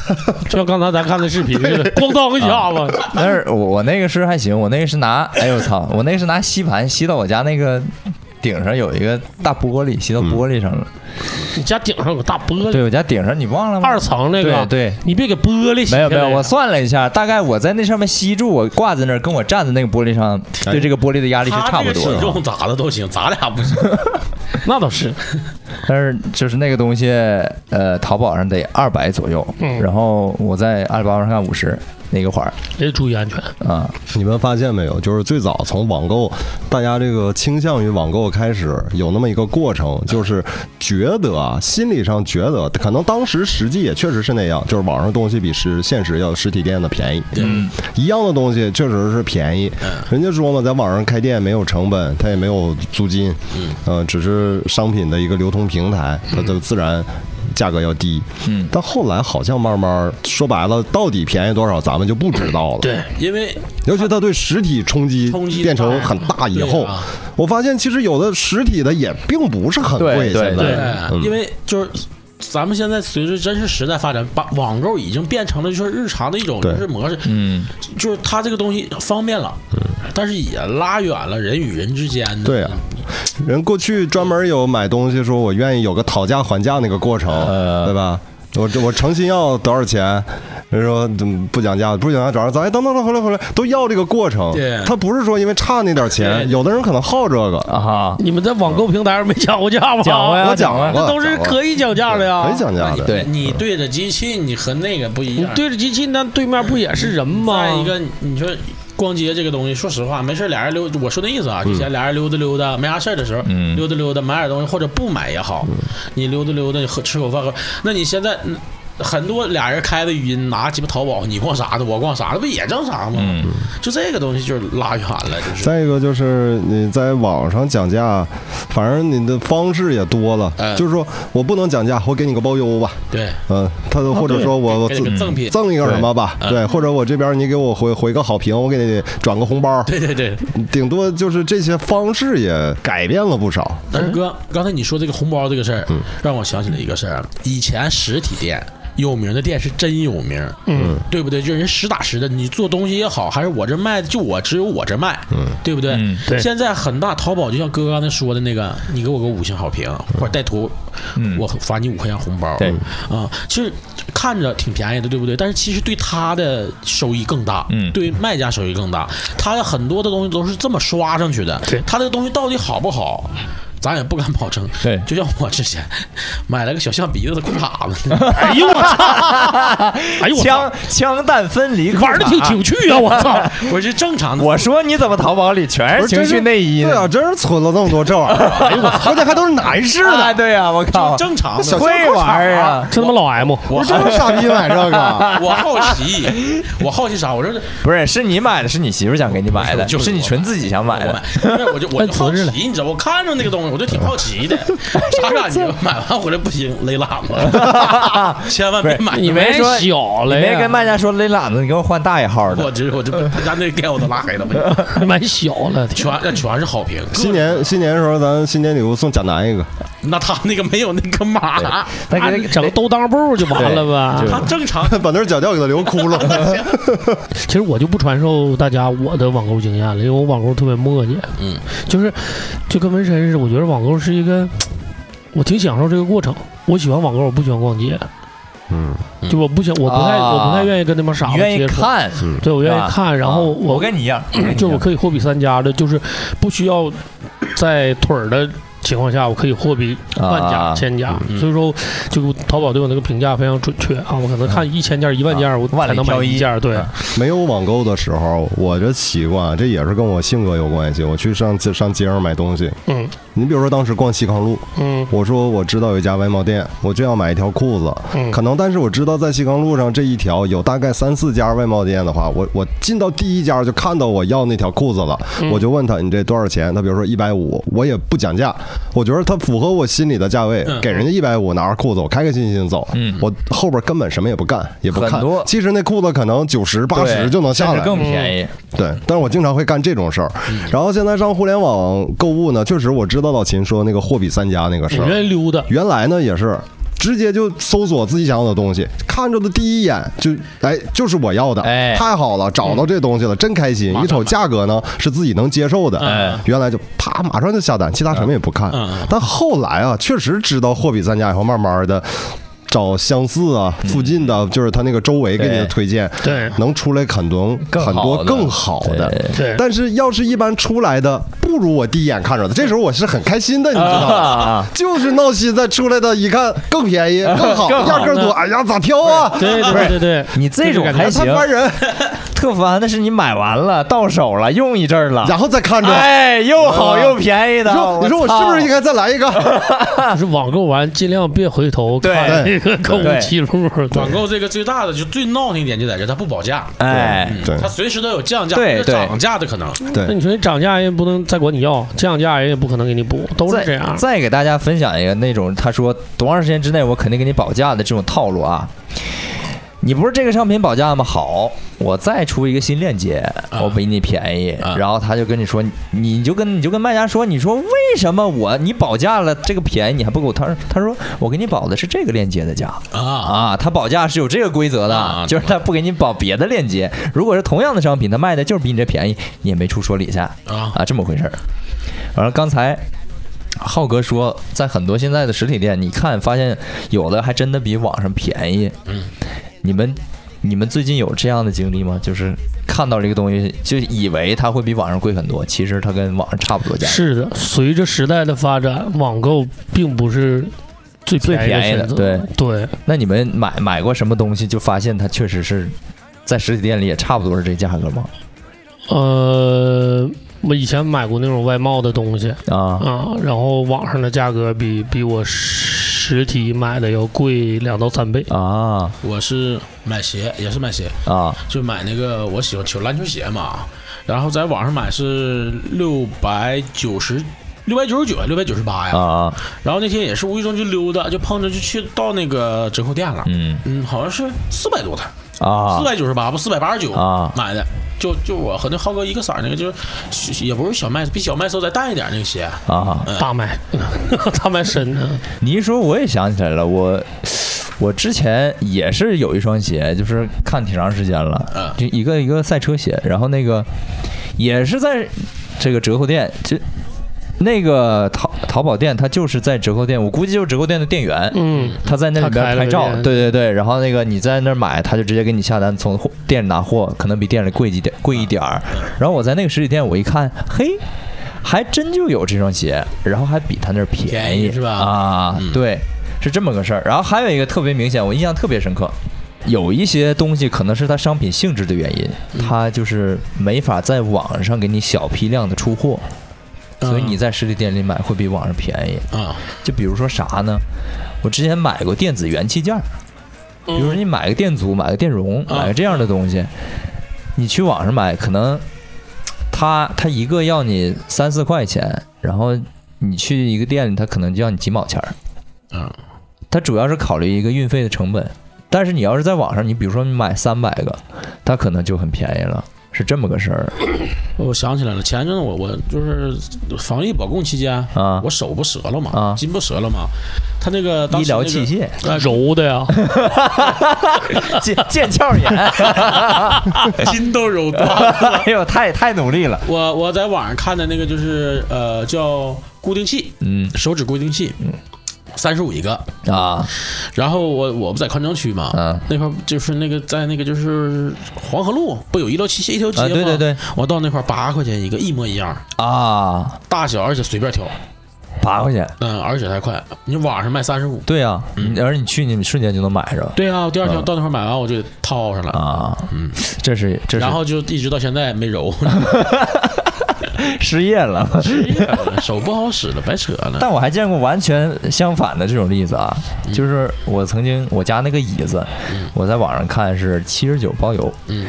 [SPEAKER 10] 就像刚才咱看的视频 似的，咣当一下子，
[SPEAKER 2] 但是我我那个是还行，我那个是拿，哎呦我操，我那个是拿吸盘吸到我家那个顶上有一个大玻璃，吸到玻璃上了。
[SPEAKER 10] 你家顶上有个大玻璃，
[SPEAKER 2] 对我家顶上你忘了吗？
[SPEAKER 10] 二层那个，
[SPEAKER 2] 对对
[SPEAKER 10] 你别给玻璃洗
[SPEAKER 2] 没有
[SPEAKER 10] 下
[SPEAKER 2] 没有，
[SPEAKER 10] 来
[SPEAKER 2] 我算了一下，大概我在那上面吸住，我挂在那儿，跟我站在那个玻璃上，
[SPEAKER 3] 哎
[SPEAKER 2] 对这个玻璃的压力是差
[SPEAKER 1] 他
[SPEAKER 2] 不
[SPEAKER 1] 这个
[SPEAKER 2] 多
[SPEAKER 1] 体
[SPEAKER 2] 的。
[SPEAKER 1] 重咋的都行，咱俩不 行。
[SPEAKER 10] 那倒是，
[SPEAKER 2] 但是就是那个东西，呃，淘宝上得二百左右，
[SPEAKER 10] 嗯
[SPEAKER 2] 然后我在阿里巴巴上看五十那个环儿
[SPEAKER 10] 也得注意安全。
[SPEAKER 2] 啊，
[SPEAKER 3] 你们发现没有？就是最早从网购，大家这个倾向于网购开始，有那么一个过程，就是觉得啊，心理上觉得，可能当时实际也确实是那样，就是网上东西比实现实要实体店的便宜，嗯，一样的东西确实是便宜。人家说嘛，在网上开店没有成本，它也没有租金，嗯，呃，只是商品的一个流通平台，它的自然。价格要低，
[SPEAKER 2] 嗯
[SPEAKER 3] 但后来好像慢慢说白了，到底便宜多少咱们就不知道了。
[SPEAKER 10] 对，
[SPEAKER 1] 因为
[SPEAKER 3] 尤其它对实体冲击
[SPEAKER 1] 冲击
[SPEAKER 3] 变成很大以后
[SPEAKER 1] 对啊，
[SPEAKER 3] 我发现其实有的实体的也并不是很贵。
[SPEAKER 2] 对对
[SPEAKER 3] 现
[SPEAKER 1] 对
[SPEAKER 3] 在，，
[SPEAKER 1] 哎
[SPEAKER 2] 嗯
[SPEAKER 3] 嗯
[SPEAKER 1] 因为就是。咱们现在随着真是时代发展，把网购已经变成了就是日常的一种
[SPEAKER 3] 对
[SPEAKER 1] 就是模式，
[SPEAKER 2] 嗯，
[SPEAKER 1] 就是它这个东西方便了，但是也拉远了人与人之间的。
[SPEAKER 3] 对啊人过去专门有买东西说我愿意有个讨价还价那个过程，对吧？我我诚心要多少钱？人说嗯不讲价，不讲价找人，咱哎等等等回来回来都要这个过程
[SPEAKER 1] 对。
[SPEAKER 3] 他不是说因为差那点钱，
[SPEAKER 1] 对
[SPEAKER 3] 有的人可能好这个。
[SPEAKER 2] 啊哈，
[SPEAKER 10] 你们在网购平台上没讲过价吗？
[SPEAKER 2] 啊讲过呀
[SPEAKER 3] 我讲了，
[SPEAKER 10] 那都是可以讲价的呀。
[SPEAKER 3] 可以讲价的。
[SPEAKER 2] 对
[SPEAKER 1] 你对着机器，你和那个不一
[SPEAKER 10] 你
[SPEAKER 1] 样。
[SPEAKER 10] 对着机器，那对面不也是人吗？
[SPEAKER 1] 再一个，你说逛街这个东西，说实话，没事儿俩人溜，我说那意思啊，之前俩人溜达溜达，没啥事儿的时候，
[SPEAKER 2] 嗯
[SPEAKER 1] 溜达溜达，买点东西或者不买也好，你溜达溜达，你喝吃口饭喝，那你现在。嗯很多俩人开的语音拿鸡巴淘宝，你逛啥的，我逛啥的，不也正常吗？
[SPEAKER 2] 嗯
[SPEAKER 1] 就这个东西就是拉远了，就是。
[SPEAKER 3] 再一个就是你在网上讲价，反正你的方式也多了，
[SPEAKER 1] 嗯
[SPEAKER 3] 就是说我不能讲价，我给你个包邮吧，
[SPEAKER 1] 对，
[SPEAKER 3] 嗯，他或者说我我
[SPEAKER 1] 哦给你
[SPEAKER 3] 自
[SPEAKER 1] 个赠品，嗯
[SPEAKER 3] 赠一个什么吧，对，或者我这边你给我回回个好评，我给你转个红包，
[SPEAKER 1] 对对对。
[SPEAKER 3] 顶多就是这些方式也改变了不少。
[SPEAKER 1] 但是哥，刚才你说这个红包这个事儿，让我想起了一个事儿。啊以前实体店有名的店是真有名，嗯，对不对？就人实打实的，你做东西也好，还是我这卖的，就我只有我这卖，嗯，对不对？
[SPEAKER 2] 嗯
[SPEAKER 10] 对
[SPEAKER 1] 现在很大淘宝，就像哥哥刚才说的那个，你给我个五星好评或者带图，我发你五块钱红包，
[SPEAKER 2] 嗯对
[SPEAKER 1] 啊，其实看着挺便宜的，对不对？但是其实对他的收益更大，
[SPEAKER 2] 嗯
[SPEAKER 1] 对卖家收益更大。他的很多的东西都是这么刷上去的，
[SPEAKER 10] 对
[SPEAKER 1] 他这个东西到底好不好？咱也不敢保证，
[SPEAKER 2] 对
[SPEAKER 1] 就像我之 前买了个小象鼻子的裤衩子，
[SPEAKER 10] 哎呦我操！哎呦我操
[SPEAKER 2] 枪！枪弹分离，
[SPEAKER 10] 玩的挺情趣啊！我操！
[SPEAKER 1] 我是正常的，
[SPEAKER 2] 我说你怎么淘宝里全是
[SPEAKER 3] 不是
[SPEAKER 2] 情
[SPEAKER 3] 真是
[SPEAKER 2] 趣内衣
[SPEAKER 3] 对
[SPEAKER 2] 呢？
[SPEAKER 3] 啊，真是存了那么多这玩意儿，哎呦我操而且还都是男士
[SPEAKER 2] 啊
[SPEAKER 3] 的，
[SPEAKER 2] 对呀，我靠，
[SPEAKER 1] 正常的
[SPEAKER 3] 小。
[SPEAKER 2] 会玩儿啊！
[SPEAKER 10] 这他妈老 M，
[SPEAKER 3] 我 真是傻逼啊买这个。
[SPEAKER 1] 我好奇，我好奇啥？我说这
[SPEAKER 2] 不是，是你买的，是你媳妇想给你买的，
[SPEAKER 1] 就是
[SPEAKER 2] 是你
[SPEAKER 1] 我
[SPEAKER 2] 纯自己想买
[SPEAKER 1] 我
[SPEAKER 2] 的
[SPEAKER 1] 买。，不是我就 我就好
[SPEAKER 10] 按词儿来
[SPEAKER 1] 奇，你知道，我看着那个东西，我就挺好奇的，啥感觉？买完回来不行，勒喇 子，千万别买。
[SPEAKER 10] 你
[SPEAKER 2] 没
[SPEAKER 10] 们
[SPEAKER 2] 说
[SPEAKER 10] 小
[SPEAKER 2] 你
[SPEAKER 10] 了
[SPEAKER 2] 没
[SPEAKER 10] 呀，
[SPEAKER 2] 跟卖家说勒喇子，你给我换大一号的
[SPEAKER 1] 我。直我就他家那店我都拉黑了，
[SPEAKER 10] 买小了，
[SPEAKER 1] 全那全是好评。
[SPEAKER 3] 新年新年的时候，咱新年礼物送贾楠一个，
[SPEAKER 1] 那他那个没有那个码，
[SPEAKER 2] 那给
[SPEAKER 10] 整个兜裆布就完了呗。
[SPEAKER 2] 啊对
[SPEAKER 1] 他正常
[SPEAKER 3] 把那脚调给它留窟窿。
[SPEAKER 10] 其实我就不传授大家我的网购经验了，因为我网购特别磨叽。
[SPEAKER 1] 嗯，
[SPEAKER 10] 就是就跟纹身似的，我觉得网购是一个，我挺享受这个过程。我喜欢网购，我不喜欢逛街。
[SPEAKER 3] 嗯，
[SPEAKER 10] 就我不想，我不太，
[SPEAKER 2] 啊
[SPEAKER 10] 我不太愿意跟那帮傻
[SPEAKER 2] 你
[SPEAKER 10] 子
[SPEAKER 2] 愿意
[SPEAKER 10] 接触。
[SPEAKER 2] 看，
[SPEAKER 10] 对，我愿
[SPEAKER 2] 是吧啊
[SPEAKER 10] 意看，然后
[SPEAKER 2] 我
[SPEAKER 10] 我
[SPEAKER 2] 跟你一样，
[SPEAKER 10] 就我可以货比三家的，就是不需要在腿儿的情况下，我可以货比万家、
[SPEAKER 2] 啊
[SPEAKER 10] 千家。
[SPEAKER 1] 嗯
[SPEAKER 10] 所以说，就淘宝对我那个评价非常准确啊，我可能看一千件、一万件，我
[SPEAKER 2] 嗯啊万里
[SPEAKER 10] 才能买
[SPEAKER 2] 挑一啊
[SPEAKER 10] 一件。对，
[SPEAKER 3] 没有网购的时候，我这习惯，这也是跟我性格有关系。我去上上街上买东西，
[SPEAKER 10] 嗯
[SPEAKER 3] 你比如说当时逛西康路，
[SPEAKER 10] 嗯
[SPEAKER 3] 我说我知道有一家外贸店，我就要买一条裤子，
[SPEAKER 10] 嗯
[SPEAKER 3] 可能但是我知道在西康路上这一条有大概三四家外贸店的话，我我进到第一家就看到我要那条裤子了，我就问他你这多少钱？他比如说一百五，我也不讲价，我觉得他符合我心里的价位，给人家一百五拿着裤子，我开开心心走，我后边根本什么也不干，也不看
[SPEAKER 2] 嗯很多。
[SPEAKER 3] 其实那裤子可能九十八
[SPEAKER 2] 对
[SPEAKER 3] 十就能下
[SPEAKER 2] 甚
[SPEAKER 3] 来
[SPEAKER 2] 至，
[SPEAKER 10] 嗯
[SPEAKER 2] 更便宜。
[SPEAKER 3] 对，但是我经常会干这种事儿。然后现在上互联网购物呢，确实我知道老秦说那个货比三家那个事
[SPEAKER 10] 我
[SPEAKER 3] 儿，
[SPEAKER 10] 愿意溜达。
[SPEAKER 3] 原来呢也是。直接就搜索自己想要的东西，看着的第一眼就，哎，就是我要的，
[SPEAKER 2] 哎
[SPEAKER 3] 太好了，找到这东西了，真开心。一瞅价格呢是自己能接受的，
[SPEAKER 2] 哎
[SPEAKER 3] 原来就啪马上就下单，其他什么也不看。
[SPEAKER 1] 嗯嗯
[SPEAKER 3] 但后来啊，确实知道货比三家以后，慢慢的找相似啊，附近的就是他那个周围给你的
[SPEAKER 2] 对
[SPEAKER 3] 推荐，
[SPEAKER 10] 对
[SPEAKER 3] 能出来很多
[SPEAKER 2] 更
[SPEAKER 3] 很
[SPEAKER 2] 好
[SPEAKER 3] 多
[SPEAKER 2] 的
[SPEAKER 3] 更好的。
[SPEAKER 10] 对
[SPEAKER 3] 但是要是一般出来的不如我第一眼看着的，这时候我是很开心的，你知道 吗？
[SPEAKER 2] 啊，
[SPEAKER 3] 就是闹心的，出来的一看更便宜、更好，
[SPEAKER 2] 更好
[SPEAKER 3] 压根儿多。哎呀，咋挑啊？
[SPEAKER 10] 对对对对对，
[SPEAKER 2] 你这种还
[SPEAKER 3] 哎
[SPEAKER 2] 行
[SPEAKER 3] 他，烦人，
[SPEAKER 2] 特烦的是你买完了到手了，用一阵儿了，
[SPEAKER 3] 然后再看着。啊
[SPEAKER 2] 哎，又好又便宜的
[SPEAKER 3] 你，说，你说我是不是应
[SPEAKER 2] 该？
[SPEAKER 3] 该再来一个？
[SPEAKER 10] 就是网购完尽量别回头看
[SPEAKER 3] 对
[SPEAKER 10] 那个购
[SPEAKER 2] 对
[SPEAKER 10] 物记录。
[SPEAKER 1] 网购这个最大的就最闹腾一点就在这，它不保价，
[SPEAKER 2] 哎，
[SPEAKER 1] 嗯
[SPEAKER 3] 对
[SPEAKER 1] 它随时都有降价
[SPEAKER 2] 对
[SPEAKER 1] 或者
[SPEAKER 2] 对
[SPEAKER 1] 涨价的可能。
[SPEAKER 10] 那
[SPEAKER 3] 对，
[SPEAKER 10] 你说你涨价人也不能再管你要，降价人也不可能给你补，都是这
[SPEAKER 2] 再
[SPEAKER 10] 样。
[SPEAKER 2] 再给大家分享一个那种他说多长时间之内我肯定给你保价的这种套路啊。你不是这个商品保价吗？好，我再出一个新链接，
[SPEAKER 10] 啊
[SPEAKER 2] 我比你便宜。
[SPEAKER 1] 啊
[SPEAKER 2] 然后他就跟你说，你你就跟你就跟卖家说，你说为什么我你保价了这个便宜你还不给我？他他说我给你保的是这个链接的价
[SPEAKER 1] 啊，
[SPEAKER 2] 啊，他保价是有这个规则的，
[SPEAKER 1] 啊
[SPEAKER 2] 就是他不给你保别的链接。如果是同样的商品，他卖的就是比你这便宜，你也没处说理去
[SPEAKER 1] 啊
[SPEAKER 2] 这么回事儿。完了，刚才浩哥说，在很多现在的实体店，你看发现有的还真的比网上便宜。
[SPEAKER 1] 嗯，
[SPEAKER 2] 你们你们最近有这样的经历吗？就是看到这个东西，就以为它会比网上贵很多，其实它跟网上差不多价。
[SPEAKER 10] 是的，随着时代的发展，网购并不是最
[SPEAKER 2] 最便宜的
[SPEAKER 10] 选择。
[SPEAKER 2] 对
[SPEAKER 10] 对，
[SPEAKER 2] 那你们买买过什么东西，就发现它确实是在实体店里也差不多是这价格吗？
[SPEAKER 10] 呃，我以前买过那种外贸的东西
[SPEAKER 2] 啊，
[SPEAKER 10] 啊，然后网上的价格比比我实体买的要贵两到三倍。
[SPEAKER 2] 啊
[SPEAKER 1] 我是买鞋，也是买鞋，
[SPEAKER 2] 啊
[SPEAKER 1] 就买那个我喜欢球篮球鞋嘛，然后在网上买是六百九十。六百九十九，六百九十八呀！
[SPEAKER 2] 啊！
[SPEAKER 1] 然后那天也是无意中就溜达，就碰着就去到那个折扣店了，
[SPEAKER 2] 嗯
[SPEAKER 1] 嗯，好像是四百多的，
[SPEAKER 2] 啊
[SPEAKER 1] 四百九十八不四百八十九
[SPEAKER 2] 啊
[SPEAKER 1] 买的，就就我和那浩哥一个色儿那个，就是也不是小麦，比小麦色再淡一点那个鞋，
[SPEAKER 2] 啊！
[SPEAKER 10] 大麦， 大啊麦深呢，
[SPEAKER 2] 你一说我也想起来了，我我之前也是有一双鞋，就是看挺长时间了，就一个一个赛车鞋，然后那个也是在这个折扣店就。那个淘淘宝店，它就是在折扣店，我估计就是折扣店的店员，
[SPEAKER 10] 嗯，
[SPEAKER 2] 他在那里边
[SPEAKER 10] 他开了
[SPEAKER 2] 拍
[SPEAKER 10] 个
[SPEAKER 2] 照，
[SPEAKER 10] 店
[SPEAKER 2] 对对对，然后那个你在那儿买，他就直接给你下单，从货店里拿货，可能比店里贵几点贵一点儿。然后我在那个实体店，我一看，嘿，还真就有这双鞋，然后还比他那儿便
[SPEAKER 1] 便宜是吧
[SPEAKER 2] 啊，
[SPEAKER 1] 嗯
[SPEAKER 2] 对，是这么个事儿。然后还有一个特别明显，我印象特别深刻。有一些东西可能是它商品性质的原因，它就是没法在网上给你小批量的出货，所以你在实体店里买会比网上便宜。
[SPEAKER 1] 啊
[SPEAKER 2] 就比如说啥呢？我之前买过电子元器件儿，比如说你买个电阻、买个电容、
[SPEAKER 1] 嗯啊
[SPEAKER 2] 买个这样的东西，你去网上买，可能他他一个要你三四块钱，然后你去一个店里，他可能就要你几毛钱儿。
[SPEAKER 1] 啊
[SPEAKER 2] 它主要是考虑一个运费的成本，但是你要是在网上，你比如说你买三百个，它可能就很便宜了。是这么个事儿
[SPEAKER 1] 我想起来了，前阵子我我就是防疫保供期间
[SPEAKER 2] 啊
[SPEAKER 1] 我手不折了嘛，
[SPEAKER 2] 啊
[SPEAKER 1] 筋不折了嘛，他那个当
[SPEAKER 2] 医
[SPEAKER 1] 时、那个、
[SPEAKER 2] 疗
[SPEAKER 1] 呃
[SPEAKER 2] 器 械，
[SPEAKER 10] 揉的呀，
[SPEAKER 2] 腱腱鞘 炎，
[SPEAKER 1] 筋都揉断了。
[SPEAKER 2] 哎呦，太太努力了，
[SPEAKER 1] 我我在网上看的那个就是呃叫固定器，
[SPEAKER 2] 嗯
[SPEAKER 1] 手指固定器，三十五一个。
[SPEAKER 2] 啊，
[SPEAKER 1] 然后我我不在宽城区嘛，
[SPEAKER 2] 嗯
[SPEAKER 1] 那块儿就是那个在那个就是黄河路不有医疗器械一条街吗？
[SPEAKER 2] 啊对对对，
[SPEAKER 1] 我到那块儿八块钱一个，一模一样，
[SPEAKER 2] 啊，
[SPEAKER 1] 大小而且随便挑，
[SPEAKER 2] 八块钱，
[SPEAKER 1] 嗯，而且还快，你网上卖三十五。
[SPEAKER 2] 对呀、
[SPEAKER 1] 嗯
[SPEAKER 2] 你而且你去你瞬间就能买着，
[SPEAKER 1] 对啊，我第二天
[SPEAKER 2] 嗯
[SPEAKER 1] 到那块儿买完我就套上了，
[SPEAKER 2] 啊，这是这
[SPEAKER 1] 嗯
[SPEAKER 2] 是
[SPEAKER 1] 然后就一直到现在没 揉，
[SPEAKER 2] 失业了。
[SPEAKER 1] 手不好使了，白扯了。
[SPEAKER 2] 但我还见过完全相反的这种例子啊，
[SPEAKER 1] 嗯
[SPEAKER 2] 就是我曾经我家那个椅子，我在网上看是七十九包邮，
[SPEAKER 1] 嗯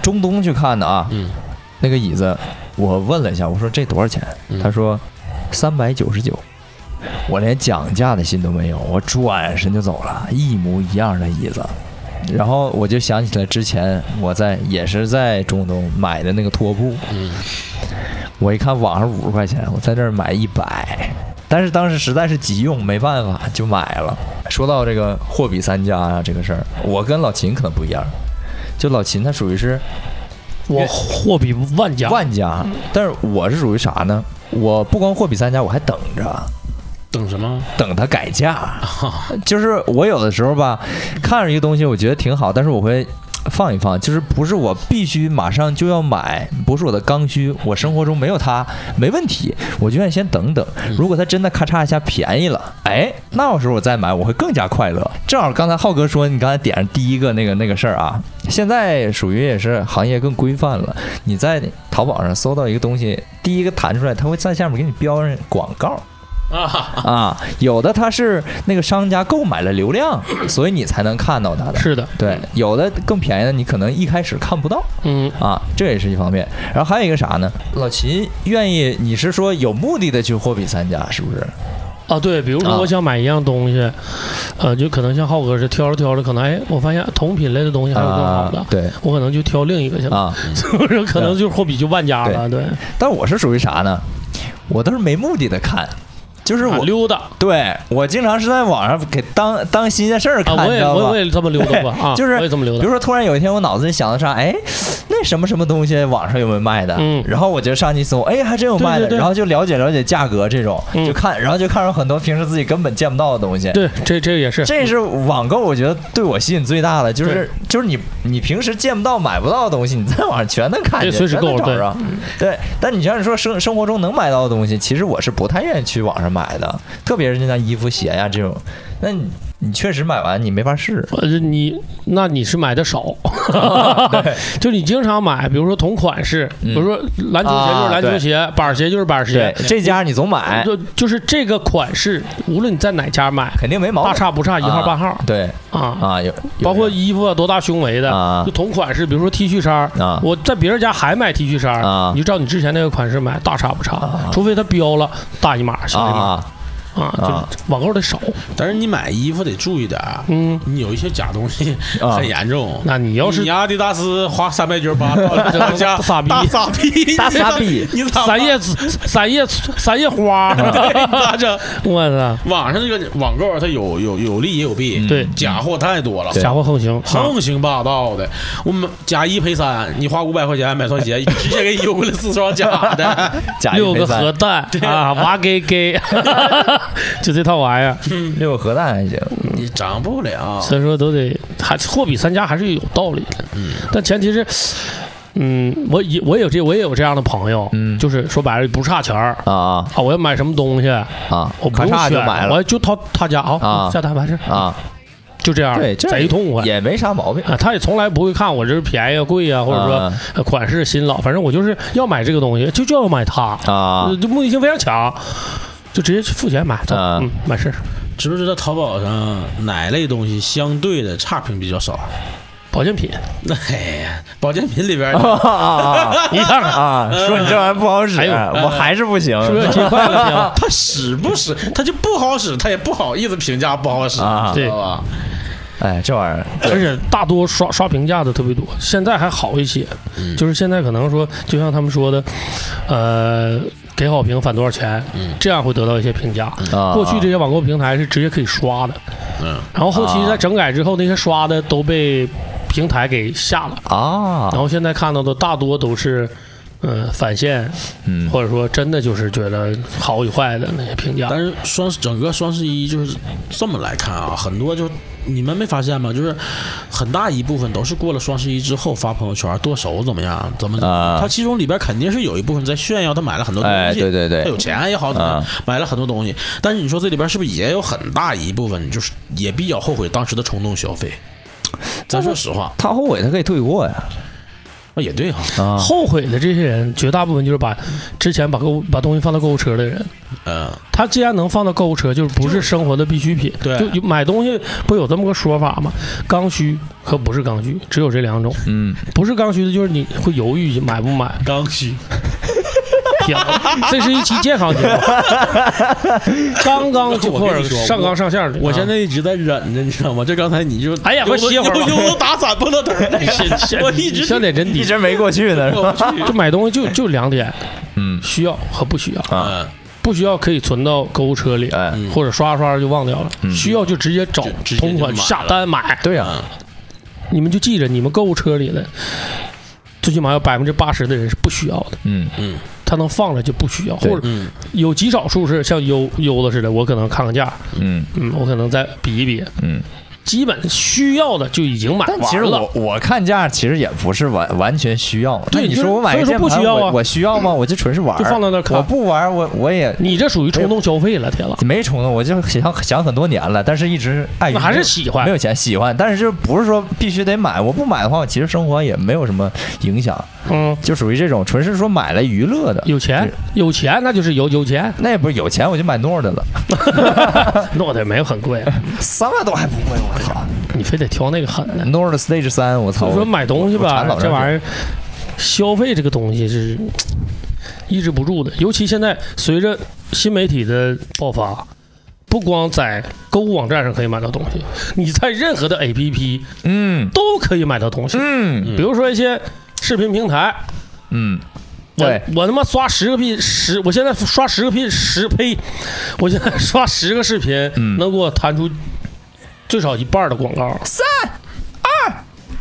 [SPEAKER 2] 中东去看的啊，
[SPEAKER 1] 嗯
[SPEAKER 2] 那个椅子我问了一下，我说这多少钱？
[SPEAKER 1] 嗯
[SPEAKER 2] 他说三百九十九。我连讲价的心都没有，我转身就走了，一模一样的椅子。然后我就想起来之前我在也是在中东买的那个拖布，
[SPEAKER 1] 嗯
[SPEAKER 2] 我一看网上五十块钱，我在这儿买一百，但是当时实在是急用，没办法就买了。说到这个货比三家啊这个事儿，我跟老秦可能不一样，就老秦他属于是哦
[SPEAKER 10] 我货比万家，
[SPEAKER 2] 万家，但是我是属于啥呢？我不光货比三家，我还等着。
[SPEAKER 1] 等什么？
[SPEAKER 2] 等它改价，就是我有的时候吧，看着一个东西，我觉得挺好，但是我会放一放，就是不是我必须马上就要买，不是我的刚需，我生活中没有它没问题，我就愿意先等等。如果它真的咔嚓一下便宜了，哎，那时候我再买，我会更加快乐。正好刚才浩哥说，你刚才点上第一个那个那个事儿啊，现在属于也是行业更规范了，你在淘宝上搜到一个东西，第一个弹出来，它会在下面给你标上广告。
[SPEAKER 1] 啊，
[SPEAKER 2] 啊，有的它是那个商家购买了流量，所以你才能看到它的。
[SPEAKER 10] 是的，
[SPEAKER 2] 对，有的更便宜的，你可能一开始看不到
[SPEAKER 10] 嗯，
[SPEAKER 2] 啊，这也是一方面。然后还有一个啥呢？老秦愿意，你是说有目的的去货比三家，是不是？
[SPEAKER 10] 啊，对，比如
[SPEAKER 2] 啊
[SPEAKER 10] 说我想买一样东西，呃，就可能像浩哥是挑着挑着，可能哎，我发现同品类的东西还有更好的，
[SPEAKER 2] 啊，对
[SPEAKER 10] 我可能就挑另一个去了，
[SPEAKER 2] 啊，
[SPEAKER 10] 就是 可能就货比就万家了，对，
[SPEAKER 2] 但我是属于啥呢？我都是没目的的看，就是
[SPEAKER 10] 啊
[SPEAKER 2] 我。
[SPEAKER 10] 溜达
[SPEAKER 2] 对我经常是在网上给当当新鲜事儿看，
[SPEAKER 10] 啊，我
[SPEAKER 2] 你
[SPEAKER 10] 也
[SPEAKER 2] 知道
[SPEAKER 10] 我
[SPEAKER 2] 吧
[SPEAKER 10] 我也这么溜达过 啊，
[SPEAKER 2] 就是
[SPEAKER 10] 我也这么溜
[SPEAKER 2] 比
[SPEAKER 10] 达
[SPEAKER 2] 如，说，突然有一天我脑子里想的啥，哎，那什么什么东西网上有没有卖的？
[SPEAKER 10] 嗯
[SPEAKER 2] 然后我就上去搜，哎，还真有卖的，
[SPEAKER 10] 对对对
[SPEAKER 2] 然后就了解了解价格这种，
[SPEAKER 10] 嗯
[SPEAKER 2] 就看，然后就看上很多平时自己根本见不到的东西。
[SPEAKER 10] 对，这这也是，
[SPEAKER 2] 这是网购，我觉得对我吸引最大的就是就是你你平时见不到、买不到的东西，你在网上全能看见，
[SPEAKER 10] 对随时
[SPEAKER 2] 全能
[SPEAKER 10] 够
[SPEAKER 2] 找
[SPEAKER 10] 对
[SPEAKER 2] 着。对，但你像你说生生活中能买到的东西，其实我是不太愿意去网上买的，特别是像衣服、鞋呀、这种。那你你确实买完你没法试，
[SPEAKER 10] 呃，你那你是买的 少， 就你经常买，比如说同款式，比如说篮球鞋就是篮球鞋，板鞋就是板鞋
[SPEAKER 2] 对，，这家你总买，
[SPEAKER 10] 就就是这个款式，无论你在哪家买，
[SPEAKER 2] 肯定没毛
[SPEAKER 10] 大
[SPEAKER 2] 病。
[SPEAKER 10] 差不差，一号
[SPEAKER 2] 啊
[SPEAKER 10] 半号
[SPEAKER 2] 对
[SPEAKER 10] 啊。
[SPEAKER 2] 啊，有有
[SPEAKER 10] 包括
[SPEAKER 2] 这
[SPEAKER 10] 衣服啊，多大胸围的，
[SPEAKER 2] 啊
[SPEAKER 10] 就同款式，比如说 T 恤衫儿
[SPEAKER 2] 啊
[SPEAKER 10] 我在别人家还买 T 恤衫儿
[SPEAKER 2] 啊
[SPEAKER 10] 你就照你之前那个款式买，大差不差，除非它标了大一码
[SPEAKER 2] 样
[SPEAKER 10] 小一码
[SPEAKER 2] 啊
[SPEAKER 10] 啊，
[SPEAKER 2] 啊
[SPEAKER 10] 就是网购的少，
[SPEAKER 1] 但是你买衣服得注意点儿，
[SPEAKER 10] 嗯，
[SPEAKER 1] 你有一些假东西
[SPEAKER 2] 啊
[SPEAKER 1] 很严重。
[SPEAKER 10] 那你要是
[SPEAKER 1] 你阿迪达斯花三百九十 八，
[SPEAKER 10] 这
[SPEAKER 1] 到家
[SPEAKER 10] 大傻逼
[SPEAKER 1] 大傻逼，
[SPEAKER 2] 大傻逼
[SPEAKER 1] 你咋
[SPEAKER 10] 三 叶 紫三叶三叶花，
[SPEAKER 1] 咋整？
[SPEAKER 10] 我操！
[SPEAKER 1] 网上这个网购啊它有有有利也有弊，
[SPEAKER 10] 嗯对
[SPEAKER 1] 假货太多了。
[SPEAKER 10] 假货横行，啊
[SPEAKER 1] 横行霸道的，我们假一赔三，你花五百块钱买双鞋，直接给你邮过来四双假 的，
[SPEAKER 2] 假一
[SPEAKER 10] 六个
[SPEAKER 2] 赔三
[SPEAKER 10] 核 弹啊，娃给给， 就这套玩意儿，
[SPEAKER 2] 六个核弹还行，
[SPEAKER 1] 你整不了。
[SPEAKER 10] 所以说都得还货比三家还是有道理的，嗯，但前提是。嗯，我也我有这我也有这样的朋友，
[SPEAKER 2] 嗯
[SPEAKER 10] 就是说白了不差钱儿
[SPEAKER 2] 啊啊
[SPEAKER 10] 啊，我要买什么东西，
[SPEAKER 2] 啊，
[SPEAKER 10] 我不
[SPEAKER 2] 咔
[SPEAKER 10] 用
[SPEAKER 2] 嚓
[SPEAKER 10] 选，
[SPEAKER 2] 就买
[SPEAKER 10] 我
[SPEAKER 2] 了
[SPEAKER 10] 就到他家
[SPEAKER 2] 啊
[SPEAKER 10] 啊，下单完事儿，
[SPEAKER 2] 啊，
[SPEAKER 10] 就这样，
[SPEAKER 2] 对，这
[SPEAKER 10] 贼痛快
[SPEAKER 2] 也没啥毛病，
[SPEAKER 10] 啊，他也从来不会看我这是便宜啊、贵啊，或者说
[SPEAKER 2] 啊
[SPEAKER 10] 呃款式新老，反正我就是要买这个东西，就就要买它
[SPEAKER 2] 啊
[SPEAKER 10] 呃就目的性非常强，就直接去付钱买，走，
[SPEAKER 2] 啊
[SPEAKER 10] 嗯，完事儿，
[SPEAKER 1] 知不知道淘宝上哪类东西相对的差评比较少？
[SPEAKER 10] 保健品，
[SPEAKER 1] 那哎呀，保健品里边儿
[SPEAKER 2] 啊啊
[SPEAKER 10] 你看看。
[SPEAKER 2] 啊！说你这玩意儿不好使，
[SPEAKER 10] 哎呦
[SPEAKER 2] 我还是不行
[SPEAKER 10] 是不是有几块了行？
[SPEAKER 1] 它使不使，它就不好使，它也不好意思评价不好使，
[SPEAKER 2] 啊
[SPEAKER 1] 知道吧？
[SPEAKER 2] 哎，这玩意儿，
[SPEAKER 10] 而且大多刷刷评价的特别多，现在还好一些，
[SPEAKER 2] 嗯
[SPEAKER 10] 就是现在可能说，就像他们说的，呃，给好评返多少钱，这样会得到一些评价。
[SPEAKER 2] 嗯啊
[SPEAKER 10] 过去这些网购平台是直接可以刷的，
[SPEAKER 1] 嗯，
[SPEAKER 10] 然后后
[SPEAKER 2] 啊
[SPEAKER 10] 期在整改之后，那些刷的都被平台给下了，
[SPEAKER 2] 啊
[SPEAKER 10] 然，后现在看到的大多都是。嗯，返现，
[SPEAKER 2] 嗯
[SPEAKER 10] 或者说真的就是觉得好与坏的那些评
[SPEAKER 2] 啊
[SPEAKER 10] 价，
[SPEAKER 1] 但是双十整个双十一就是这么来看啊，很多就你们没发现吗？就是很大一部分都是过了双十一之后发朋友圈剁手怎么样，怎么怎么样
[SPEAKER 2] 啊
[SPEAKER 1] 他其中里边肯定是有一部分在炫耀他买了很多东西，
[SPEAKER 2] 哎对对对
[SPEAKER 1] 他有钱也好，怎么样
[SPEAKER 2] 啊
[SPEAKER 1] 买了很多东西。但是你说这里边是不是也有很大一部分就是也比较后悔当时的冲动消费？咱说实话，
[SPEAKER 2] 他后悔他可以退货呀，
[SPEAKER 1] 那也对哈、
[SPEAKER 2] 啊，
[SPEAKER 10] 后悔的这些人，绝大部分就是把之前把购物把东西放到购物车的人。
[SPEAKER 1] 嗯、
[SPEAKER 10] 他既然能放到购物车，就是不是生活的必需品。
[SPEAKER 1] 对
[SPEAKER 10] 就有买东西不有这么个说法吗？刚需和不是刚需，只有这两种。
[SPEAKER 2] 嗯，
[SPEAKER 10] 不是刚需的，就是你会犹豫买不买。
[SPEAKER 1] 刚需，
[SPEAKER 10] 天哪，这是一期健康节 目，刚刚就
[SPEAKER 1] 我
[SPEAKER 10] 或
[SPEAKER 1] 跟
[SPEAKER 10] 者
[SPEAKER 1] 你说
[SPEAKER 10] 上纲上线的。
[SPEAKER 1] 我
[SPEAKER 10] 啊
[SPEAKER 1] 现在一直在忍着，你知道吗？这刚才你就
[SPEAKER 10] 哎呀快歇会儿吧
[SPEAKER 1] 悠悠悠打伞碰到头 儿，我一直
[SPEAKER 10] 笑点真低
[SPEAKER 2] 一。直没过去呢，是吧？
[SPEAKER 10] 就买东西就就两点，
[SPEAKER 2] 嗯
[SPEAKER 10] 需要和不需要。
[SPEAKER 2] 啊，
[SPEAKER 1] 嗯，
[SPEAKER 10] 不需要可以存到购物车里，
[SPEAKER 2] 哎嗯
[SPEAKER 10] 或者刷着刷着就忘掉了。需要就直接找
[SPEAKER 1] 直直接
[SPEAKER 10] 同款
[SPEAKER 1] 就买
[SPEAKER 10] 下
[SPEAKER 1] 了
[SPEAKER 10] 单买。
[SPEAKER 2] 对呀、
[SPEAKER 10] 你们就记着，你们购物车里的最起码有百分之八十的人是不需要的，
[SPEAKER 2] 嗯，
[SPEAKER 10] 他能放着就不需要，
[SPEAKER 2] 对
[SPEAKER 10] 或
[SPEAKER 1] 嗯
[SPEAKER 10] 者有极少数是像悠悠的似的，我可能看看价，
[SPEAKER 2] 嗯
[SPEAKER 10] 嗯，我可能再比一比，
[SPEAKER 2] 嗯，
[SPEAKER 10] 基本需要的就已经买完了。
[SPEAKER 2] 其实我我看价其实也不是完完全需要，
[SPEAKER 10] 对
[SPEAKER 2] 那你
[SPEAKER 10] 就是
[SPEAKER 2] 我买个
[SPEAKER 10] 所以
[SPEAKER 2] 键
[SPEAKER 10] 说不
[SPEAKER 2] 盘，
[SPEAKER 10] 需要啊
[SPEAKER 2] 我我需要吗？我就纯是玩儿，
[SPEAKER 10] 就放到那儿看
[SPEAKER 2] 我不玩儿，我我也
[SPEAKER 10] 你这属于冲动消费了，铁子，
[SPEAKER 2] 没冲动，我就想想很多年了，但是一直碍于
[SPEAKER 10] 那还
[SPEAKER 2] 没
[SPEAKER 10] 是
[SPEAKER 2] 有
[SPEAKER 10] 喜欢
[SPEAKER 2] 没。有钱喜欢，但是就不是说必须得买，我不买的话，我其实生活也没有什么影响，
[SPEAKER 10] 嗯，
[SPEAKER 2] 就属于这种纯是说买来娱乐的。
[SPEAKER 10] 有钱有钱那就是有有钱，
[SPEAKER 2] 那也不是有钱我就买诺的了，
[SPEAKER 10] 诺的没有很贵，啊
[SPEAKER 2] 三万多还不贵，我操！
[SPEAKER 10] 你非得挑那个狠的。
[SPEAKER 2] 诺的 Stage 三，我操！
[SPEAKER 10] 所以说买东西
[SPEAKER 2] 嗯我
[SPEAKER 10] 吧
[SPEAKER 2] 馋，老
[SPEAKER 10] 这
[SPEAKER 2] 人
[SPEAKER 10] 玩意儿消费这个东西是抑制不住的，尤其现在随着新媒体的爆发。不光在购物网站上可以买到东西，你在任何的 APP
[SPEAKER 2] 嗯
[SPEAKER 10] 都可以买到东西。
[SPEAKER 2] 嗯
[SPEAKER 10] 比如说一些视频平台，
[SPEAKER 2] 嗯，
[SPEAKER 10] 我
[SPEAKER 2] 对
[SPEAKER 10] 我他妈刷十个 P 十，我现在刷十个 P 十呸，我现在刷十个视频，
[SPEAKER 2] 嗯
[SPEAKER 10] 能给我弹出最少一半的广告。三二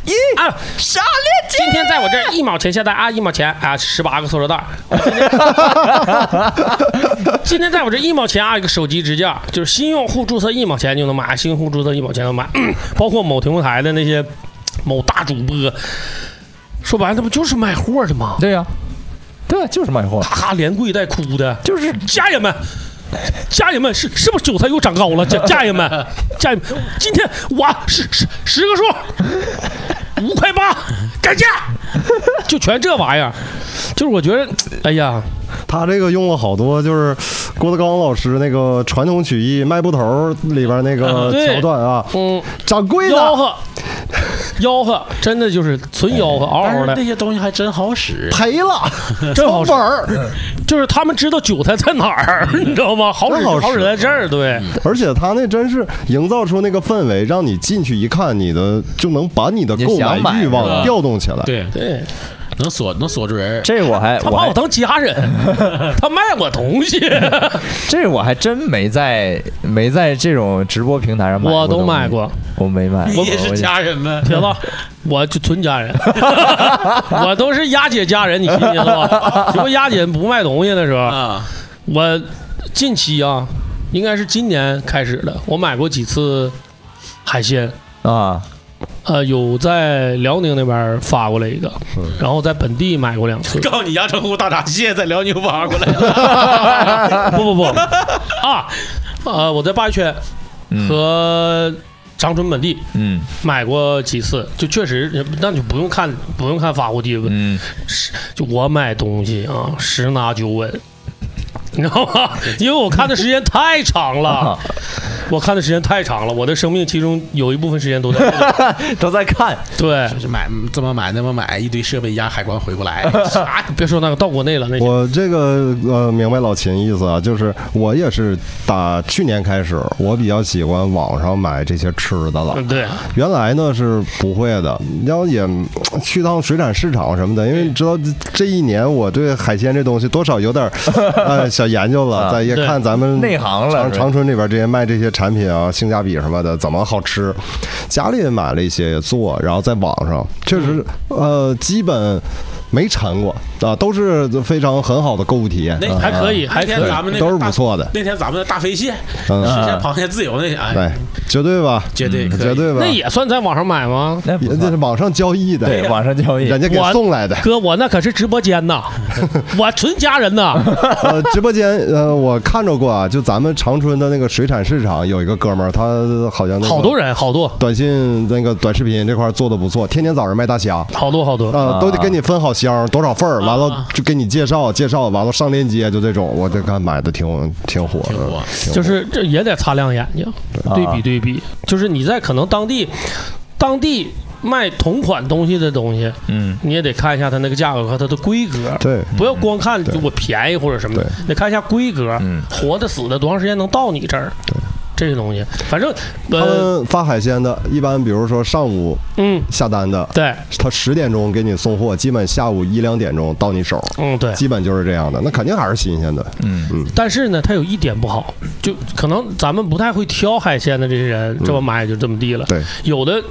[SPEAKER 10] 一啊！
[SPEAKER 2] 杀链
[SPEAKER 10] 今天在我这儿一毛钱下单啊，一毛钱啊，十八个塑料袋儿。 我今天今天在我这一毛钱啊，一个手机支架，就是新用户注册一毛钱就能买，新用户注册一毛钱能买， 包括某停车台的那些某大主播，说白了，那不就是卖货的吗？
[SPEAKER 2] 对呀、对，就是卖货，
[SPEAKER 10] 咔连跪带哭的，
[SPEAKER 2] 就是
[SPEAKER 10] 家人们。家人们，是是不是韭菜又长高了？家家人们，家人们，今天我十十十个数，五块八，改价，就全这玩意儿，就是我觉得，哎呀，
[SPEAKER 3] 他这个用了好多，就是郭德纲老师那个传统曲艺《卖布头》里边那个
[SPEAKER 10] 对
[SPEAKER 3] 桥段啊，
[SPEAKER 10] 嗯，
[SPEAKER 3] 掌柜
[SPEAKER 10] 吆
[SPEAKER 3] 的
[SPEAKER 10] 喝，吆喝，真的就是纯吆喝，嗷
[SPEAKER 3] 哎
[SPEAKER 1] 但
[SPEAKER 10] 嗷
[SPEAKER 1] 是那
[SPEAKER 10] 的，
[SPEAKER 1] 些东西还真好使。
[SPEAKER 3] 赔了，
[SPEAKER 10] 真
[SPEAKER 3] 成
[SPEAKER 10] 好使
[SPEAKER 3] 本，儿。嗯
[SPEAKER 10] 就是他们知道韭菜在哪儿，你知道吗？好使
[SPEAKER 3] 真好使
[SPEAKER 10] 好使在这儿，对，
[SPEAKER 3] 而且他那真是营造出那个氛围，让你进去一看，你的就能把你的
[SPEAKER 2] 你
[SPEAKER 3] 购
[SPEAKER 2] 想买
[SPEAKER 3] 买欲
[SPEAKER 2] 是
[SPEAKER 3] 望
[SPEAKER 2] 吧
[SPEAKER 3] 调动起来。
[SPEAKER 1] 对，
[SPEAKER 10] 对，
[SPEAKER 1] 能锁能锁住人。
[SPEAKER 2] 这我还
[SPEAKER 10] 他
[SPEAKER 2] 我
[SPEAKER 10] 把
[SPEAKER 2] 还
[SPEAKER 10] 我当 家人，他卖我东西。
[SPEAKER 2] 这我还真没在没在这种直播平台上买过，
[SPEAKER 10] 我都买过，
[SPEAKER 2] 我没买，
[SPEAKER 1] 你
[SPEAKER 2] 我
[SPEAKER 1] 哦也是家人 呗？
[SPEAKER 10] 铁子，我就纯家人， 我都是丫姐家人，你信不信了吧？只不过丫姐不卖东西那时候，
[SPEAKER 1] 啊，，
[SPEAKER 10] 我近期啊，应该是今年开始的，我买过几次海鲜，
[SPEAKER 2] 啊，
[SPEAKER 10] 呃，有在辽宁那边发过来一个，然后在本地买过两次
[SPEAKER 1] 告诉你，阳澄湖大闸蟹在辽宁挖过来了。
[SPEAKER 10] 不不不，啊，呃，我在鲅鱼圈和长春本地
[SPEAKER 2] 嗯
[SPEAKER 10] 买过几次，就确实，那就不用看不用看发货地位。
[SPEAKER 2] 嗯，
[SPEAKER 10] 就我买东西啊，十
[SPEAKER 2] 啊
[SPEAKER 3] 啊
[SPEAKER 10] 拿九稳。你知道吗？因为我看的时间太长了，我看的时间太长了，我的生命其中有一部分时间 都在这里。
[SPEAKER 2] 都在看，
[SPEAKER 10] 对，
[SPEAKER 1] 就是买这么买那么买，一堆设备压海关回不 来，啥
[SPEAKER 10] 哎别说那个到国内了，那些
[SPEAKER 3] 我这个呃，明白老秦意思啊，就是我也是打去年开始，我比较喜欢网上买这些吃的了。
[SPEAKER 10] 嗯对，
[SPEAKER 3] 原来呢是不会的，然后也嗯去趟水产市场什么的，因为你知道这这一年我对海鲜这东西多少有点儿呃小研究了，
[SPEAKER 2] 啊
[SPEAKER 3] 再一
[SPEAKER 10] 对
[SPEAKER 3] 看咱们
[SPEAKER 2] 内行了
[SPEAKER 3] 长
[SPEAKER 2] 是吧
[SPEAKER 3] 长春这边这些卖这些产品啊，性价比什么的怎么好吃，家里也买了一些也做，然后在网上确实呃基本没馋过啊，都是非常很好的购物体验。
[SPEAKER 1] 那
[SPEAKER 3] 啊
[SPEAKER 10] 还可以，还
[SPEAKER 1] 那天
[SPEAKER 10] 可以。
[SPEAKER 1] 咱们那个
[SPEAKER 3] 都是
[SPEAKER 1] 大
[SPEAKER 3] 不错的
[SPEAKER 1] 那天咱们的大飞蟹，
[SPEAKER 3] 嗯
[SPEAKER 1] 实现螃蟹自由那些，哎，
[SPEAKER 3] 对，绝对吧，嗯
[SPEAKER 1] 绝对可以
[SPEAKER 3] 绝对吧
[SPEAKER 10] 那，也算在网上买吗？
[SPEAKER 2] 那不
[SPEAKER 3] 人家
[SPEAKER 2] 算
[SPEAKER 3] 是网上交易的，
[SPEAKER 2] 对网上交易，
[SPEAKER 3] 人家给
[SPEAKER 10] 我
[SPEAKER 3] 送来的。
[SPEAKER 10] 哥，我那可是直播间呐， 我纯家人呐。
[SPEAKER 3] 呃，直播间呃，我看着过啊，就咱们长春的那个水产市场有一个哥们儿，他好像、那个、
[SPEAKER 10] 好多人，好多，
[SPEAKER 3] 短信那个短视频这块儿做的不错，天天早上卖大虾。
[SPEAKER 10] 好多，好多。
[SPEAKER 3] 呃，都得
[SPEAKER 2] 啊
[SPEAKER 3] 给你分好箱，多少份儿，完了
[SPEAKER 1] 啊
[SPEAKER 3] 就给你介绍介绍，完了上链接，就这种，我这看买的挺挺火
[SPEAKER 1] 挺
[SPEAKER 3] 的
[SPEAKER 1] 火，
[SPEAKER 10] 就是这也得擦亮眼睛，对
[SPEAKER 3] 啊
[SPEAKER 10] 比对比，就是你在可能当地当地卖同款东西的东西，
[SPEAKER 2] 嗯，
[SPEAKER 10] 你也得看一下它那个价格和它的规格。
[SPEAKER 3] 对嗯
[SPEAKER 10] 不要光看就我便宜或者什么的
[SPEAKER 3] 对，
[SPEAKER 10] 得看一下规格
[SPEAKER 2] 嗯，
[SPEAKER 10] 活的死的多长时间能到你这儿，这些东西，反正
[SPEAKER 3] 他
[SPEAKER 10] 呃
[SPEAKER 3] 们发海鲜的，一般比如说上午
[SPEAKER 10] 嗯
[SPEAKER 3] 下单的，
[SPEAKER 10] 对
[SPEAKER 3] 他十点钟给你送货，基本下午一两点钟到你手，
[SPEAKER 10] 嗯对，嗯
[SPEAKER 3] 基本就是这样的。那肯定还是新鲜的，
[SPEAKER 10] 但是呢，它有一点不好，就可能咱们不太会挑海鲜的这些人，这么买也就这么地了。
[SPEAKER 3] 嗯对，
[SPEAKER 10] 有的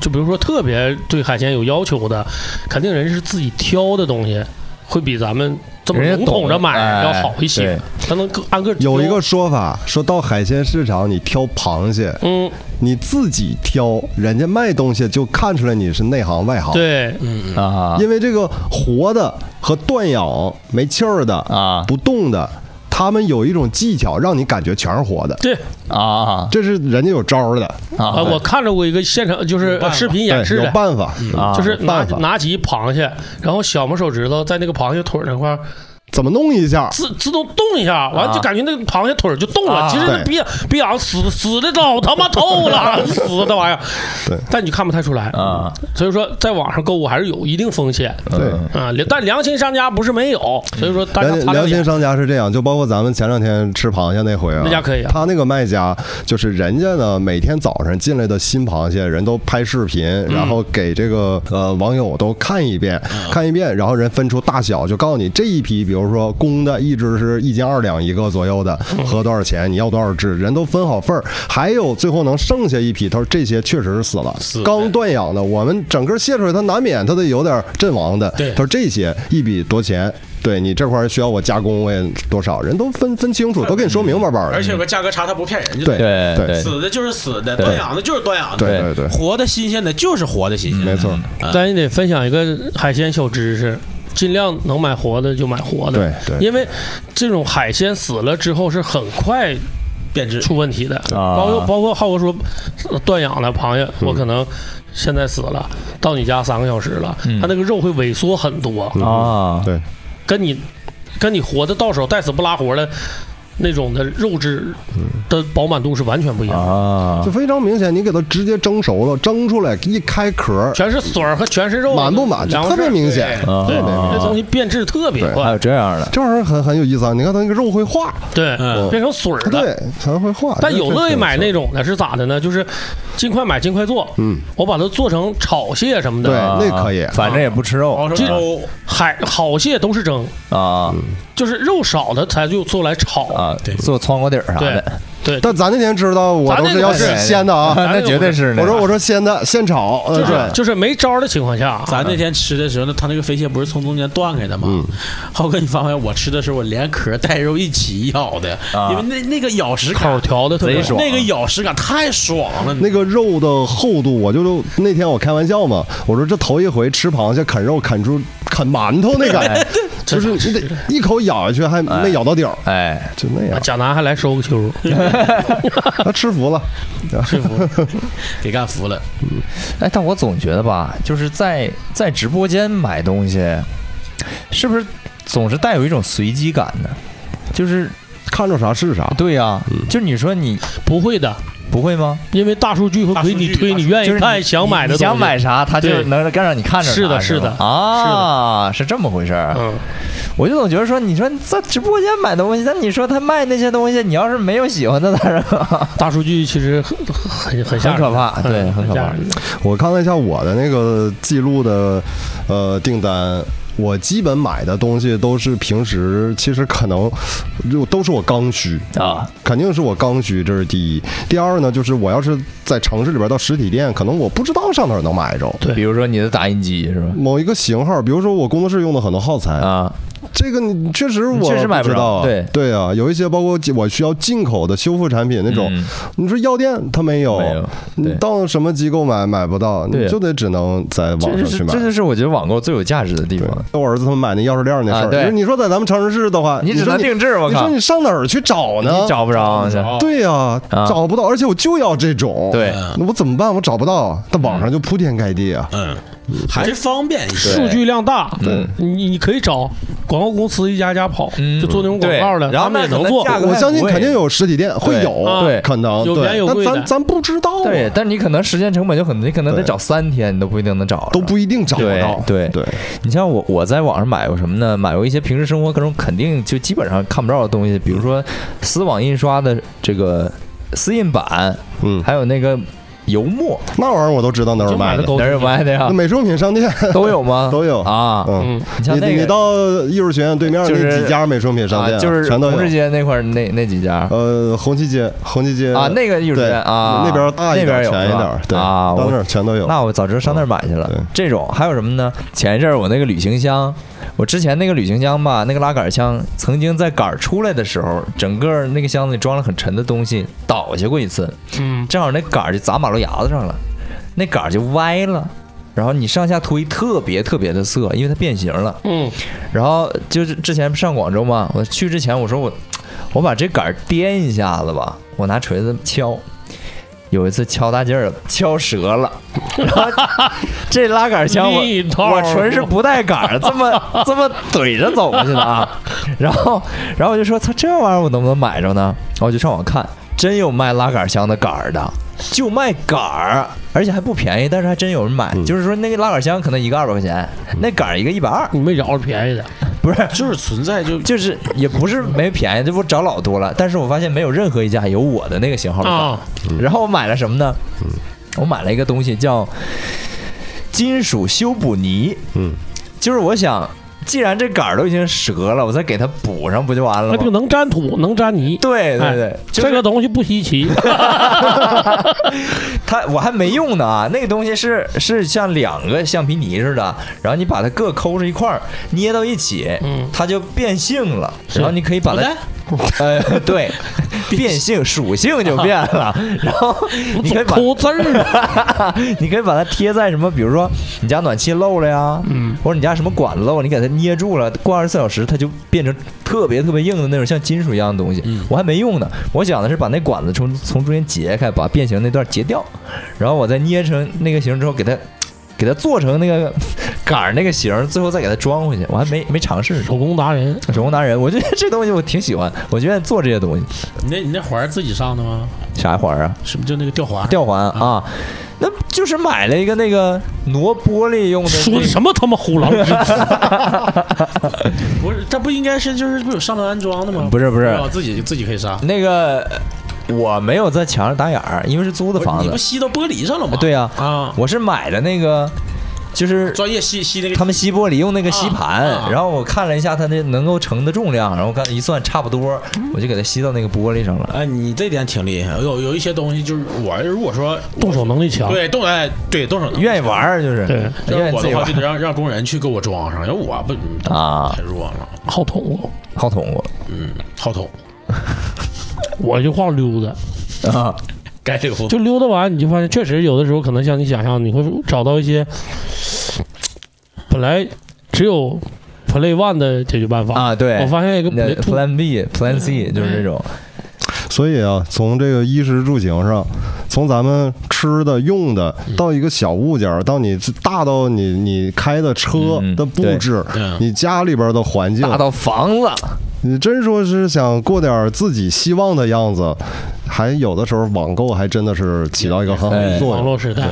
[SPEAKER 10] 就比如说特别对海鲜有要求的，肯定人是自己挑的东西，会比咱们这么
[SPEAKER 2] 人家
[SPEAKER 10] 笼统着
[SPEAKER 2] 懂
[SPEAKER 10] 买
[SPEAKER 2] 哎
[SPEAKER 10] 要好一些
[SPEAKER 2] 对，
[SPEAKER 10] 他能各按个挑
[SPEAKER 3] 有一个说法说到海鲜市场，你挑螃蟹，
[SPEAKER 10] 嗯，
[SPEAKER 3] 你自己挑，人家卖东西就看出来你是内行外行。，
[SPEAKER 10] 对，
[SPEAKER 3] 嗯
[SPEAKER 2] 啊
[SPEAKER 3] 因为这个活的和断氧、没气儿的
[SPEAKER 2] 啊
[SPEAKER 3] 不动的，他们有一种技巧，让你感觉全是活的，
[SPEAKER 10] 对
[SPEAKER 2] 啊
[SPEAKER 3] 这是人家有招儿的，
[SPEAKER 2] 啊
[SPEAKER 10] 啊，我看着过一个现场，就是
[SPEAKER 1] 办法
[SPEAKER 10] 视频演
[SPEAKER 3] 对，
[SPEAKER 10] 示
[SPEAKER 3] 有
[SPEAKER 10] 的，
[SPEAKER 3] 办法，
[SPEAKER 2] 啊
[SPEAKER 10] 就是
[SPEAKER 3] 有
[SPEAKER 10] 嗯拿
[SPEAKER 3] 办法
[SPEAKER 10] 拿起一螃蟹，然后小拇手指头在那个螃蟹腿儿那块儿
[SPEAKER 3] 怎么弄一下？
[SPEAKER 10] 自自动动一下，完了
[SPEAKER 2] 啊
[SPEAKER 10] 就感觉那个螃蟹腿儿就动了。
[SPEAKER 2] 啊
[SPEAKER 10] 其实那
[SPEAKER 3] 对
[SPEAKER 10] 鳖鳖羊死死的老他妈 透了，死的玩意儿。
[SPEAKER 3] 对
[SPEAKER 10] 但你看不太出来
[SPEAKER 2] 啊。
[SPEAKER 10] 所以说，在网上购物还是有一定风险
[SPEAKER 3] 对。
[SPEAKER 10] 啊。但良心商家不是没有，所以说大家
[SPEAKER 3] 良
[SPEAKER 10] 擦亮
[SPEAKER 3] 良心
[SPEAKER 10] 眼。
[SPEAKER 3] 商家是这样，就包括咱们前两天吃螃蟹那回啊，
[SPEAKER 10] 那家可以啊
[SPEAKER 3] 他那个卖家就是人家呢，每天早上进来的新螃蟹，人都拍视频，然后给这个呃网友都看一遍，
[SPEAKER 1] 嗯
[SPEAKER 3] 看一遍，然后人分出大小，就告诉你这一批，比如说公的一只是一斤二两一个左右的，
[SPEAKER 1] 嗯
[SPEAKER 3] 合多少钱，你要多少只，人都分好份儿。还有最后能剩下一批，他说这些确实是死了，
[SPEAKER 1] 死的
[SPEAKER 3] 刚断氧的，我们整个卸出来，它难免它得有点阵亡的。
[SPEAKER 1] 对
[SPEAKER 3] 他说这些一笔多钱，对你这块儿需要我加工，我也多少，人都分分清楚，都给你说明白白的。
[SPEAKER 1] 而且有个价格差，它不骗人，就
[SPEAKER 3] 对
[SPEAKER 2] 对
[SPEAKER 3] 对
[SPEAKER 2] 对
[SPEAKER 1] 死的就是死的，断氧的就是断氧的，
[SPEAKER 3] 对对对，
[SPEAKER 1] 活的新鲜的就是活的新鲜的，
[SPEAKER 3] 没错，
[SPEAKER 10] 啊咱也得分享一个海鲜小知识。尽量能买活的就买活的，
[SPEAKER 3] 对对
[SPEAKER 10] 因为这种海鲜死了之后是很快
[SPEAKER 1] 变质。
[SPEAKER 10] 出问题的，
[SPEAKER 2] 啊
[SPEAKER 10] 包括包括浩哥说呃断氧的螃蟹，
[SPEAKER 3] 嗯
[SPEAKER 10] 我可能现在死了，到你家三个小时了，
[SPEAKER 3] 嗯
[SPEAKER 10] 它那个肉会萎缩很多，
[SPEAKER 2] 啊
[SPEAKER 3] 对，
[SPEAKER 10] 跟你跟你活的到手带死不拉活的那种的肉质
[SPEAKER 3] 嗯
[SPEAKER 10] 的饱满度是完全不一样的，
[SPEAKER 2] 啊
[SPEAKER 3] 就非常明显，你给它直接蒸熟了，蒸出来一开壳，
[SPEAKER 10] 全是水儿和全是肉，
[SPEAKER 3] 满不满就
[SPEAKER 10] 两回
[SPEAKER 3] 特
[SPEAKER 10] 事
[SPEAKER 3] 别
[SPEAKER 10] 儿
[SPEAKER 3] 明显。
[SPEAKER 2] 啊
[SPEAKER 10] 对，嗯
[SPEAKER 3] 啊
[SPEAKER 10] 那东西变质特别
[SPEAKER 2] 还
[SPEAKER 10] 快
[SPEAKER 2] 有，这样的
[SPEAKER 3] 这玩意儿很很有意思啊！你看它那个肉会化，
[SPEAKER 10] 对
[SPEAKER 1] 嗯，
[SPEAKER 10] 变成水儿了。
[SPEAKER 3] 对，它会化。
[SPEAKER 10] 但有乐意买那
[SPEAKER 3] 种，
[SPEAKER 10] 种的是咋的呢？就是尽快买尽快做，嗯，我把它做成炒蟹什么
[SPEAKER 3] 对，
[SPEAKER 10] 的，啊
[SPEAKER 3] 那可以。
[SPEAKER 2] 啊反正也不吃
[SPEAKER 1] 熬
[SPEAKER 2] 肉
[SPEAKER 1] 成粥，
[SPEAKER 10] 海好蟹都是蒸，
[SPEAKER 2] 啊
[SPEAKER 10] 就是肉少的才就做来炒。
[SPEAKER 2] 啊
[SPEAKER 1] 对，
[SPEAKER 2] 做窗锅底儿啥
[SPEAKER 10] 对
[SPEAKER 2] 的，
[SPEAKER 10] 对，
[SPEAKER 3] 但咱那天吃的，我
[SPEAKER 10] 咱
[SPEAKER 3] 都
[SPEAKER 10] 那
[SPEAKER 3] 是
[SPEAKER 10] 个
[SPEAKER 3] 要
[SPEAKER 10] 是
[SPEAKER 3] 鲜的 啊！
[SPEAKER 2] 那绝对是那
[SPEAKER 3] 我说
[SPEAKER 2] 个
[SPEAKER 3] 我说鲜的，现炒，呃，
[SPEAKER 10] 就是
[SPEAKER 3] 对，
[SPEAKER 10] 就是没招儿的情况下，
[SPEAKER 1] 啊咱那天吃的时候，那他那个飞蟹不是从中间断开的吗？
[SPEAKER 2] 嗯
[SPEAKER 1] 浩哥，你发没发现我吃的时候，我连壳带肉一起咬的，
[SPEAKER 2] 啊
[SPEAKER 1] 因为那那个咬食感
[SPEAKER 10] 口调的特别
[SPEAKER 2] 贼爽
[SPEAKER 1] 那个咬食感太爽了。
[SPEAKER 3] 那个肉的厚度，我就那天我开玩笑嘛，我说这头一回吃螃蟹啃肉啃出啃馒头那 感觉，就是你得一口咬下去还没咬到 底儿，
[SPEAKER 2] 哎，
[SPEAKER 3] 就那样，
[SPEAKER 10] 贾南还来收个球，
[SPEAKER 3] 他吃服了。
[SPEAKER 1] 给干服了，
[SPEAKER 2] 哎，但我总觉得吧，就是在在直播间买东西，是不是总是带有一种随机感呢？就是
[SPEAKER 3] 看着啥是啥。
[SPEAKER 2] 对呀、啊就你说你
[SPEAKER 10] 不会的，
[SPEAKER 2] 不会吗？
[SPEAKER 10] 因为大数据会给你推你愿
[SPEAKER 2] 就是
[SPEAKER 10] 意
[SPEAKER 2] 你
[SPEAKER 10] 看、哎想买的
[SPEAKER 2] 你
[SPEAKER 10] 东西。
[SPEAKER 2] 想买啥，他就
[SPEAKER 10] 对
[SPEAKER 2] 能让你看着啥。
[SPEAKER 10] 是的
[SPEAKER 2] 是
[SPEAKER 10] 是的
[SPEAKER 2] 吧啊，是这么回事儿。
[SPEAKER 10] 嗯，
[SPEAKER 2] 我就总觉得说，你说你在直播间买东西，但你说他卖那些东西，你要是没有喜欢的，当然
[SPEAKER 10] 大数据其实很很很吓
[SPEAKER 2] 很
[SPEAKER 10] 人
[SPEAKER 2] 可怕，对，
[SPEAKER 10] 嗯
[SPEAKER 2] 很可
[SPEAKER 10] 吓
[SPEAKER 2] 怕。
[SPEAKER 10] 人
[SPEAKER 3] 我看了一下我的那个记录的呃订单，我基本买的东西都是平时其实可能就都是我刚需
[SPEAKER 2] 啊，
[SPEAKER 3] 肯定是我刚需，这是第一。第二呢，就是我要是在城市里边到实体店，可能我不知道上哪儿能买着。
[SPEAKER 10] 对
[SPEAKER 2] 比如说你的打印机是吧？
[SPEAKER 3] 某一个型号，比如说我工作室用的很多耗材，
[SPEAKER 2] 啊，
[SPEAKER 3] 这个你确实我
[SPEAKER 2] 确实买不
[SPEAKER 3] 不知道啊
[SPEAKER 2] 着对
[SPEAKER 3] 对啊，有一些包括我需要进口的修复产品那种，
[SPEAKER 2] 嗯
[SPEAKER 3] 你说药店它没有，啊
[SPEAKER 2] 没有对
[SPEAKER 3] 你到什么机构买买不到，
[SPEAKER 2] 对
[SPEAKER 3] 你就得只能在网
[SPEAKER 2] 这
[SPEAKER 3] 上
[SPEAKER 2] 就
[SPEAKER 3] 去
[SPEAKER 2] 是
[SPEAKER 3] 买
[SPEAKER 2] 这。就是我觉得网购最有价值的地方。
[SPEAKER 3] 我儿子他们买那钥匙链那事
[SPEAKER 2] 啊
[SPEAKER 3] 儿，
[SPEAKER 2] 对
[SPEAKER 3] 就是你说在咱们城市的话，
[SPEAKER 2] 你只
[SPEAKER 3] 说
[SPEAKER 2] 能定制，我
[SPEAKER 3] 你
[SPEAKER 2] 靠
[SPEAKER 3] 说，你上哪儿去找呢？
[SPEAKER 2] 你找不着。
[SPEAKER 10] 嗯
[SPEAKER 3] 对呀、
[SPEAKER 2] 啊
[SPEAKER 3] 找不到，而且我就要这种。
[SPEAKER 2] 对
[SPEAKER 3] 那我怎么办？我找不到，但网上就铺天盖地啊。
[SPEAKER 1] 嗯，还是方便一些。
[SPEAKER 10] 数据量大，
[SPEAKER 2] 对
[SPEAKER 10] 你你可以找广告公司一家家跑，
[SPEAKER 2] 嗯
[SPEAKER 10] 就做那种广
[SPEAKER 2] 对
[SPEAKER 10] 告的，
[SPEAKER 2] 然后
[SPEAKER 10] 他们也
[SPEAKER 2] 那可
[SPEAKER 10] 能
[SPEAKER 2] 能
[SPEAKER 10] 做
[SPEAKER 2] 价。格
[SPEAKER 3] 我相信肯定有实体店会有，
[SPEAKER 2] 对
[SPEAKER 3] 可能
[SPEAKER 10] 啊有
[SPEAKER 3] 对
[SPEAKER 10] 边有
[SPEAKER 3] 但
[SPEAKER 10] 贵的
[SPEAKER 3] 咱咱不知道、啊，
[SPEAKER 2] 对，但你可能时间成本就很，你可能得
[SPEAKER 3] 对
[SPEAKER 2] 找三天，你都不一定能找着，
[SPEAKER 3] 都不一定找得到。
[SPEAKER 2] 对对
[SPEAKER 3] 对，
[SPEAKER 2] 你像我，我在网上买过什么呢？买过一些平时生活可能肯定就基本上看不着的东西，比如说丝网印刷的这个丝印版，
[SPEAKER 3] 嗯，
[SPEAKER 2] 还有那个油墨，
[SPEAKER 3] 那玩意儿我都知道哪儿买
[SPEAKER 10] 就买的
[SPEAKER 3] 的
[SPEAKER 10] 狗，
[SPEAKER 2] 哪儿有卖的呀
[SPEAKER 3] 那？美术用品商店
[SPEAKER 2] 都有吗？
[SPEAKER 3] 都有
[SPEAKER 2] 啊。
[SPEAKER 3] 嗯，
[SPEAKER 2] 你像那
[SPEAKER 3] 你
[SPEAKER 2] 个
[SPEAKER 3] 你到艺术学院对面
[SPEAKER 2] 就是
[SPEAKER 3] 那几家美术用品商
[SPEAKER 2] 啊，
[SPEAKER 3] 店，
[SPEAKER 2] 就是
[SPEAKER 3] 全都
[SPEAKER 2] 红
[SPEAKER 3] 有
[SPEAKER 2] 志。街那块儿那那几家
[SPEAKER 3] 呃，红旗街，红旗街
[SPEAKER 2] 啊，那个艺术
[SPEAKER 3] 呃对
[SPEAKER 2] 街啊，
[SPEAKER 3] 那边大一
[SPEAKER 2] 那边
[SPEAKER 3] 点，
[SPEAKER 2] 有
[SPEAKER 3] 全
[SPEAKER 2] 是
[SPEAKER 3] 一
[SPEAKER 2] 吧
[SPEAKER 3] 点，对，
[SPEAKER 2] 啊，
[SPEAKER 3] 到
[SPEAKER 2] 我
[SPEAKER 3] 那儿全都有。
[SPEAKER 2] 那我早知道上那儿买去了。
[SPEAKER 3] 对
[SPEAKER 2] 这种还有什么呢？前一阵儿我那个旅行箱，我之前那个旅行箱吧，那个拉杆箱，曾经在杆儿出来的时候，整个那个箱子里装了很沉的东西，倒下过一次，
[SPEAKER 10] 嗯，
[SPEAKER 2] 正好那杆儿就砸马路牙子上了，那杆儿就歪了。然后你上下推特别特别的涩，因为它变形了。
[SPEAKER 10] 嗯，
[SPEAKER 2] 然后就是之前上广州嘛，我去之前我说我我把这杆儿颠一下子吧，我拿锤子敲，有一次敲大劲儿了，敲折了。 然后这拉杆枪我
[SPEAKER 10] 力道
[SPEAKER 2] 我纯是不带杆儿，这么这么怼着走过去的啊。然后然后我就说，操，这玩意儿我能不能买着呢？然后我就上网看，真有卖拉杆箱的杆儿的。就卖杆儿，而且还不便宜，但是还真有人买。就是说，那个拉杆箱可能一个二百块钱，那杆儿一个一百二，
[SPEAKER 10] 你没找着便宜的，
[SPEAKER 2] 不是
[SPEAKER 1] 就是存在就
[SPEAKER 2] 就是也不是没便宜，这不找老多了，但是我发现没有任何一家有我的那个型号的款。
[SPEAKER 10] 啊
[SPEAKER 2] 然后我买了什么呢？我买了一个东西叫金属修补泥，
[SPEAKER 3] 嗯，
[SPEAKER 2] 就是我想，既然这杆儿都已经折了，我再给它补上不就完了
[SPEAKER 10] 那这个
[SPEAKER 2] 吗？
[SPEAKER 10] 能粘土，能粘泥。
[SPEAKER 2] 对对
[SPEAKER 10] 哎
[SPEAKER 2] 对，就
[SPEAKER 10] 这
[SPEAKER 2] 是
[SPEAKER 10] 个东西不 稀奇，
[SPEAKER 2] 它我还没用呢啊，那个东西是是像两个橡皮泥似的，然后你把它各抠着一块儿捏到一起，
[SPEAKER 10] 嗯
[SPEAKER 2] 它就变性了，然后你可以把
[SPEAKER 1] 不
[SPEAKER 2] 它
[SPEAKER 1] 对，
[SPEAKER 2] 呃，对，变性属性就变了，然后你可以把
[SPEAKER 10] 抠字儿，啊
[SPEAKER 2] 你可以把它贴在什么，比如说你家暖气漏了呀，
[SPEAKER 10] 嗯，
[SPEAKER 2] 或者你家什么管子漏了，你给它捏住了，过二十四小时它就变成特别特别硬的那种像金属一样的东西。
[SPEAKER 1] 嗯
[SPEAKER 2] 我还没用呢，我想的是把那管子从从中间截开，把变形那段截掉，然后我再捏成那个形之后给它。给它做成那个 杆儿那个形儿，最后再给它装回去。我还没没尝试呢，
[SPEAKER 10] 手工达人，
[SPEAKER 2] 手工达人，我觉得这东西我挺喜欢，我就愿意做这些东西。
[SPEAKER 1] 你那你那环儿自己上的吗？
[SPEAKER 2] 啥环儿啊？
[SPEAKER 1] 是不是就那个吊环？
[SPEAKER 2] 吊环啊，那就是买了一个那个挪玻璃用的那
[SPEAKER 10] 说
[SPEAKER 2] 个
[SPEAKER 10] 的什么他妈虎狼 之词？
[SPEAKER 1] 不是，它不应该是就是不有上门安装的吗？
[SPEAKER 2] 不是不是
[SPEAKER 1] 哦自己自己可以上。
[SPEAKER 2] 那个我没有在墙上打眼儿，因为是租的房
[SPEAKER 1] 哦你不
[SPEAKER 2] 子。
[SPEAKER 1] 吸到玻璃上了吗？
[SPEAKER 2] 对呀、
[SPEAKER 1] 啊，
[SPEAKER 2] 我是买的那个，就是
[SPEAKER 1] 专业吸吸那个
[SPEAKER 2] 他们吸玻璃用那个吸盘，
[SPEAKER 1] 啊啊
[SPEAKER 2] 然后我看了一下它那能够承的重量，然后我看一算差不多，我就给它吸到那个玻璃上了。
[SPEAKER 1] 哎，你这点挺厉害。有有一些东西，就是我如果说
[SPEAKER 10] 动手能力强，
[SPEAKER 1] 对动哎对动手能，
[SPEAKER 2] 愿意玩儿就是
[SPEAKER 10] 对，
[SPEAKER 1] 要
[SPEAKER 2] 愿
[SPEAKER 1] 是
[SPEAKER 2] 意
[SPEAKER 1] 我
[SPEAKER 2] 自己
[SPEAKER 1] 的话就得
[SPEAKER 2] 玩儿
[SPEAKER 1] 让让工人去给我装上，要我不嗯
[SPEAKER 2] 啊
[SPEAKER 1] 太弱了，
[SPEAKER 10] 好捅我，
[SPEAKER 2] 好捅我
[SPEAKER 1] 嗯，好捅，
[SPEAKER 10] 我就好溜达，
[SPEAKER 2] 啊，
[SPEAKER 1] 该溜
[SPEAKER 10] 就溜达完，你就发现确实有的时候可能像你想象，你会找到一些本来只有 Play One 的解决办法
[SPEAKER 2] 啊对
[SPEAKER 10] 我发现一个
[SPEAKER 2] 那
[SPEAKER 10] Play Two，
[SPEAKER 2] Plan B、Plan C 就是这种
[SPEAKER 3] 所以啊，从这个衣食住行上，从咱们吃的、用的，到一个小物件儿，到你大到你你开的车
[SPEAKER 2] 嗯
[SPEAKER 3] 的布置
[SPEAKER 1] 对，
[SPEAKER 3] 你家里边的环境，
[SPEAKER 2] 大到房子
[SPEAKER 3] 你真说是想过点儿自己希望的样子，还有的时候网购还真的是起到一个很好的作
[SPEAKER 10] 网
[SPEAKER 3] 用。
[SPEAKER 10] 络时代，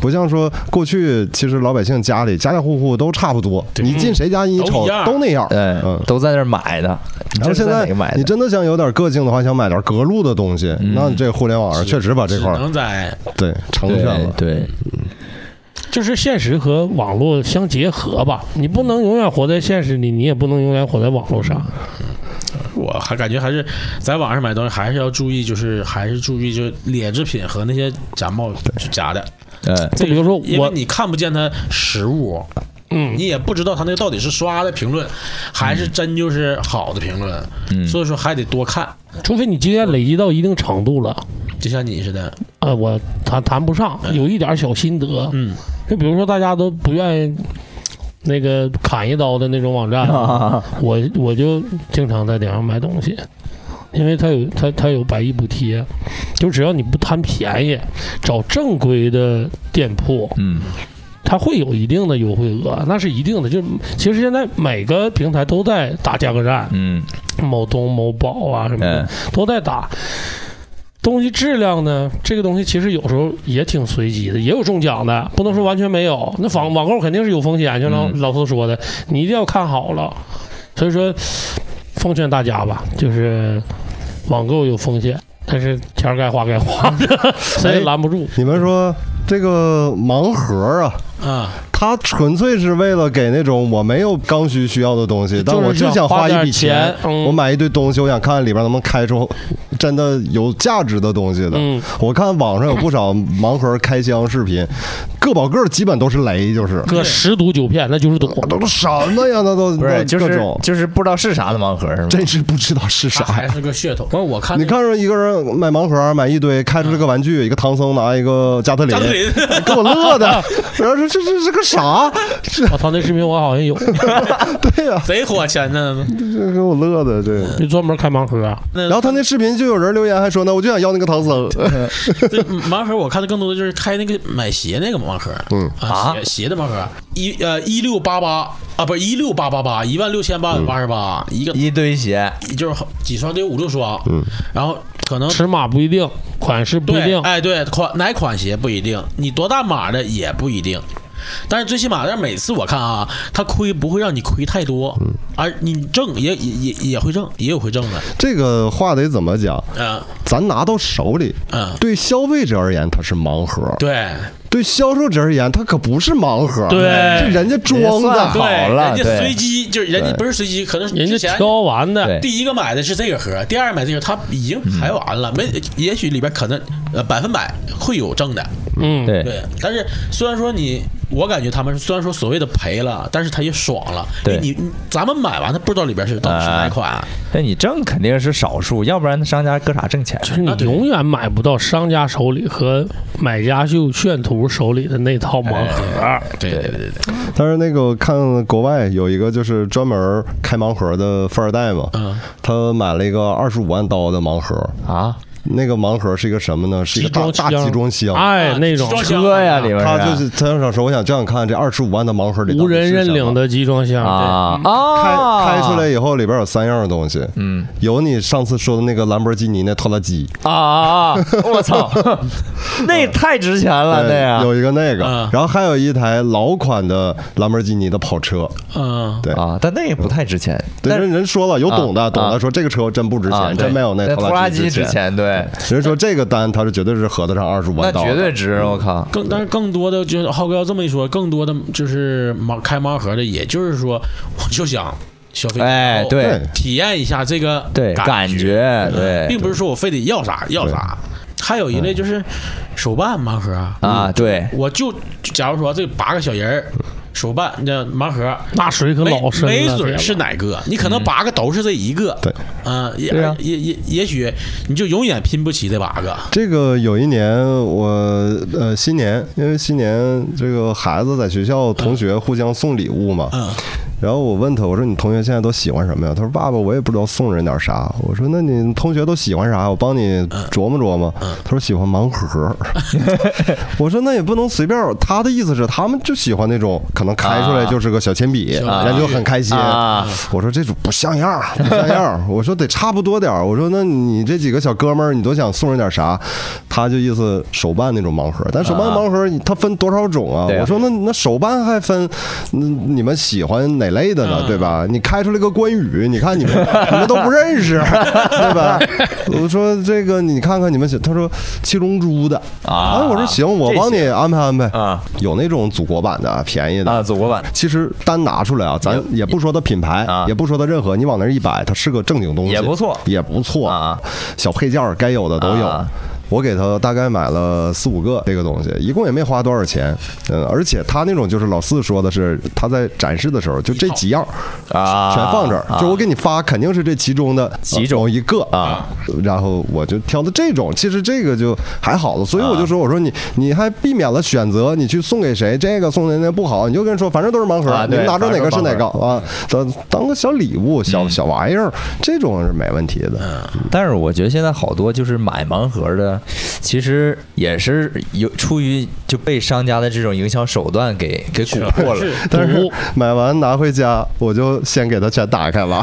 [SPEAKER 3] 不像说过去，其实老百姓家里家家户户都差不多，你进谁家你一
[SPEAKER 1] 都
[SPEAKER 3] 瞅
[SPEAKER 1] 一样
[SPEAKER 3] 都那样。
[SPEAKER 2] 哎
[SPEAKER 3] 嗯，。
[SPEAKER 2] 都在那儿买的。你
[SPEAKER 3] 然
[SPEAKER 2] 这是
[SPEAKER 3] 后现
[SPEAKER 2] 在
[SPEAKER 3] 在
[SPEAKER 2] 哪个买
[SPEAKER 3] 你
[SPEAKER 2] 的？
[SPEAKER 3] 真的想有点个性的话，想买点隔路的东西，那这互联网上确实把这
[SPEAKER 1] 只
[SPEAKER 3] 块儿
[SPEAKER 1] 能在
[SPEAKER 3] 对成全了。
[SPEAKER 2] 对，
[SPEAKER 10] 就是现实和网络相结合吧。你不能永远活在现实里，你也不能永远活在网络上。
[SPEAKER 1] 嗯我还感觉还是在网上买东西还是要注意，就是还是注意就劣质品和那些假冒就假的。
[SPEAKER 2] 嗯，
[SPEAKER 10] 就比如说
[SPEAKER 1] 因为
[SPEAKER 10] 我，
[SPEAKER 1] 你看不见它实物，
[SPEAKER 10] 嗯，
[SPEAKER 1] 你也不知道他那个到底是刷的评论，还是真就是好的评论，所以说还得多看，
[SPEAKER 10] 除非你经验累积到一定程度了，
[SPEAKER 1] 就像你似的，
[SPEAKER 10] 呃，我谈谈不上，有一点小心得。
[SPEAKER 1] 嗯，
[SPEAKER 10] 就比如说大家都不愿意那个砍一刀的那种网
[SPEAKER 2] 嗯
[SPEAKER 1] 啊
[SPEAKER 10] 站，我我就经常在顶上买东西，因为它有它它有百亿补贴，就只要你不贪便宜，找正规的店铺，
[SPEAKER 2] 嗯，
[SPEAKER 10] 它会有一定的优惠额，那是一定的。就其实现在每个平台都在打价格战，
[SPEAKER 2] 嗯，
[SPEAKER 10] 某东、某宝啊什么的
[SPEAKER 2] 嗯，
[SPEAKER 10] 都在打。东西质量呢？这个东西其实有时候也挺随机的，也有中奖的，不能说完全没有。那网网购肯定是有风险，就像
[SPEAKER 2] 嗯
[SPEAKER 10] 老四说的，你一定要看好了。所以说，奉劝大家吧，就是网购有风险，但是钱儿该花该花， 谁也拦不住。
[SPEAKER 3] 你们说这个盲盒啊，
[SPEAKER 1] 啊，
[SPEAKER 3] 它纯粹是为了给那种我没有刚需需要的东西，但我
[SPEAKER 10] 就是想
[SPEAKER 3] 想花一笔
[SPEAKER 10] 花点钱嗯
[SPEAKER 3] 我买一堆东西，我想看里边能不能开出真的有价值的东西的。
[SPEAKER 10] 嗯
[SPEAKER 3] 我看网上有不少盲盒开箱视频，个保个基本都是雷，就是
[SPEAKER 1] 哎
[SPEAKER 10] 哥，十赌九骗，那就是赌。
[SPEAKER 3] 都是什么呀？那都
[SPEAKER 2] 不
[SPEAKER 3] 那
[SPEAKER 2] 是，就
[SPEAKER 3] 各
[SPEAKER 2] 是
[SPEAKER 3] 种，
[SPEAKER 2] 就是不知道是啥的盲盒是吗？
[SPEAKER 3] 真是不知道是
[SPEAKER 1] 它
[SPEAKER 3] 啥
[SPEAKER 1] 还
[SPEAKER 3] 呀。
[SPEAKER 1] 是个噱头。不是我看
[SPEAKER 3] 你
[SPEAKER 1] 哎那个
[SPEAKER 3] 看着一个人买盲盒，买一堆，开出这个玩具，一个唐僧拿一个加特林，
[SPEAKER 1] 张嘴
[SPEAKER 3] 给我乐的，然后说这这是个啥？是，
[SPEAKER 10] 我操，那视频我好像有，
[SPEAKER 3] 对呀、
[SPEAKER 1] 贼火，前阵子
[SPEAKER 3] 这给我乐的，对。
[SPEAKER 10] 就专门开盲盒啊。
[SPEAKER 1] 那
[SPEAKER 3] 然后他那视频就有人留言还说呢，我就想要那个唐僧，
[SPEAKER 1] 这盲盒，我看的更多的就是开那个买鞋那个盲盒，嗯啊
[SPEAKER 2] 啊
[SPEAKER 1] 鞋鞋的盲盒，一呃一六八八啊，不是一六八八八，一万六千八百八十八，一个
[SPEAKER 2] 一堆鞋，
[SPEAKER 1] 就是好几双得有五六双，嗯，然后可能
[SPEAKER 10] 尺码不一定，款式不一
[SPEAKER 1] 对，
[SPEAKER 10] 定，
[SPEAKER 1] 哎，对，款哪款鞋不一定，你多大码的也不一定。但是最起码，但是每次我看啊，他亏不会让你亏太多，而你挣也也也也会挣，也有会挣的，
[SPEAKER 3] 这个话得怎么讲？
[SPEAKER 1] 嗯
[SPEAKER 3] 咱拿到手里，
[SPEAKER 1] 嗯，
[SPEAKER 3] 对消费者而言它是盲盒，
[SPEAKER 1] 对
[SPEAKER 3] 对销售者而言它可不是盲盒，
[SPEAKER 10] 对
[SPEAKER 3] 是人家装
[SPEAKER 2] 人家算。
[SPEAKER 3] 的
[SPEAKER 1] 对，
[SPEAKER 2] 好了
[SPEAKER 1] 人家
[SPEAKER 2] 对
[SPEAKER 1] 随机就是人家不是随机，可能是
[SPEAKER 10] 人
[SPEAKER 1] 之
[SPEAKER 10] 家
[SPEAKER 1] 前
[SPEAKER 10] 挑完的
[SPEAKER 2] 对，
[SPEAKER 1] 第一个买的是这个盒，第二买这个他已经排完
[SPEAKER 2] 嗯
[SPEAKER 1] 了，没也许里边可能呃百分百会有挣的，
[SPEAKER 10] 嗯，
[SPEAKER 2] 对，
[SPEAKER 1] 对，但是虽然说你，我感觉他们虽然说所谓的赔了，但是他也爽了。
[SPEAKER 2] 对啊
[SPEAKER 1] 因为你你咱们买完，他不知道里边是到底是哪款，
[SPEAKER 2] 那你挣肯定是少数，要不然商家搁啥挣钱？
[SPEAKER 10] 就是你
[SPEAKER 1] 那对
[SPEAKER 10] 永远买不到商家手里和买家秀炫图手里的那套盲盒。
[SPEAKER 1] 对对对对，
[SPEAKER 3] 但是那个看国外有一个就是专门开盲盒的富二代嘛，
[SPEAKER 1] 嗯，
[SPEAKER 3] 他买了一个二十五万刀的盲盒，
[SPEAKER 2] 啊，
[SPEAKER 3] 那个盲盒是一个什么呢？是一个大
[SPEAKER 10] 装
[SPEAKER 3] 大集装箱。
[SPEAKER 10] 哎，那种
[SPEAKER 1] 装箱
[SPEAKER 2] 车呀里边
[SPEAKER 3] 他就是他想说，我想这样看这二十五万的盲盒里到底
[SPEAKER 10] 啊无人
[SPEAKER 3] 是
[SPEAKER 10] 认
[SPEAKER 3] 什么
[SPEAKER 10] 领的集装箱，
[SPEAKER 2] 啊
[SPEAKER 3] 开
[SPEAKER 2] 啊，
[SPEAKER 3] 开出来以后，里边有三样东
[SPEAKER 10] 啊
[SPEAKER 3] 西，
[SPEAKER 2] 嗯
[SPEAKER 3] 有你上次说的那个兰博基尼那拖拉机，
[SPEAKER 2] 啊啊！啊我 操，那太值钱了，啊那
[SPEAKER 3] 对
[SPEAKER 2] 呀
[SPEAKER 3] 有一个那个
[SPEAKER 10] 啊
[SPEAKER 1] 嗯，
[SPEAKER 3] 然后还有一台老款的兰博基尼的跑车。
[SPEAKER 1] 嗯，
[SPEAKER 3] 对
[SPEAKER 2] 啊，但那也不太值钱，
[SPEAKER 3] 对，
[SPEAKER 2] 但
[SPEAKER 3] 人人说了，有懂的，
[SPEAKER 2] 啊
[SPEAKER 3] 懂的
[SPEAKER 2] 啊
[SPEAKER 3] 说这个车真不值
[SPEAKER 2] 啊，
[SPEAKER 3] 钱，
[SPEAKER 2] 对
[SPEAKER 3] 真没有
[SPEAKER 2] 那
[SPEAKER 3] 拖拉
[SPEAKER 2] 拉
[SPEAKER 3] 机
[SPEAKER 2] 机值
[SPEAKER 3] 钱。嗯
[SPEAKER 2] 钱，对，
[SPEAKER 3] 人说这个单他是绝对是合得上二十五
[SPEAKER 2] 那
[SPEAKER 3] 万刀的，
[SPEAKER 2] 绝对值，我靠，
[SPEAKER 1] 更但是更多的就是浩哥要这么一说，更多的就是盲开盲盒的，也就是说，我就想消费，
[SPEAKER 2] 哎，对
[SPEAKER 3] 对
[SPEAKER 1] 体验一下这个
[SPEAKER 2] 对，感觉
[SPEAKER 1] 并
[SPEAKER 2] 嗯哎对
[SPEAKER 1] 不是说我非得要啥要啥。还有一类就是手办盲盒啊
[SPEAKER 2] 啊，对，
[SPEAKER 1] 我就假如说这八个小人儿手办那盲盒，
[SPEAKER 10] 那水可
[SPEAKER 1] 没
[SPEAKER 10] 老深了。
[SPEAKER 1] 没准
[SPEAKER 10] 天
[SPEAKER 1] 儿
[SPEAKER 10] 哪
[SPEAKER 1] 是哪个，你可能八个都是这一个，
[SPEAKER 3] 对，
[SPEAKER 1] 啊，也
[SPEAKER 2] 对啊
[SPEAKER 1] 也也也许你就永远拼不起这八个，
[SPEAKER 3] 这个有一年我呃新年，因为新年这个孩子在学校同学互相送礼物嘛，
[SPEAKER 1] 嗯
[SPEAKER 3] 然后我问他，我说你同学现在都喜欢什么呀？他说爸爸，我也不知道送人点啥。我说那你同学都喜欢啥？我帮你琢磨琢磨。他说喜欢盲盒。我说那也不能随便。他的意思是他们就喜欢那种可能开出来就是个小铅笔，
[SPEAKER 1] 啊
[SPEAKER 3] 人就很开心。
[SPEAKER 2] 啊
[SPEAKER 3] 我说这种不像样儿，不像样儿。 我说得差不多点儿。我说那你这几个小哥们儿，你都想送人点啥？他就意思手办那种盲盒，但手办盲盒它分多少种啊？
[SPEAKER 2] 对啊
[SPEAKER 3] 我说那那手办还分，嗯你们喜欢哪类的呢？对吧？你开出来个关羽，你看你们你们都不认识，对吧？我说这个你看看你们喜，他说七龙珠的
[SPEAKER 2] 啊
[SPEAKER 3] 哎我说行，我
[SPEAKER 2] 这
[SPEAKER 3] 帮你安排安排
[SPEAKER 2] 啊。
[SPEAKER 3] 有那种祖国版的，便宜的
[SPEAKER 2] 啊，祖国版
[SPEAKER 3] 其实单拿出来啊，咱也不说它品牌，
[SPEAKER 2] 啊
[SPEAKER 3] 也不说它任何，你往那儿一摆，它是个正经东西，
[SPEAKER 2] 也不错
[SPEAKER 3] 也不错
[SPEAKER 2] 啊。
[SPEAKER 3] 小配件儿该有的都有。
[SPEAKER 2] 啊
[SPEAKER 3] 我给他大概买了四五个这个东西，一共也没花多少钱，嗯，而且他那种就是老四说的是他在展示的时候就这几样儿
[SPEAKER 2] 啊，
[SPEAKER 3] 全放这儿，
[SPEAKER 2] 啊
[SPEAKER 3] 就我给你发肯定是这其中的呃
[SPEAKER 2] 其中
[SPEAKER 3] 某一个
[SPEAKER 2] 啊，
[SPEAKER 3] 然后我就挑的这种，其实这个就还好了，所以
[SPEAKER 2] 啊
[SPEAKER 3] 我就说我说你你还避免了选择，你去送给谁这个送给那不好，你就跟人说反正都是盲盒，
[SPEAKER 2] 啊
[SPEAKER 3] 你
[SPEAKER 2] 对
[SPEAKER 3] 拿着哪个是哪个
[SPEAKER 2] 反
[SPEAKER 3] 啊，当当个小礼物
[SPEAKER 2] 嗯
[SPEAKER 3] 小小玩意儿，这种是没问题的，
[SPEAKER 2] 但是我觉得现在好多就是买盲盒的，其实也是有出于就被商家的这种营销手段给给蛊惑了。
[SPEAKER 3] 但是
[SPEAKER 10] 毒
[SPEAKER 3] 买完拿回家我就先给他全打开 了，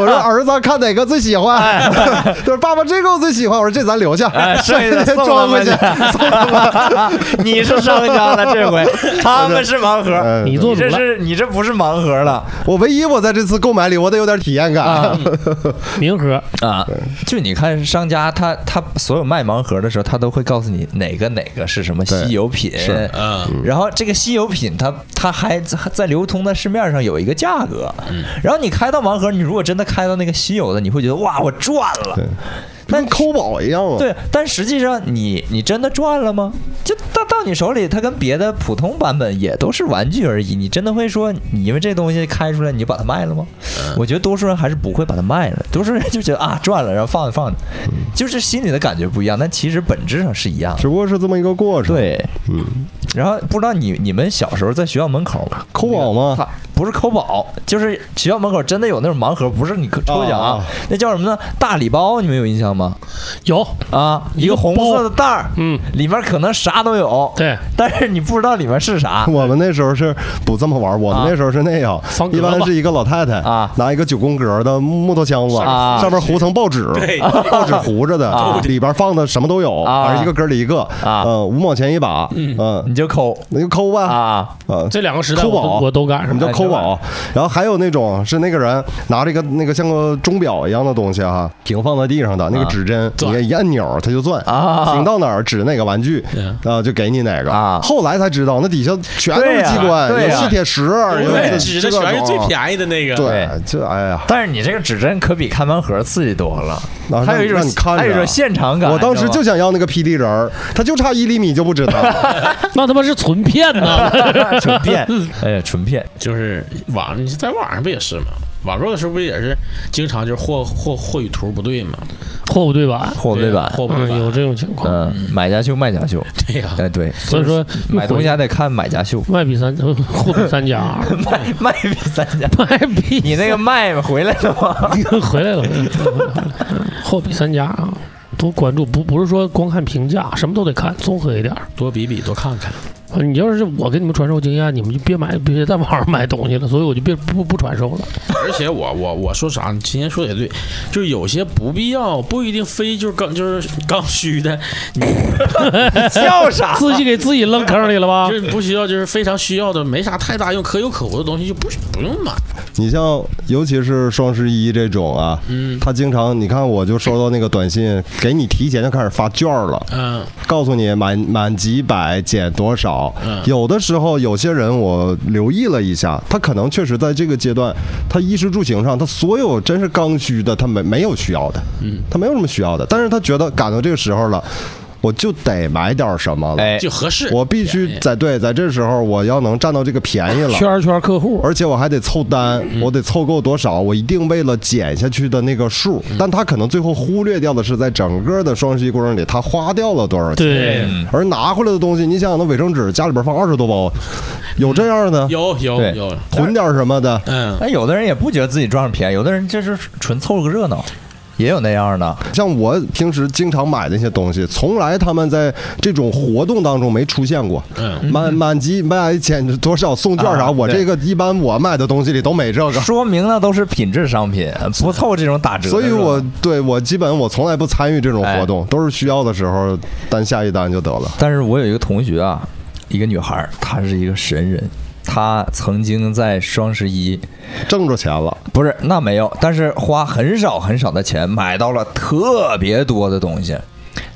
[SPEAKER 3] 我说儿子看哪个最喜欢， 他说爸爸这个我最喜欢，我说这咱留下，
[SPEAKER 2] 哎，剩下的送
[SPEAKER 3] 装
[SPEAKER 2] 他们
[SPEAKER 3] 回去
[SPEAKER 2] 去。 你是商家了，这回他们是盲盒，
[SPEAKER 3] 哎
[SPEAKER 10] 你做
[SPEAKER 2] 你
[SPEAKER 10] 主
[SPEAKER 2] 这
[SPEAKER 10] 了，
[SPEAKER 2] 是你这不是盲盒了
[SPEAKER 3] 我唯一我在这次购买里，我得有点体验感。
[SPEAKER 10] 明盒
[SPEAKER 2] 啊！就你看商家他他所有卖盲盒的时候，他都会告诉你哪个哪个是什么稀有品，
[SPEAKER 3] 是
[SPEAKER 1] 嗯，
[SPEAKER 2] 然后这个稀有品它它还在在流通的市面上有一个价格，然后你开到盲盒，你如果真的开到那个稀有的，你会觉得哇，我赚了。
[SPEAKER 3] 对
[SPEAKER 2] 但
[SPEAKER 3] 跟抠宝一样啊嘛。，
[SPEAKER 2] 对，但实际上你你真的赚了吗？就到到你手里，它跟别的普通版本也都是玩具而已。你真的会说你因为这东西开出来你就把它卖了吗？我觉得多数人还是不会把它卖了，多数人就觉得啊赚了，然后放着放着， 就是心里的感觉不一样，但其实本质上是一样的。
[SPEAKER 3] 只不过是这么一个过程。，
[SPEAKER 2] 对，
[SPEAKER 3] 嗯，
[SPEAKER 2] 然后不知道你你们小时候在学校门口
[SPEAKER 3] 抠宝吗
[SPEAKER 2] 它不是抠宝，就是学校门口真的有那种盲盒，不是你抽奖
[SPEAKER 3] 啊
[SPEAKER 2] 啊，那叫什么呢？大礼包，你们有印象吗？
[SPEAKER 10] 有，
[SPEAKER 2] 啊，一个红色的袋儿，
[SPEAKER 10] 嗯，
[SPEAKER 2] 里面可能啥都有，
[SPEAKER 10] 对，
[SPEAKER 2] 但是你不知道里面是啥。
[SPEAKER 3] 我们那时候是不这么玩，我们
[SPEAKER 2] 啊
[SPEAKER 3] 那时候是那样
[SPEAKER 10] 方，格
[SPEAKER 3] 一般
[SPEAKER 10] 吧
[SPEAKER 3] 是一个老太太
[SPEAKER 2] 啊
[SPEAKER 3] 拿一个九宫格的木头箱子，
[SPEAKER 2] 啊
[SPEAKER 3] 上面糊层报 纸，报纸糊着的
[SPEAKER 2] 啊，
[SPEAKER 3] 里边放的什么都有，
[SPEAKER 2] 啊
[SPEAKER 3] 反正一个格里一个，
[SPEAKER 2] 啊
[SPEAKER 3] 呃，五毛钱一把，嗯，
[SPEAKER 2] 你就抠
[SPEAKER 3] 那就抠吧，
[SPEAKER 2] 啊
[SPEAKER 3] 啊，
[SPEAKER 10] 这两个时代
[SPEAKER 3] 抠
[SPEAKER 10] 我都
[SPEAKER 3] 宝
[SPEAKER 10] 我都赶
[SPEAKER 3] 啊什
[SPEAKER 10] 上
[SPEAKER 3] 么
[SPEAKER 2] 哎
[SPEAKER 10] 了。
[SPEAKER 3] 叫抠宝？然后还有那种是那个人拿着一个那个像个钟表一样的东西哈，平放在地上的那个指针，你一按钮它就转，
[SPEAKER 2] 啊
[SPEAKER 3] 停到哪儿指哪个玩具，啊就给你哪个
[SPEAKER 2] 啊
[SPEAKER 3] 后来才知道那底下全都是
[SPEAKER 2] 对呀
[SPEAKER 3] 机关，
[SPEAKER 2] 对啊
[SPEAKER 3] 有
[SPEAKER 2] 呀
[SPEAKER 3] 吸铁石，有
[SPEAKER 1] 啊指的全是最便宜的那个，
[SPEAKER 3] 对，这哎呀，
[SPEAKER 2] 但是你这个指针可比开盲盒刺激多了，
[SPEAKER 3] 啊
[SPEAKER 2] 还有一种
[SPEAKER 3] 让你看着
[SPEAKER 2] 还有一种现场感。
[SPEAKER 3] 我当时
[SPEAKER 2] 你知
[SPEAKER 3] 就
[SPEAKER 2] 道吗
[SPEAKER 3] 想要那个霹雳人儿，他就差一厘米就不止 他。
[SPEAKER 10] 那他妈是纯骗呐！
[SPEAKER 2] 纯 骗，哎呀，纯骗
[SPEAKER 1] 就是网，你在网上不也是吗？网络的时候不也是经常就是货货货与图不对吗？
[SPEAKER 10] 货物对吧？
[SPEAKER 2] 货对吧？
[SPEAKER 1] 货不对
[SPEAKER 10] 嗯，有
[SPEAKER 1] 版，
[SPEAKER 10] 这种情况。
[SPEAKER 2] 嗯，买家秀，卖家秀，
[SPEAKER 1] 对啊呀，
[SPEAKER 2] 哎对，
[SPEAKER 10] 所以说
[SPEAKER 2] 买东西还得看买家 秀，
[SPEAKER 10] 外比三货比三家，
[SPEAKER 2] 卖 卖比三家。
[SPEAKER 10] 外比
[SPEAKER 2] 你那个卖回来了 吗？
[SPEAKER 10] 回来了，货比三家啊。多关注，不不是说光看评价，什么都得看，综合一点儿。
[SPEAKER 1] 多比比，多看看。
[SPEAKER 10] 呃你要是我给你们传授经验，你们就别买，别在网上买东西了。所以我就别不不传授了。
[SPEAKER 1] 而且我我我说啥，你今天说的也对，就是有些不必要，不一定非就是刚就是刚需的，你
[SPEAKER 2] 叫啥？
[SPEAKER 10] 自己给自己扔坑里了吧
[SPEAKER 1] 就？是不需要，就是非常需要的，没啥太大用，可有可无的东西就不不用买。
[SPEAKER 3] 你像，尤其是双十一这种啊，
[SPEAKER 2] 嗯
[SPEAKER 3] 他经常，你看我就收到那个短信，给你提前就开始发券儿了。
[SPEAKER 1] 嗯，
[SPEAKER 3] 告诉你满满几百减多少。
[SPEAKER 1] 嗯
[SPEAKER 3] 有的时候有些人我留意了一下，他可能确实在这个阶段，他衣食住行上，他所有真是刚需的，他没没有需要的，嗯，他没有什么需要的，但是他觉得赶到这个时候了，我就得买点什么了。
[SPEAKER 2] 哎，
[SPEAKER 1] 就合适。
[SPEAKER 3] 我必须在对，在这时候我要能占到这个便宜了，
[SPEAKER 10] 圈圈客户，嗯
[SPEAKER 3] 而且我还得凑单，我得凑够多少，我一定为了减下去的那个数。
[SPEAKER 10] 嗯
[SPEAKER 3] 但他可能最后忽略掉的是，在整个的双十一过程里，他花掉了多少钱。
[SPEAKER 10] 对，
[SPEAKER 3] 而拿回来的东西，你想想，那卫生纸家里边放二十多包，啊有这样的，
[SPEAKER 1] 嗯有有
[SPEAKER 2] 对
[SPEAKER 1] 有，
[SPEAKER 3] 囤点什么的，
[SPEAKER 1] 嗯，
[SPEAKER 2] 但哎有的人也不觉得自己撞上便宜，有的人就是纯凑个热闹，也有那样的。
[SPEAKER 3] 像我平时经常买的那些东西，从来他们在这种活动当中没出现过。
[SPEAKER 1] 嗯
[SPEAKER 3] 满满级卖减多少送券啥，
[SPEAKER 2] 啊
[SPEAKER 3] 我
[SPEAKER 2] 对
[SPEAKER 3] 这个一般我买的东西里都没这个，
[SPEAKER 2] 说明那都是品质商品，不凑这种打折的
[SPEAKER 3] 所
[SPEAKER 2] 热闹。
[SPEAKER 3] 以我对我基本我从来不参与这种活动，都是需要的时候单下一单就得了。
[SPEAKER 2] 但是我有一个同学啊，一个女孩儿，她是一个神人，她曾经在双十一
[SPEAKER 3] 挣着钱了，
[SPEAKER 2] 不是那没有，但是花很少很少的钱买到了特别多的东西，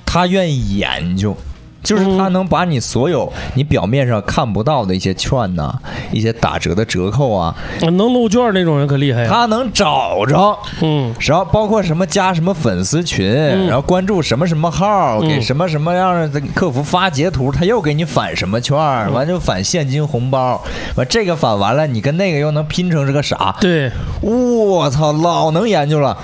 [SPEAKER 2] 她愿意研究。就是她能把你所有你表面上看不到的一些券呐、一些打折的折扣啊，
[SPEAKER 10] 能漏券那种人可厉害呀。
[SPEAKER 2] 她能找着，
[SPEAKER 10] 哎嗯，
[SPEAKER 2] 然后包括什么加什么粉丝群，然后关注什么什么号，
[SPEAKER 10] 嗯
[SPEAKER 2] 给什么什么样的客服发截图，他又给你返什么券儿，
[SPEAKER 10] 嗯
[SPEAKER 2] 完就返现金红包，完这个返完了，你跟那个又能拼成是个啥？
[SPEAKER 10] 对，
[SPEAKER 2] 我操，老能研究了。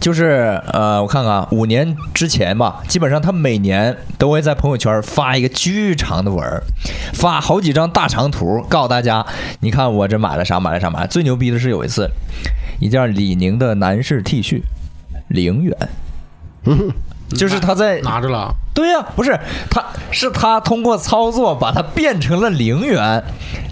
[SPEAKER 2] 就是呃，我看看啊，五年之前吧，基本上他每年都会在朋友圈发一个巨长的文儿，发好几张大长图，告诉大家，你看我这买了啥，买了啥，买了。最牛逼的是有一次，一件李宁的男士 T 恤，零元，就是他在
[SPEAKER 1] 拿着了，
[SPEAKER 2] 对呀、不是，他是他通过操作把它变成了零元，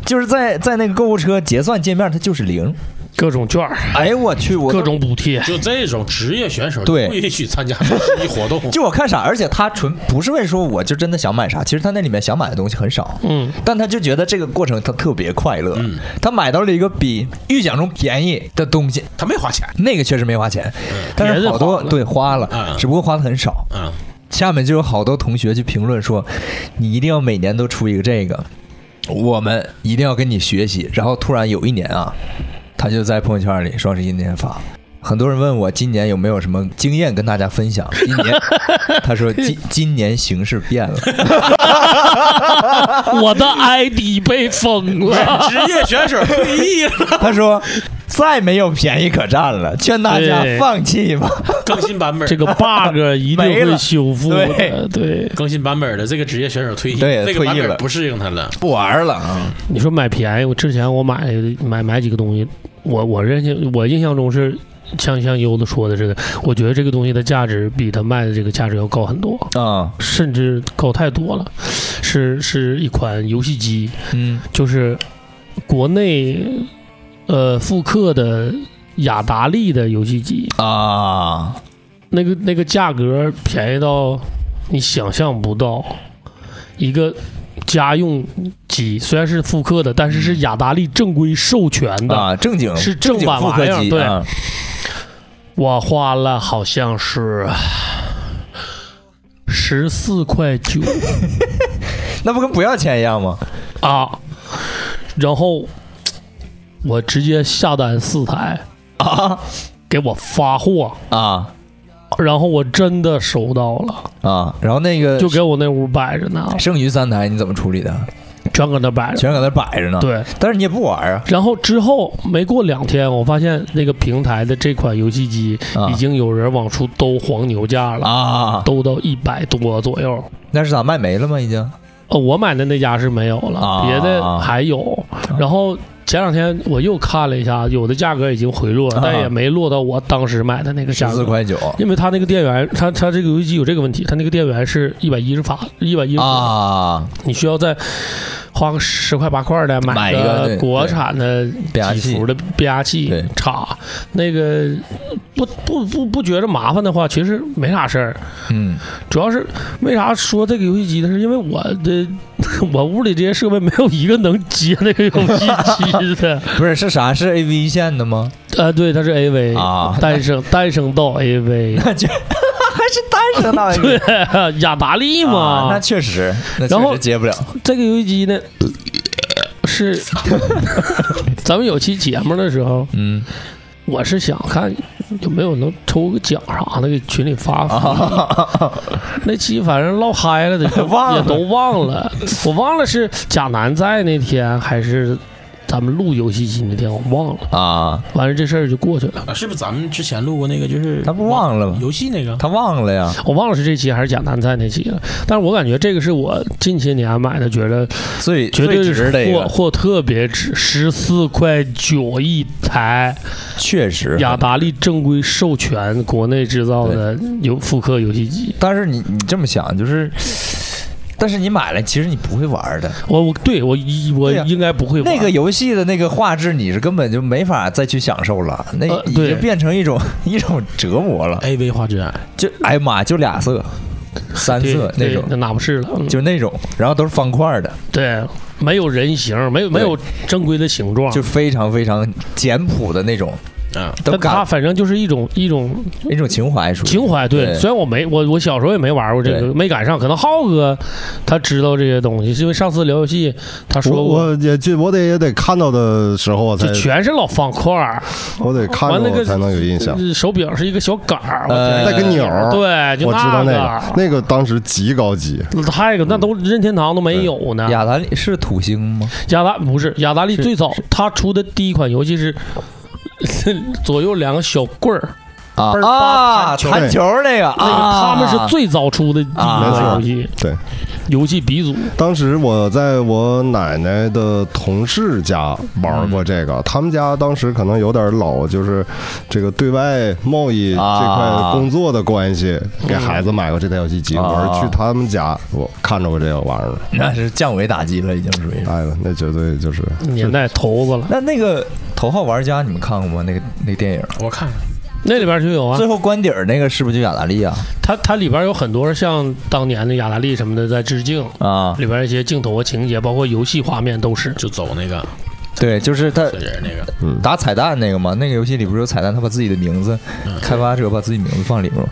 [SPEAKER 2] 就是在在那个购物车结算界面，它就是零。
[SPEAKER 10] 各种券儿，
[SPEAKER 2] 哎呦我去，我
[SPEAKER 10] 各
[SPEAKER 2] 都
[SPEAKER 10] 种 补贴，
[SPEAKER 1] 就这种职业选手
[SPEAKER 2] 对
[SPEAKER 1] 不允许参加双十一活动，
[SPEAKER 2] 就我看啥，而且他纯不是为说我就真的想买啥，其实他那里面想买的东西很少，
[SPEAKER 10] 嗯，
[SPEAKER 2] 但他就觉得这个过程他特别快乐，他买到了一个比预想中便宜的东西，
[SPEAKER 1] 他没花钱，
[SPEAKER 2] 那个确实没花钱，但
[SPEAKER 10] 别
[SPEAKER 2] 是
[SPEAKER 10] 的
[SPEAKER 2] 好多
[SPEAKER 10] 花了
[SPEAKER 2] 对花了
[SPEAKER 1] 嗯，
[SPEAKER 2] 只不过花的很少。
[SPEAKER 1] 嗯，
[SPEAKER 2] 下面就有好多同学去评论说，你一定要每年都出一个这个，我们一定要跟你学习。然后突然有一年啊，他就在朋友圈里双十一那天发。很多人问我今年有没有什么经验跟大家分享。今年，他说今今年形势变了，
[SPEAKER 10] 我的 ID 被封 了。
[SPEAKER 1] 职业选手退役了，
[SPEAKER 2] 他说再没有便宜可占了，劝大家
[SPEAKER 10] 对
[SPEAKER 2] 放弃吧。
[SPEAKER 1] 更新版本
[SPEAKER 10] 这个 bug 一定
[SPEAKER 2] 没
[SPEAKER 10] 会
[SPEAKER 2] 了
[SPEAKER 10] 修复的。对，
[SPEAKER 1] 更新版本的这个职业选手退役，
[SPEAKER 2] 对
[SPEAKER 1] 这个版
[SPEAKER 2] 退役了
[SPEAKER 1] 本不适应他了，
[SPEAKER 2] 不玩了啊！
[SPEAKER 10] 你说买便宜，我之前我买买买几个东西，我我认识我印象中是像像优子说的似的，我觉得这个东西的价值比它卖的这个价值要高很多，
[SPEAKER 2] 啊，
[SPEAKER 10] 甚至高太多了。是是一款游戏机，
[SPEAKER 2] 嗯
[SPEAKER 10] 就是国内呃复刻的雅达利的游戏机，
[SPEAKER 2] 啊，
[SPEAKER 10] 那个那个价格便宜到你想象不到，一个家用机虽然是复刻的，但是是雅达利正规授权的，
[SPEAKER 2] 啊，正经
[SPEAKER 10] 是
[SPEAKER 2] 正
[SPEAKER 10] 正
[SPEAKER 2] 经
[SPEAKER 10] 版
[SPEAKER 2] 复
[SPEAKER 10] 玩意
[SPEAKER 2] 刻
[SPEAKER 10] 儿
[SPEAKER 2] 机，
[SPEAKER 10] 对
[SPEAKER 2] 啊
[SPEAKER 10] 我花了好像是十四块九
[SPEAKER 2] 那不跟不要钱一样吗？
[SPEAKER 10] 啊，然后我直接下单四台
[SPEAKER 2] 啊
[SPEAKER 10] 给我发货，
[SPEAKER 2] 啊
[SPEAKER 10] 然后我真的收到了，
[SPEAKER 2] 啊！然后那个
[SPEAKER 10] 就给我那屋摆着呢，
[SPEAKER 2] 剩余三台你怎么处理的？
[SPEAKER 10] 全搁那摆着，
[SPEAKER 2] 全搁那摆着呢。，
[SPEAKER 10] 对。
[SPEAKER 2] 但是你也不玩啊。
[SPEAKER 10] 然后之后没过两天，我发现那个平台的这款游戏机
[SPEAKER 2] 啊
[SPEAKER 10] 已经有人往出兜黄牛价了，
[SPEAKER 2] 啊，
[SPEAKER 10] 兜到一百多左右。
[SPEAKER 2] 那是咋卖没了吗？已经
[SPEAKER 10] 呃，我买的那家是没有了，
[SPEAKER 2] 啊
[SPEAKER 10] 别的还有。然后前两天我又看了一下，有的价格已经回落了，
[SPEAKER 2] 啊
[SPEAKER 10] 但也没落到我当时买的那个
[SPEAKER 2] 十
[SPEAKER 10] 价
[SPEAKER 2] 四
[SPEAKER 10] 格。
[SPEAKER 2] 块九
[SPEAKER 10] 因为它那个电源，它它这个游戏机有这个问题，它那个电源是一百一十法，一百一十伏，
[SPEAKER 2] 啊，
[SPEAKER 10] 你需要再花个十块八块的
[SPEAKER 2] 买一个
[SPEAKER 10] 个
[SPEAKER 2] 对
[SPEAKER 10] 国产的
[SPEAKER 2] 变压
[SPEAKER 10] 几
[SPEAKER 2] 器
[SPEAKER 10] 伏的变压器
[SPEAKER 2] 对
[SPEAKER 10] 插，那个不不不不觉着麻烦的话，其实没啥事儿。
[SPEAKER 2] 嗯
[SPEAKER 10] 主要是为啥说这个游戏机呢？是因为我的 我屋里这些设备没有一个能接那个游戏机 的。
[SPEAKER 2] 不是是啥是 A V 线的 吗？
[SPEAKER 10] 呃，对，它是 AV
[SPEAKER 2] 啊
[SPEAKER 10] 单声单声道 AV，
[SPEAKER 2] 那就还是单声道 A V
[SPEAKER 10] 对，雅达利
[SPEAKER 2] 啊，
[SPEAKER 10] 嘛
[SPEAKER 2] 那。确实，那
[SPEAKER 10] 然
[SPEAKER 2] 确
[SPEAKER 10] 后
[SPEAKER 2] 实接不 了
[SPEAKER 10] 这个游戏机呢 是， 咱们有期节目的时候，
[SPEAKER 2] 嗯
[SPEAKER 10] 我是想看有没有能抽个奖啥的，给群里发发。
[SPEAKER 2] 啊，
[SPEAKER 10] 那期反正唠 嗨了的，就
[SPEAKER 2] 忘了
[SPEAKER 10] 也都忘了。我忘了是贾楠在那天还是咱们录游戏机那天我忘了，
[SPEAKER 2] 啊，
[SPEAKER 10] 完了这事儿就过去了。
[SPEAKER 1] 啊是不是咱们之前录过那个就是
[SPEAKER 2] 他不忘了吗？
[SPEAKER 1] 游戏那个？
[SPEAKER 2] 他忘了呀，
[SPEAKER 10] 我忘了是这期还是讲南菜那期了，但是我感觉这个是我近些年买的，觉得
[SPEAKER 2] 最
[SPEAKER 10] 绝对
[SPEAKER 2] 最值
[SPEAKER 10] 是
[SPEAKER 2] 的一
[SPEAKER 10] 货
[SPEAKER 2] 个，
[SPEAKER 10] 货特别值，十四块九一台，
[SPEAKER 2] 确实。
[SPEAKER 10] 雅达利正规授权国内制造的游复刻游戏机。
[SPEAKER 2] 但是你你这么想就是，但是你买了，其实你不会玩的。
[SPEAKER 10] 我我对我一我
[SPEAKER 2] 对呀
[SPEAKER 10] 应该不会玩
[SPEAKER 2] 那个游戏的那个画质，你是根本就没法再去享受了，那
[SPEAKER 10] 呃
[SPEAKER 2] 已
[SPEAKER 10] 对
[SPEAKER 2] 经变成一种 一种折磨了。
[SPEAKER 1] A V 画质啊，
[SPEAKER 2] 就哎呀妈，就俩色，三
[SPEAKER 10] 对
[SPEAKER 2] 色那
[SPEAKER 10] 对
[SPEAKER 2] 种，
[SPEAKER 10] 那哪不是了？嗯
[SPEAKER 2] 就那种，然后都是方块的，
[SPEAKER 10] 对，没有人形，没有没有正规的形状，
[SPEAKER 2] 就非常非常简朴的那种，
[SPEAKER 1] 嗯，
[SPEAKER 2] 都
[SPEAKER 10] 但它
[SPEAKER 2] 感
[SPEAKER 10] 反正就是一种一种
[SPEAKER 2] 一种情怀属于
[SPEAKER 10] 情怀。对，
[SPEAKER 2] 对
[SPEAKER 10] 虽然我没我我小时候也没玩过这
[SPEAKER 2] 对
[SPEAKER 10] 个，没赶上。可能浩哥他知道这些东西，是因为上次聊游戏他说
[SPEAKER 3] 我
[SPEAKER 10] 过，
[SPEAKER 3] 我也就我得也得看到的时候我才
[SPEAKER 10] 就全是老方块儿，
[SPEAKER 3] 我得看着
[SPEAKER 10] 完那个
[SPEAKER 3] 我才能有印象。
[SPEAKER 10] 手柄是一个小杆儿，我
[SPEAKER 2] 呃
[SPEAKER 10] 天
[SPEAKER 3] 带个钮儿
[SPEAKER 10] 对，就
[SPEAKER 3] 我知道那个，
[SPEAKER 10] 个。
[SPEAKER 3] 那个当时极高级，
[SPEAKER 10] 太个那都任天堂都没有呢，
[SPEAKER 2] 雅达利是土星吗？
[SPEAKER 10] 雅达不是雅达利最早他出的第一款游戏是 左右两个小棍儿，
[SPEAKER 2] 啊
[SPEAKER 10] 倍儿
[SPEAKER 2] 啊，
[SPEAKER 10] 棒
[SPEAKER 2] 弹球那个
[SPEAKER 10] 那
[SPEAKER 2] 啊，
[SPEAKER 10] 个他们是最早出的第一款游戏，
[SPEAKER 3] 对。
[SPEAKER 10] 游戏鼻祖。
[SPEAKER 3] 当时我在我奶奶的同事家玩过这个，他们家当时可能有点老，就是这个对外贸易这块工作的关系，给孩子买过这台游戏机。
[SPEAKER 2] 啊嗯
[SPEAKER 3] 我是去他们家，我看着过这个玩意儿，
[SPEAKER 2] 那是降维打击了，已经属于是。
[SPEAKER 3] 哎呦，那绝对就是
[SPEAKER 10] 年代头子了，
[SPEAKER 2] 那那个《头号玩家》你们看过吗？那个那个电影，
[SPEAKER 1] 我看看，
[SPEAKER 10] 那里边就有啊
[SPEAKER 2] 最。后关底儿那个是不是就雅达利啊？
[SPEAKER 10] 它它里边有很多像当年的雅达利什么的在致敬，
[SPEAKER 2] 啊，
[SPEAKER 10] 里边一些镜头和情节，包括游戏画面都是。
[SPEAKER 1] 就走那个
[SPEAKER 2] 对，就是他
[SPEAKER 1] 死人那个，
[SPEAKER 2] 打彩蛋那个嘛，那个游戏里不是有彩蛋，他把自己的名字，开发者把自己名字放里面，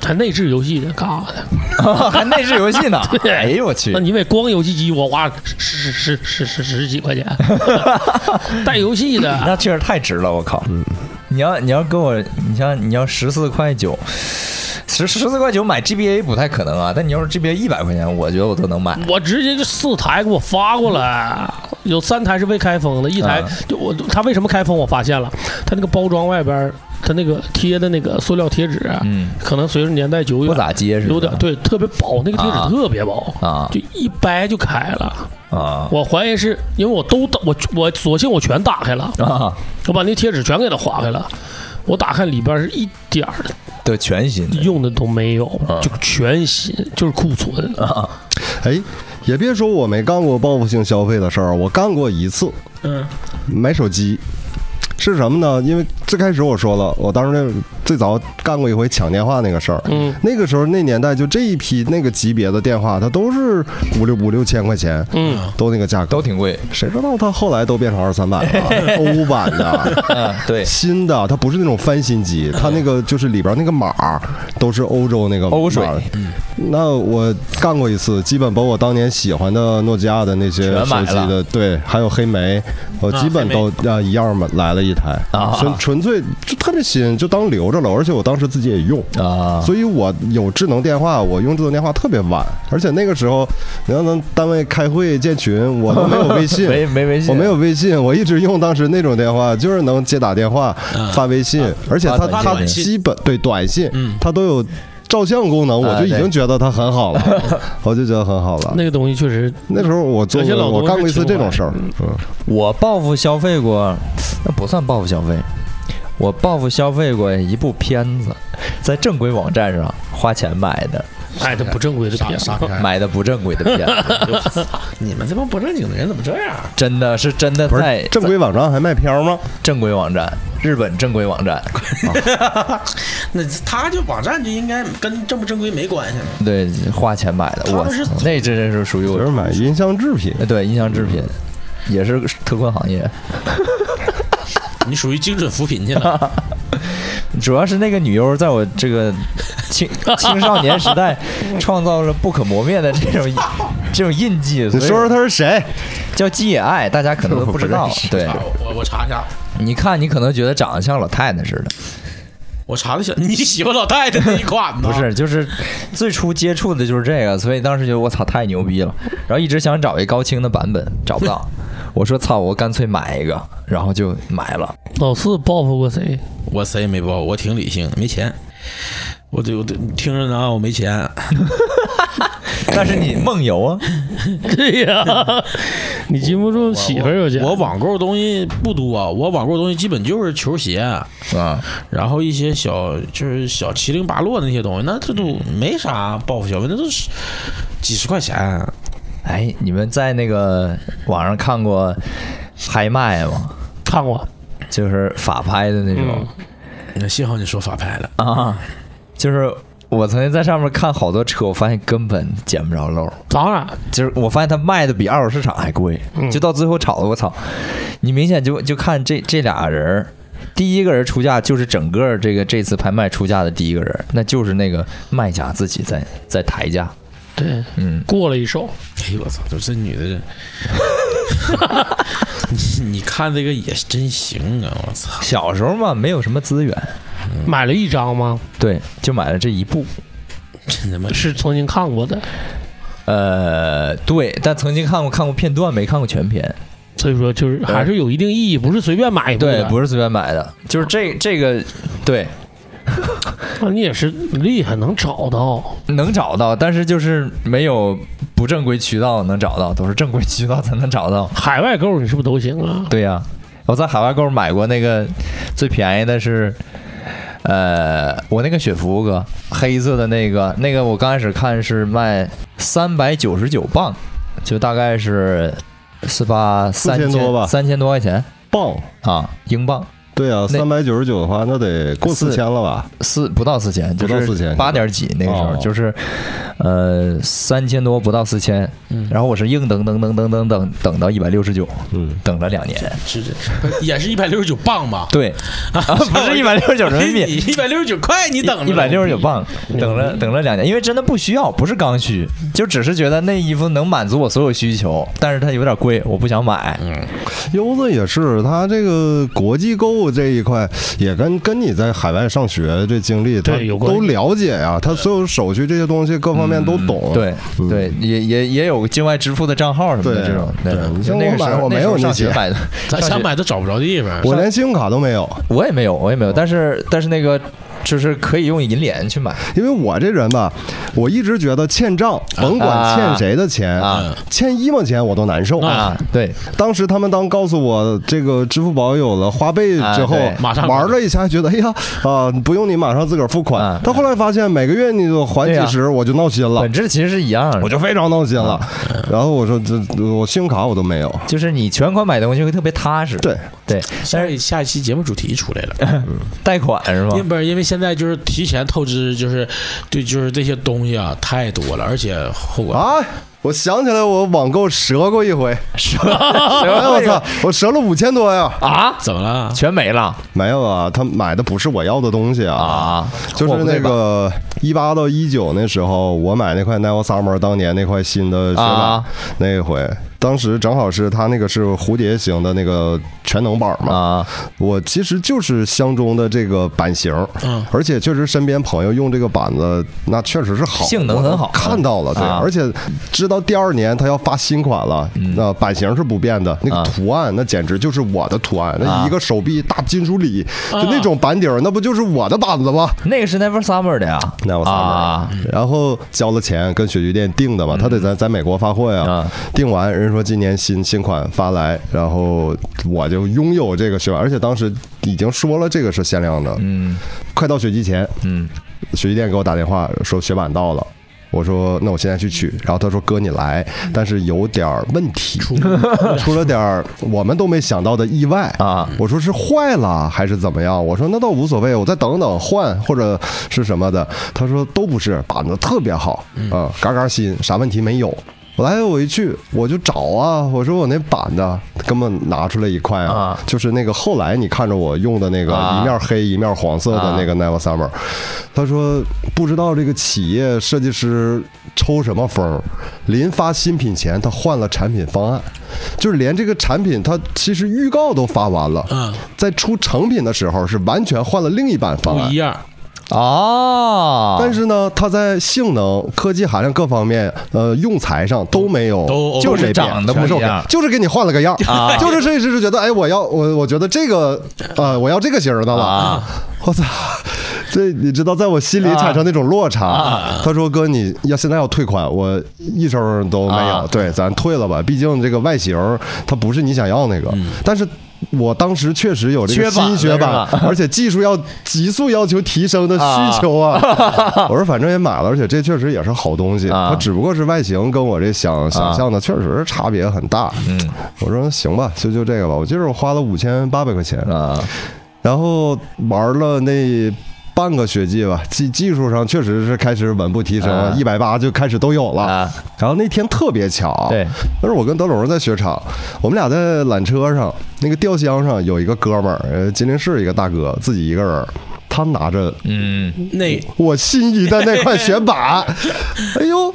[SPEAKER 10] 它内置游戏的干啥 的？
[SPEAKER 2] 还内置游戏呢。哎呦我去
[SPEAKER 10] 那！你为光游戏机我花十十十十十几 块钱，带游戏的
[SPEAKER 2] 那确实太值了，我靠！你要你要跟我，你像你要十四块九，十十四块九买 GBA 不太可能啊，但你要是 GBA 一百块钱，我觉得我都能买。
[SPEAKER 10] 我直接就四台给我发过来，有三台是未开封的，一台
[SPEAKER 2] 啊
[SPEAKER 10] 就我它为什么开封？我发现了，它那个包装外边儿它那个贴的那个塑料贴纸，啊
[SPEAKER 2] 嗯，
[SPEAKER 10] 可能随着年代久
[SPEAKER 2] 不
[SPEAKER 10] 远，
[SPEAKER 2] 咋结实，
[SPEAKER 10] 有点对，特别薄，那个贴
[SPEAKER 2] 啊
[SPEAKER 10] 纸特别薄，
[SPEAKER 2] 啊
[SPEAKER 10] 就一掰就开了。
[SPEAKER 2] 啊
[SPEAKER 10] 我怀疑是因为我都打我我索性我全打开了，
[SPEAKER 2] 啊！
[SPEAKER 10] 我把那贴纸全给它划开了。我打开里边是一点儿
[SPEAKER 2] 对，全新的
[SPEAKER 10] 用的都没有，
[SPEAKER 2] 啊
[SPEAKER 10] 就全新，就是库存。
[SPEAKER 3] 哎，也别说我没干过报复性消费的事儿，我干过一次。
[SPEAKER 1] 嗯，
[SPEAKER 3] 买手机是什么呢？因为最开始我说了，我当时最早干过一回抢电话那个事儿。
[SPEAKER 10] 嗯
[SPEAKER 3] 那个时候那年代就这一批那个级别的电话，它都是五六五六千块钱，
[SPEAKER 10] 嗯，
[SPEAKER 3] 都那个价格。
[SPEAKER 2] 都挺贵。
[SPEAKER 3] 谁知道它后来都变成二三百 了，欧版的。
[SPEAKER 2] 嗯，对，
[SPEAKER 3] 新的，它不是那种翻新机，
[SPEAKER 2] 嗯
[SPEAKER 3] 它那个就是里边那个码儿都是欧洲那个
[SPEAKER 2] 欧嗯水
[SPEAKER 3] 码儿嗯那我干过一次，基本把我当年喜欢的诺基亚的那些
[SPEAKER 2] 全买
[SPEAKER 3] 手
[SPEAKER 2] 了
[SPEAKER 3] 机的，对，还有黑莓，我基本都啊一样买来了一台
[SPEAKER 2] 啊，
[SPEAKER 3] 纯纯粹就特别新，就当留着了，而且我当时自己也用。
[SPEAKER 2] 啊，
[SPEAKER 3] 所以我有智能电话，我用智能电话特别晚，而且那个时候，你要能单位开会建群，我都没有 微信，
[SPEAKER 2] 没没微信，
[SPEAKER 3] 我没有微信，我一直用当时那种电话，就是能接打电话、发微信，而且它
[SPEAKER 2] 发
[SPEAKER 3] 它
[SPEAKER 2] 短
[SPEAKER 1] 信
[SPEAKER 3] 基本对短信，
[SPEAKER 1] 嗯
[SPEAKER 3] 它都有照相功能，我
[SPEAKER 2] 啊
[SPEAKER 3] 就已
[SPEAKER 2] 对
[SPEAKER 3] 经觉得它很好 了，我就觉得很好了。
[SPEAKER 10] 那个东西确实，
[SPEAKER 3] 那时候我做
[SPEAKER 10] 有些
[SPEAKER 3] 过，
[SPEAKER 10] 老
[SPEAKER 3] 我
[SPEAKER 10] 东
[SPEAKER 3] 干
[SPEAKER 10] 西
[SPEAKER 3] 过一次
[SPEAKER 10] 情
[SPEAKER 3] 这
[SPEAKER 10] 怀
[SPEAKER 3] 种事儿，嗯，
[SPEAKER 2] 我报复消费过，那不算报复消费。我报复消费过一部片子，在正规网站上花钱买的，
[SPEAKER 10] 哎，它不正规的
[SPEAKER 1] 啥
[SPEAKER 10] 片
[SPEAKER 1] 啥片儿？
[SPEAKER 2] 买的不正规的片子，
[SPEAKER 1] 你们这帮不正经的人怎么这样？ 啊
[SPEAKER 2] 真的是真的
[SPEAKER 3] 不
[SPEAKER 2] 在
[SPEAKER 3] 是正规网站还卖片儿吗？
[SPEAKER 2] 正规网站，日本正规网站，
[SPEAKER 1] 那他就网站就应该跟正不正规没关系了。
[SPEAKER 2] 对，花钱买的，
[SPEAKER 1] 他
[SPEAKER 2] 我
[SPEAKER 1] 们是
[SPEAKER 2] 操那真是属于
[SPEAKER 3] 就是
[SPEAKER 2] 我，
[SPEAKER 3] 买音像制品，
[SPEAKER 2] 对，音像制品。也是特困行业，
[SPEAKER 1] 你属于精准扶贫去了，
[SPEAKER 2] 主要是那个女优在我这个青青少年时代创造了不可磨灭的这种 这种印记。
[SPEAKER 3] 你
[SPEAKER 2] 所以
[SPEAKER 3] 说说他是谁？
[SPEAKER 2] 叫季野爱，大家可能都不知道
[SPEAKER 3] 我不认 识。
[SPEAKER 2] 对，
[SPEAKER 1] 啊我我查一下，的
[SPEAKER 2] 你看，你可能觉得长得像老太太似的，
[SPEAKER 1] 我查的小，你喜欢老太太那一款呢？
[SPEAKER 3] 啊
[SPEAKER 2] 不，是，就是最初接触 的就是这个，所以当时觉得我操太牛逼了，然后一直想找一高清的版本，找不到。我说操，我干脆买一个，然后就买了。
[SPEAKER 10] 老四报复过谁？
[SPEAKER 1] 我谁也没报，我挺理性，没钱。我得我得听着呢，我没钱，
[SPEAKER 2] 但是你梦游啊，
[SPEAKER 10] 对呀、你禁不住媳妇儿有
[SPEAKER 2] 啊
[SPEAKER 10] 钱。
[SPEAKER 1] 我网购东西不多、啊我网购东西基本就是球鞋，
[SPEAKER 2] 啊，
[SPEAKER 1] 然后一些小就是小七零八落那些东西，那这都没啥报复消费，那都是几十块钱。
[SPEAKER 2] 哎，你们在那个网上看过拍卖吗？
[SPEAKER 10] 看过，
[SPEAKER 2] 就是法拍的那种、
[SPEAKER 1] 那幸好你说法拍了，
[SPEAKER 2] 啊，就是我曾经在上面看好多车，我发现根本捡不着漏儿。
[SPEAKER 10] 当然
[SPEAKER 2] 就是我发现它卖的比二手市场还贵，就到最后炒的我操！你明显就就看这这俩人儿，第一个人出价就是整个这个这次拍卖出价的第一个人，那就是那个卖家自己在在抬价。
[SPEAKER 10] 对，
[SPEAKER 2] 嗯，
[SPEAKER 10] 过了一手，
[SPEAKER 1] 哎呦我操，就这女的这， 你你看这个也是真行啊，我操！
[SPEAKER 2] 小时候嘛，没有什么资源，
[SPEAKER 10] 买了一张吗？
[SPEAKER 2] 对，就买了这一部。
[SPEAKER 1] 真他妈
[SPEAKER 10] 是曾经看过的，
[SPEAKER 2] 呃，对，但曾经看过看过片段，没看过全片。
[SPEAKER 10] 所以说就是还是有一定意义，不是随便买一部
[SPEAKER 2] 对
[SPEAKER 10] 的。，
[SPEAKER 2] 不是随便买的，就是这这个，对，
[SPEAKER 10] 那你也是厉害，能找到。
[SPEAKER 2] 能找到，但是就是没有不正规渠道能找到，都是正规渠道才能找到。
[SPEAKER 10] 海外购你是不是都行啊？
[SPEAKER 2] 对呀、我在海外购买过那个最便宜的是，呃，我那个雪佛哥黑色的那个， 那个我刚开始看是卖三百九十九磅，就大概是四八三
[SPEAKER 3] 4000多吧
[SPEAKER 2] 三千多块钱
[SPEAKER 3] 棒，
[SPEAKER 2] 啊，英镑
[SPEAKER 3] 对啊，
[SPEAKER 2] 那
[SPEAKER 3] 三百九十九的话，那得过
[SPEAKER 2] 四
[SPEAKER 3] 四千了吧？
[SPEAKER 2] 四不到四千，就
[SPEAKER 3] 不到
[SPEAKER 2] 是
[SPEAKER 3] 4000
[SPEAKER 2] 八点几那个时候，
[SPEAKER 3] 哦
[SPEAKER 2] 就是呃三千多不到四千，
[SPEAKER 1] 嗯
[SPEAKER 2] 然后我是硬等等等等等等等到一百六十九，
[SPEAKER 3] 嗯，
[SPEAKER 2] 等了两年，
[SPEAKER 1] 是这，也是一百六十九磅吧？
[SPEAKER 2] 对，啊不是一百六十九人民币，
[SPEAKER 1] 一百六十九块，你等着
[SPEAKER 2] 一百六十九磅，等了等了两年，因为真的不需要，不是刚需，就只是觉得那衣服能满足我所有需求，但是它有点贵，我不想买。
[SPEAKER 1] 嗯
[SPEAKER 3] 优子也是，他这个国际购物这一块，也跟跟你在海外上学这经历，他
[SPEAKER 10] 对有关系
[SPEAKER 3] 都了解呀、他所有手续这些东西各方面都懂。
[SPEAKER 2] 对
[SPEAKER 3] 嗯
[SPEAKER 2] 对，也也也有境外支付的账号什么的
[SPEAKER 3] 对
[SPEAKER 2] 这种。
[SPEAKER 3] 对你像
[SPEAKER 2] 就那
[SPEAKER 3] 我
[SPEAKER 2] 个时
[SPEAKER 3] 买
[SPEAKER 2] 候
[SPEAKER 3] 我没
[SPEAKER 2] 那时候
[SPEAKER 3] 有
[SPEAKER 2] 上
[SPEAKER 3] 那
[SPEAKER 2] 学
[SPEAKER 3] 些
[SPEAKER 2] 买的，
[SPEAKER 1] 咱
[SPEAKER 2] 上
[SPEAKER 1] 想
[SPEAKER 2] 学
[SPEAKER 1] 买都找不着地方。
[SPEAKER 3] 我连信用卡都没有，
[SPEAKER 2] 我也没有，我也没有，但是但是那个就是可以用银联去买。
[SPEAKER 3] 因为我这人吧，我一直觉得欠账，甭管欠谁的钱，
[SPEAKER 2] 啊
[SPEAKER 3] 欠一毛钱我都难受。
[SPEAKER 2] 啊，对，
[SPEAKER 3] 当时他们当告诉我这个支付宝有了花呗之后
[SPEAKER 2] 啊对，
[SPEAKER 1] 马上
[SPEAKER 3] 玩了一下，觉得哎呀啊，不用你马上自个儿付款
[SPEAKER 2] 啊。
[SPEAKER 3] 但后来发现每个月你就还几十，我就闹心了
[SPEAKER 2] 本，质其实是一样的
[SPEAKER 3] 我。就非常闹心了。然后我说这我信用卡我都没有，
[SPEAKER 2] 就是你全款买东西会特别踏实，
[SPEAKER 3] 对，
[SPEAKER 2] 对，
[SPEAKER 1] 下一下一期节目主题出来了，
[SPEAKER 2] 贷款是吗
[SPEAKER 1] 因？为不是因为现在就是提前透支，就是对，就是这些东西啊太多了，而且后果
[SPEAKER 3] 啊，我想起来我网购折过一回，哎
[SPEAKER 2] 我
[SPEAKER 3] 我操，我折了五千多呀！
[SPEAKER 2] 啊，
[SPEAKER 1] 怎么了？
[SPEAKER 2] 全没了
[SPEAKER 3] 没有啊，他买的不是我要的东西啊。
[SPEAKER 2] 啊，
[SPEAKER 3] 就是
[SPEAKER 2] 货不
[SPEAKER 3] 那
[SPEAKER 2] 对版
[SPEAKER 3] 个一八到一九那时候，我买那块 Neo Summer 当年那块新的雪板
[SPEAKER 2] 啊，
[SPEAKER 3] 那一回，当时正好是它那个是蝴蝶型的那个全能板嘛，
[SPEAKER 2] 啊，
[SPEAKER 3] 我其实就是相中的这个版型，
[SPEAKER 1] 嗯
[SPEAKER 3] 而且确实身边朋友用这个板子，那确实是好，
[SPEAKER 2] 性能很好
[SPEAKER 3] 我看到了，对，
[SPEAKER 2] 啊嗯
[SPEAKER 3] 而且知道第二年它要发新款了，那版型是不变的，那
[SPEAKER 2] 啊
[SPEAKER 3] 个图案那简直就是我的图案，
[SPEAKER 2] 啊
[SPEAKER 3] 那一个手臂大金属里，就那种板底儿，那不就是我的板子吗？
[SPEAKER 2] 那个是 Never Summer 的呀，
[SPEAKER 3] 那我
[SPEAKER 2] 啊嗯
[SPEAKER 3] 三然后交了钱，跟雪具店订的嘛，他得在在美国发货呀
[SPEAKER 2] 啊。
[SPEAKER 3] 订完，人说今年新新款发来，然后我就拥有这个雪板，而且当时已经说了这个是限量的。
[SPEAKER 2] 嗯
[SPEAKER 3] 快到雪季前，
[SPEAKER 2] 嗯，
[SPEAKER 3] 雪具店给我打电话说雪板到了。我说那我现在去取，
[SPEAKER 2] 嗯
[SPEAKER 3] 然后他说哥你来，但是有点儿问题， 出了点儿我们都没想到的意外
[SPEAKER 2] 嗯啊
[SPEAKER 3] 我说是坏了还是怎么样？我说那倒无所谓，我再等等换或者是什么的。他说都不是，板子特别好
[SPEAKER 2] 嗯
[SPEAKER 3] 啊、嘎嘎新，啥问题没有。后来我一去我就找啊，我说我那板子根本拿出来一块啊，
[SPEAKER 2] 啊
[SPEAKER 3] 就是那个后来你看着我用的那个
[SPEAKER 2] 啊
[SPEAKER 3] 一面黑一面黄色的那个 Never Summer，、他说不知道这个企业设计师抽什么风儿，临发新品前他换了产品方案，就是连这个产品他其实预告都发完了，
[SPEAKER 1] 嗯，
[SPEAKER 3] 在出成品的时候是完全换了另一版方
[SPEAKER 1] 不
[SPEAKER 3] 案
[SPEAKER 1] 一，样，
[SPEAKER 2] 啊，
[SPEAKER 3] 但是呢，它在性能、科技含量各方面，呃，用材上都没有，
[SPEAKER 1] 都
[SPEAKER 3] 就
[SPEAKER 2] 就是
[SPEAKER 3] 没变
[SPEAKER 2] 长得不
[SPEAKER 3] 全是
[SPEAKER 2] 一
[SPEAKER 3] OK
[SPEAKER 2] 样
[SPEAKER 3] 就是给你换了个样儿
[SPEAKER 2] 啊
[SPEAKER 3] 就是设计师是觉得，哎，我要我我觉得这个，呃，我要这个型儿的了，
[SPEAKER 2] 啊
[SPEAKER 3] 我操！ 这你知道，在我心里产生那种落差。
[SPEAKER 2] 啊
[SPEAKER 3] 他说：“哥，你要现在要退款，我一声儿都没有。
[SPEAKER 2] 啊
[SPEAKER 3] 对，咱退了吧，毕竟这个外形儿它不是你想要那个。但是我当时确实有这个
[SPEAKER 2] 嗯缺版
[SPEAKER 3] 新学
[SPEAKER 2] 了
[SPEAKER 3] 版
[SPEAKER 2] 是吧，
[SPEAKER 3] 而且技术要急速要求提升的需求啊。我说反正也买了，而且这确实也是好东西，
[SPEAKER 2] 啊
[SPEAKER 3] 它只不过是外形跟我这想
[SPEAKER 2] 啊
[SPEAKER 3] 想象的确实是差别很大。
[SPEAKER 2] 嗯
[SPEAKER 3] 我说行吧，就就这个吧。我记得我花了五千八百块钱，
[SPEAKER 2] 啊
[SPEAKER 3] 然后玩了那半个学季吧，技技术上确实是开始稳步提
[SPEAKER 2] 啊
[SPEAKER 3] 升，一百八就开始都有了。
[SPEAKER 2] 啊，
[SPEAKER 3] 然后那天特别巧，
[SPEAKER 2] 对，
[SPEAKER 3] 那是我跟德龙在雪场，我们俩在缆车上，那个吊箱上有一个哥们儿，呃，吉林市一个大哥，自己一个人儿，他拿着
[SPEAKER 2] 嗯，
[SPEAKER 1] 那
[SPEAKER 3] 我心仪的那块雪板，哎呦，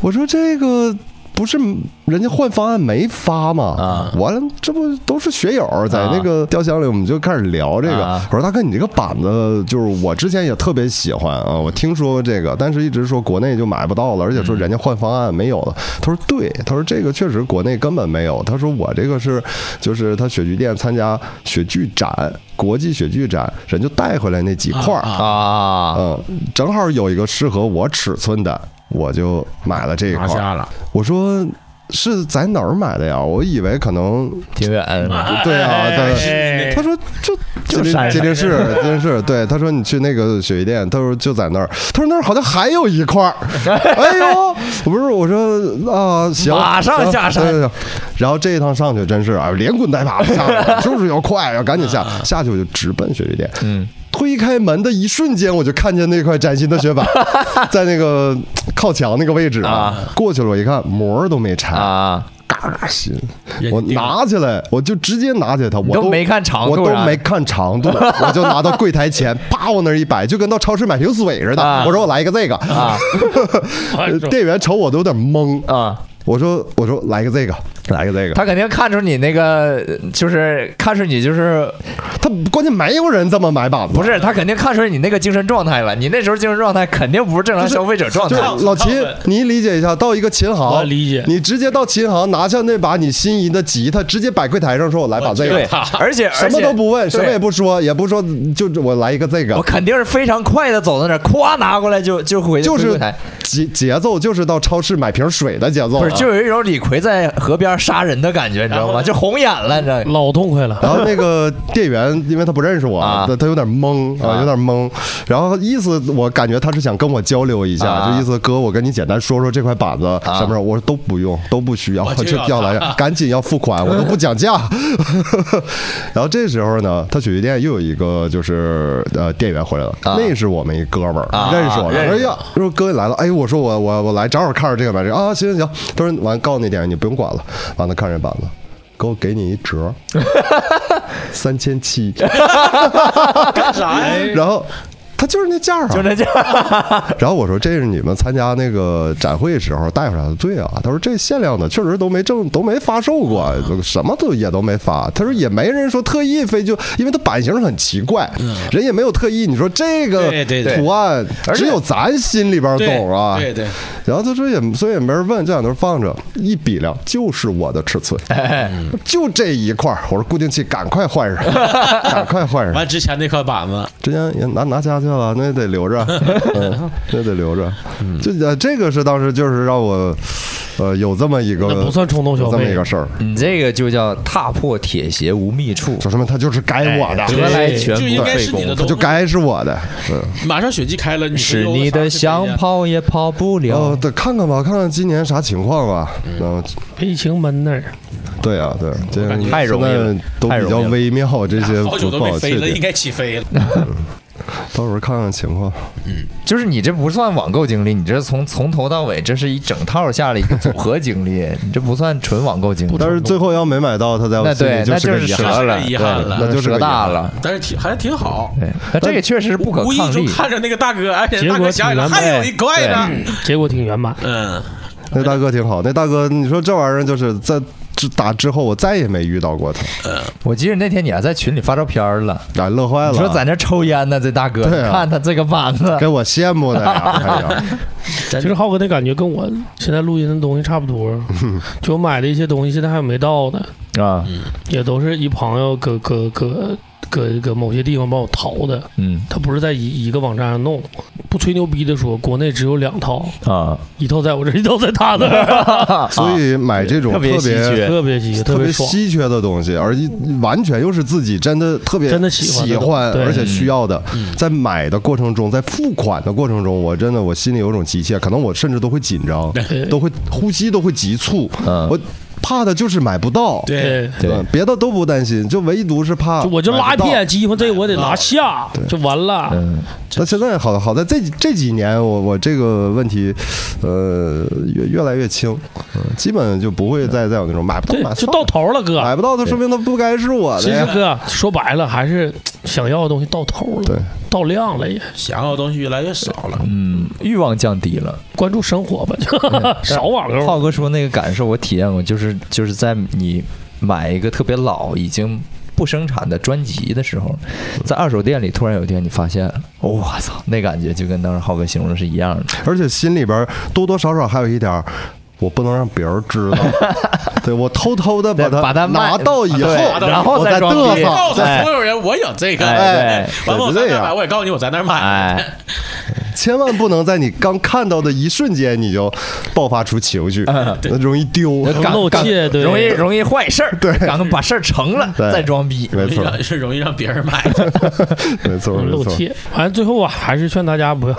[SPEAKER 3] 我说这个。不是人家换方案没发吗？
[SPEAKER 2] 啊
[SPEAKER 3] 完了，这不都是学友在
[SPEAKER 2] 啊
[SPEAKER 3] 那个雕箱里，我们就开始聊这个。
[SPEAKER 2] 啊
[SPEAKER 3] 我说大哥，你这个板子就是我之前也特别喜欢啊，我听说过这个，但是一直说国内就买不到了，而且说人家换方案没有了。他说对，他说这个确实国内根本没有。他说我这个是就是他雪具店参加雪具展，国际雪具展，人就带回来那几块儿
[SPEAKER 1] 啊啊
[SPEAKER 2] 啊
[SPEAKER 3] 嗯，正好有一个适合我尺寸的，我就买了这一
[SPEAKER 1] 拿
[SPEAKER 3] 块儿。
[SPEAKER 1] 下了，
[SPEAKER 3] 我说是在哪儿买的呀？我以为可能
[SPEAKER 2] 挺远
[SPEAKER 3] 对啊，在。
[SPEAKER 10] 哎
[SPEAKER 3] 他说就
[SPEAKER 2] 就哎
[SPEAKER 3] 吉林
[SPEAKER 2] 山上
[SPEAKER 3] 吉林市，吉林市。对，他说你去那个雪鱼店，他说就在那儿，他说那儿好像还有一块 儿。哎呦，我不是我说啊，行，
[SPEAKER 2] 马上
[SPEAKER 3] 行
[SPEAKER 2] 下山
[SPEAKER 3] 行行行然后这一趟上去真是啊，连滚带爬的上来，就是要快，要赶紧下。下去我就直奔雪鱼店，
[SPEAKER 2] 啊嗯，
[SPEAKER 3] 推开门的一瞬间，我就看见那块崭新的雪 板在那个靠墙那个位置啊，过去了，我一看膜儿都没拆，
[SPEAKER 2] 啊，
[SPEAKER 3] 嘎嘎新。
[SPEAKER 1] 人
[SPEAKER 3] 我
[SPEAKER 1] 家
[SPEAKER 3] 拿起来，我就直接拿起来它，
[SPEAKER 2] 你
[SPEAKER 3] 我
[SPEAKER 2] 都
[SPEAKER 3] 都
[SPEAKER 2] 没看长度
[SPEAKER 3] 我都
[SPEAKER 2] 啥的
[SPEAKER 3] 没看长度， 我就拿到柜台前，啪往那儿一摆，就跟到超市买瓶水似
[SPEAKER 2] 啊
[SPEAKER 3] 的。我说我来一个这个，
[SPEAKER 10] 哎这
[SPEAKER 3] 店员瞅我都有点懵。
[SPEAKER 2] 啊，
[SPEAKER 3] 我说我说来一个这个，来一个这个。
[SPEAKER 2] 他肯定看出你那个，就是看出你就是
[SPEAKER 3] 他关键没有人这么买板子，
[SPEAKER 2] 不是，他肯定看出你那个精神状态了。你那时候精神状态肯定不是正常消费者状
[SPEAKER 3] 就
[SPEAKER 2] 态
[SPEAKER 3] 是。老
[SPEAKER 1] 他
[SPEAKER 3] 秦
[SPEAKER 1] 们，
[SPEAKER 3] 你理解一下，到一个琴
[SPEAKER 10] 我
[SPEAKER 3] 行，
[SPEAKER 10] 理解
[SPEAKER 3] 你直接到琴行拿下那把你心仪的吉他，直接摆柜台上说：“我来把这
[SPEAKER 2] 对
[SPEAKER 3] 个。”，
[SPEAKER 2] 而且
[SPEAKER 3] 什
[SPEAKER 2] 而
[SPEAKER 3] 么
[SPEAKER 2] 且
[SPEAKER 3] 都不问，什么
[SPEAKER 2] 对
[SPEAKER 3] 也不说，也不说，就我来一个这
[SPEAKER 2] 我
[SPEAKER 3] 个，
[SPEAKER 2] 肯定是非常快的走到那儿，咵拿过来就就回
[SPEAKER 3] 就
[SPEAKER 2] 回
[SPEAKER 3] 是
[SPEAKER 2] 柜台
[SPEAKER 3] 节节奏，就是到超市买瓶水的节奏啊。
[SPEAKER 2] 不是就有一种李逵在河边杀人的感觉，你知道吗？就红眼了，你知道吗？
[SPEAKER 10] 老痛快了，
[SPEAKER 3] 然后那个店员，因为他不认识我，
[SPEAKER 2] 啊
[SPEAKER 3] 他他有点懵
[SPEAKER 2] 啊
[SPEAKER 3] 啊，有点懵。然后意思我感觉他是想跟我交流一下，
[SPEAKER 2] 啊
[SPEAKER 3] 就意思哥，我跟你简单说说这块板子什么时候，我说都不用，都不需要，
[SPEAKER 1] 我
[SPEAKER 3] 我
[SPEAKER 1] 就
[SPEAKER 3] 就
[SPEAKER 1] 要
[SPEAKER 3] 要来，赶紧要付款，我都不讲价。 然后这时候呢，他雪具店又有一个就是呃店员回来了，
[SPEAKER 2] 啊
[SPEAKER 3] 那是我们一哥们儿、
[SPEAKER 2] 啊
[SPEAKER 3] 认识我了，
[SPEAKER 2] 认识
[SPEAKER 3] 我说呀，他说哥你来了，哎呦，我说我我我来正好看着这个板子啊，行行行，他说完告诉那店员你不用管了，完了看着这板子。给我给你一 折，三千七，
[SPEAKER 1] 干啥呀？
[SPEAKER 3] 然后他就是那价儿
[SPEAKER 2] 就
[SPEAKER 3] 啊。
[SPEAKER 2] 那价儿
[SPEAKER 3] 然后我说这是你们参加那个展会时候带回来的，对啊。他说这限量的，确实都没正都没发售过，什么都也都没发。他说也没人说特意非就，因为它版型很奇怪，人也没有特意。你说这个
[SPEAKER 1] 对对对
[SPEAKER 3] 图案
[SPEAKER 2] 而且
[SPEAKER 3] 只有咱心里边
[SPEAKER 1] 对
[SPEAKER 3] 懂啊。
[SPEAKER 1] 对对，
[SPEAKER 3] 然后他说也所以也没人问，这两天放着，一比量就是我的尺寸，就这一块儿。我说固定器赶快换上，赶快换上。
[SPEAKER 1] 完之前那块板子，
[SPEAKER 3] 之前也拿拿家去了，那得 留着，嗯，那得留着。
[SPEAKER 1] 嗯
[SPEAKER 3] 就呃这个是当时就是让我呃有这么一个
[SPEAKER 10] 那不算冲动消
[SPEAKER 3] 有这么一
[SPEAKER 10] 费嗯
[SPEAKER 3] 个，事儿，
[SPEAKER 2] 你这个就叫踏破铁鞋无觅处，哎
[SPEAKER 3] 就说明他就是该我
[SPEAKER 1] 哎
[SPEAKER 3] 的，
[SPEAKER 2] 得来全
[SPEAKER 1] 就应
[SPEAKER 2] 不
[SPEAKER 1] 该
[SPEAKER 2] 费
[SPEAKER 1] 是你
[SPEAKER 2] 工
[SPEAKER 1] 的
[SPEAKER 2] 夫。
[SPEAKER 3] 他
[SPEAKER 1] 东
[SPEAKER 3] 就
[SPEAKER 1] 西。
[SPEAKER 3] 该是我的，是。
[SPEAKER 1] 马上雪季开了，你
[SPEAKER 2] 是
[SPEAKER 1] 说
[SPEAKER 2] 你
[SPEAKER 1] 我
[SPEAKER 2] 的
[SPEAKER 1] 啥时间
[SPEAKER 2] 想跑也跑不
[SPEAKER 3] 哦
[SPEAKER 2] 了，。
[SPEAKER 3] 得看看吧，看看今年啥情况吧。嗯，
[SPEAKER 10] 疫情闷那儿，
[SPEAKER 3] 对啊，对啊，这
[SPEAKER 1] 感觉
[SPEAKER 2] 太容易了
[SPEAKER 3] 现在都
[SPEAKER 2] 太
[SPEAKER 3] 比
[SPEAKER 2] 容易
[SPEAKER 3] 较
[SPEAKER 2] 了
[SPEAKER 3] 微妙，这些
[SPEAKER 1] 好久
[SPEAKER 3] 不
[SPEAKER 1] 都
[SPEAKER 3] 不
[SPEAKER 1] 没
[SPEAKER 3] 好
[SPEAKER 1] 飞
[SPEAKER 3] 确
[SPEAKER 1] 了，应
[SPEAKER 3] 定。
[SPEAKER 1] 该起飞了。
[SPEAKER 3] 到时候看看情况。
[SPEAKER 2] 就是你这不算网购经历，你这是从从头到尾，这是一整套下来一个组合经历，你这不算纯网购经历。
[SPEAKER 3] 但是最后要没买到，他在
[SPEAKER 2] 那
[SPEAKER 3] 我心
[SPEAKER 2] 对
[SPEAKER 3] 里，
[SPEAKER 2] 那
[SPEAKER 3] 是个
[SPEAKER 2] 是
[SPEAKER 3] 遗
[SPEAKER 2] 折
[SPEAKER 3] 憾。
[SPEAKER 2] 了，
[SPEAKER 1] 那就是个遗憾了
[SPEAKER 2] 对那就是
[SPEAKER 3] 那就是
[SPEAKER 2] 折
[SPEAKER 3] 个遗
[SPEAKER 2] 大
[SPEAKER 3] 憾
[SPEAKER 2] 了。
[SPEAKER 1] 但是挺还挺好，
[SPEAKER 2] 对，那这个确实不可
[SPEAKER 1] 无意
[SPEAKER 2] 抗
[SPEAKER 1] 中
[SPEAKER 2] 力。
[SPEAKER 1] 看着那个大哥，哎，
[SPEAKER 10] 结
[SPEAKER 1] 大哥
[SPEAKER 10] 果
[SPEAKER 1] 想起来
[SPEAKER 10] 挺
[SPEAKER 1] 还
[SPEAKER 10] 完美
[SPEAKER 1] 有一块呢。
[SPEAKER 10] 结果挺圆满。
[SPEAKER 1] 嗯，
[SPEAKER 3] 那大哥挺好，那大哥你说这玩意儿就是在之打之后，我再也没遇到过他，
[SPEAKER 2] 我记得那天你还在群里发照片儿了，
[SPEAKER 3] 啊，乐坏了。
[SPEAKER 2] 你说在那抽烟呢，这大哥，
[SPEAKER 3] 对啊
[SPEAKER 2] 你看他这个膀子，
[SPEAKER 3] 给我羡慕的呀！哎呀，
[SPEAKER 10] 其实浩哥那感觉跟我现在录音的东西差不多，就我买的一些东西，现在还有没到的，
[SPEAKER 2] 啊，
[SPEAKER 10] 也都是一朋友搁搁搁搁搁某些地方帮我淘的，
[SPEAKER 2] 嗯
[SPEAKER 10] 他不是在一一个网站上弄。不吹牛逼的说，国内只有两套，
[SPEAKER 2] 啊，
[SPEAKER 10] 一套在我这儿，一套在他那儿，
[SPEAKER 3] 所以买这种
[SPEAKER 2] 特
[SPEAKER 3] 特
[SPEAKER 2] 别
[SPEAKER 3] 别
[SPEAKER 2] 稀缺
[SPEAKER 10] 特别稀，
[SPEAKER 3] 特别
[SPEAKER 10] 爽。
[SPEAKER 3] 稀缺的东西，而完全又是自己真的特别
[SPEAKER 10] 真的喜欢的
[SPEAKER 3] 喜欢，
[SPEAKER 10] 对
[SPEAKER 3] 而且需要的，在买的过程中，在付款的过程中，我真的我心里有种急切，可能我甚至都会紧张，都会呼吸都会急促，
[SPEAKER 2] 嗯
[SPEAKER 3] 我怕的就是买不到。
[SPEAKER 1] 对，
[SPEAKER 10] 对，
[SPEAKER 2] 对
[SPEAKER 3] 嗯，别的都不担心，就唯独是怕
[SPEAKER 10] 就我就拉
[SPEAKER 3] 买
[SPEAKER 10] 一
[SPEAKER 3] 不到啊
[SPEAKER 10] 片鸡巴，这我得拿下，就完了。
[SPEAKER 2] 嗯，
[SPEAKER 3] 那现在好好在这这几年我，我这个问题，呃，越越来越轻，嗯基本就不会再再有那种买不到
[SPEAKER 10] 对
[SPEAKER 3] 买，不
[SPEAKER 10] 就
[SPEAKER 3] 到
[SPEAKER 10] 到头了，
[SPEAKER 3] 买
[SPEAKER 10] 哥。
[SPEAKER 3] 不到，它说明它不该是我
[SPEAKER 10] 其
[SPEAKER 3] 的
[SPEAKER 10] 实
[SPEAKER 3] 呀。
[SPEAKER 10] 哥说白了，还是想要的东西到头
[SPEAKER 3] 对
[SPEAKER 10] 了，到量了也。
[SPEAKER 1] 想要的东西越来越少了。
[SPEAKER 2] 欲望降低了。
[SPEAKER 10] 关注生活吧，
[SPEAKER 3] 嗯
[SPEAKER 10] 就少网
[SPEAKER 2] 浩
[SPEAKER 10] 购。
[SPEAKER 2] 哥说那个感受我体验过，就是就是在你买一个特别老已经。不生产的专辑的时候，在二手店里突然有一天你发现了，我、操，那感觉就跟当时浩哥形容的是一样的。
[SPEAKER 3] 而且心里边儿多多少少还有一点儿，我不能让别人知 道，对我偷偷的把
[SPEAKER 2] 对
[SPEAKER 3] 它
[SPEAKER 2] 把它卖
[SPEAKER 3] 拿到以后，
[SPEAKER 2] 对然后
[SPEAKER 3] 我
[SPEAKER 2] 再
[SPEAKER 3] 再
[SPEAKER 2] 装
[SPEAKER 3] 嘚
[SPEAKER 2] 逼
[SPEAKER 3] 瑟，哎
[SPEAKER 1] 告诉所有人我有这个，
[SPEAKER 2] 哎对
[SPEAKER 1] 完了我
[SPEAKER 3] 对
[SPEAKER 1] 在
[SPEAKER 3] 就
[SPEAKER 1] 哪
[SPEAKER 3] 这
[SPEAKER 1] 儿
[SPEAKER 3] 样
[SPEAKER 1] 买，我也告诉你我在哪儿买。
[SPEAKER 2] 哎，
[SPEAKER 3] 千万不能在你刚看到的一瞬间你就爆发出情绪，
[SPEAKER 10] 嗯
[SPEAKER 3] 那容易丢。
[SPEAKER 2] 赶
[SPEAKER 10] 露怯
[SPEAKER 2] 赶
[SPEAKER 10] 对
[SPEAKER 2] 容易容易坏事儿，对，赶把事儿成了
[SPEAKER 3] 对
[SPEAKER 2] 再装逼，
[SPEAKER 3] 没错，
[SPEAKER 1] 是容易让别人买，
[SPEAKER 3] 没错，没
[SPEAKER 10] 哎露
[SPEAKER 3] 错，
[SPEAKER 10] 怯，反正最后啊，还是劝大家不要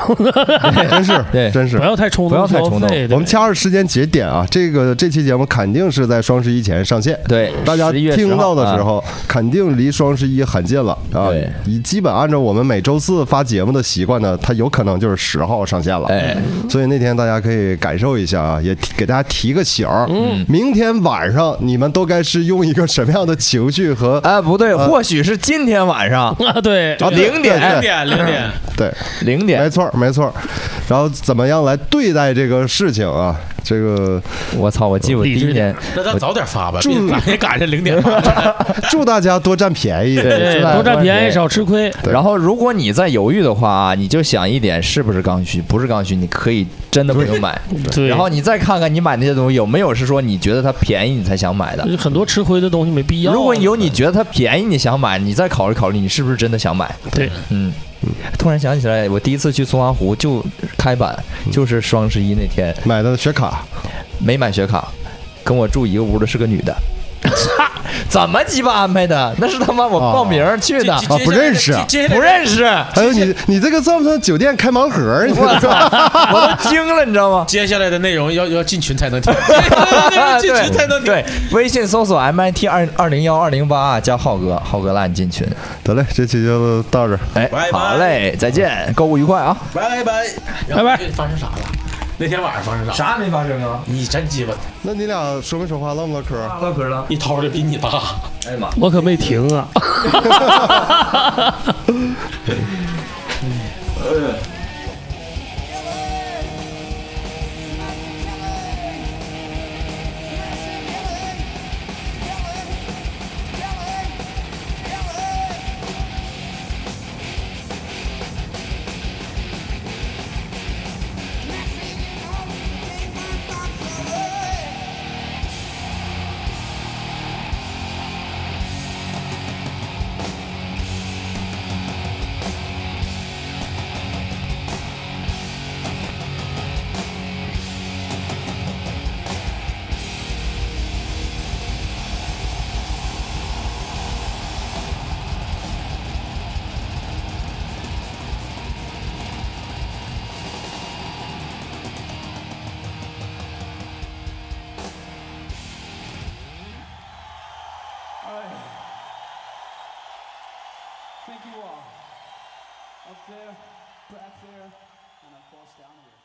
[SPEAKER 3] 真是，
[SPEAKER 2] 对
[SPEAKER 3] 真是
[SPEAKER 10] 不。要太冲
[SPEAKER 2] 不要
[SPEAKER 10] 动
[SPEAKER 2] 太
[SPEAKER 10] 消
[SPEAKER 2] 冲动
[SPEAKER 10] 费。
[SPEAKER 3] 我
[SPEAKER 10] 对
[SPEAKER 3] 们掐着时间节点啊，这个这期节目肯定是在双十一前上线。
[SPEAKER 2] 对
[SPEAKER 3] 大家
[SPEAKER 2] 11月
[SPEAKER 3] 听
[SPEAKER 2] 10
[SPEAKER 3] 到的时
[SPEAKER 2] 号啊
[SPEAKER 3] 候，肯定离双十一很近了啊
[SPEAKER 2] 对！
[SPEAKER 3] 你基本按照我们每周四发节目的习惯呢，它有可能就是十号上线了。
[SPEAKER 2] 哎，
[SPEAKER 3] 所以那天大家可以感受一下啊，也提给大家提个醒儿。嗯，明天晚上你们都该是用一个什么样的情绪和
[SPEAKER 2] 哎，不对，或许是今天晚上
[SPEAKER 10] 啊，对，
[SPEAKER 2] 零
[SPEAKER 1] 零
[SPEAKER 2] 点
[SPEAKER 1] 点零点，
[SPEAKER 3] 对？
[SPEAKER 2] 零
[SPEAKER 3] 没
[SPEAKER 2] 点，
[SPEAKER 3] 错儿，没错儿。然后怎么样来对待这个事情啊？这个
[SPEAKER 2] 我操！我记得我第
[SPEAKER 10] 理
[SPEAKER 2] 一
[SPEAKER 10] 智
[SPEAKER 2] 年
[SPEAKER 10] 点，
[SPEAKER 1] 那咱早点发吧，
[SPEAKER 3] 祝
[SPEAKER 1] 别赶也赶上零点发。
[SPEAKER 3] 祝大家多占便宜。
[SPEAKER 2] 对
[SPEAKER 10] 对，
[SPEAKER 2] 是吧
[SPEAKER 10] 多占便宜少吃亏。
[SPEAKER 3] 对
[SPEAKER 2] 然后如果你再犹豫的话啊，你就想一点是不是刚需，不是刚需，你可以真的不用买。
[SPEAKER 10] 对，
[SPEAKER 2] 然后你再看看你买那些东西有没有是说你觉得它便宜你才想买的。
[SPEAKER 10] 就是很多吃亏的东西没必要。啊
[SPEAKER 2] 如果有你觉得它便宜你想买，你再考虑考虑你是不是真的想买。
[SPEAKER 10] 对，
[SPEAKER 2] 嗯，突然想起来，我第一次去松花湖就开板，就是双十一那天
[SPEAKER 3] 买的学卡，
[SPEAKER 2] 没买学卡，跟我住一个屋的是个女的。 怎么鸡巴安排的？那是他妈我报名去 的，
[SPEAKER 3] 啊不认识啊
[SPEAKER 1] 接下
[SPEAKER 2] 不
[SPEAKER 1] 来
[SPEAKER 2] 认识。
[SPEAKER 3] 还有哎你你这个算不算酒店开盲盒儿？你
[SPEAKER 2] 我操！我都惊了，你知道吗？
[SPEAKER 1] 接下来的内容要要进群才能听，进群才能听。
[SPEAKER 2] 对，微信搜索 MIT 二二零幺二零八啊加浩哥，浩哥拉你进群。
[SPEAKER 3] 得嘞，这期就到这儿。
[SPEAKER 2] 哎
[SPEAKER 1] 拜，拜
[SPEAKER 2] 好嘞，再见，购物愉快啊！
[SPEAKER 1] 拜拜
[SPEAKER 10] 拜拜。
[SPEAKER 1] 发生啥了？那天晚上发生啥？
[SPEAKER 2] 啥也没发生啊？
[SPEAKER 1] 你真鸡巴，
[SPEAKER 3] 那你俩说没说话，唠没唠嗑儿？
[SPEAKER 2] 唠嗑了。
[SPEAKER 1] 你头的比你大。
[SPEAKER 2] 哎呀妈！
[SPEAKER 10] 我可没停啊。
[SPEAKER 11] Thank you all. Up there, back there, and of course down here.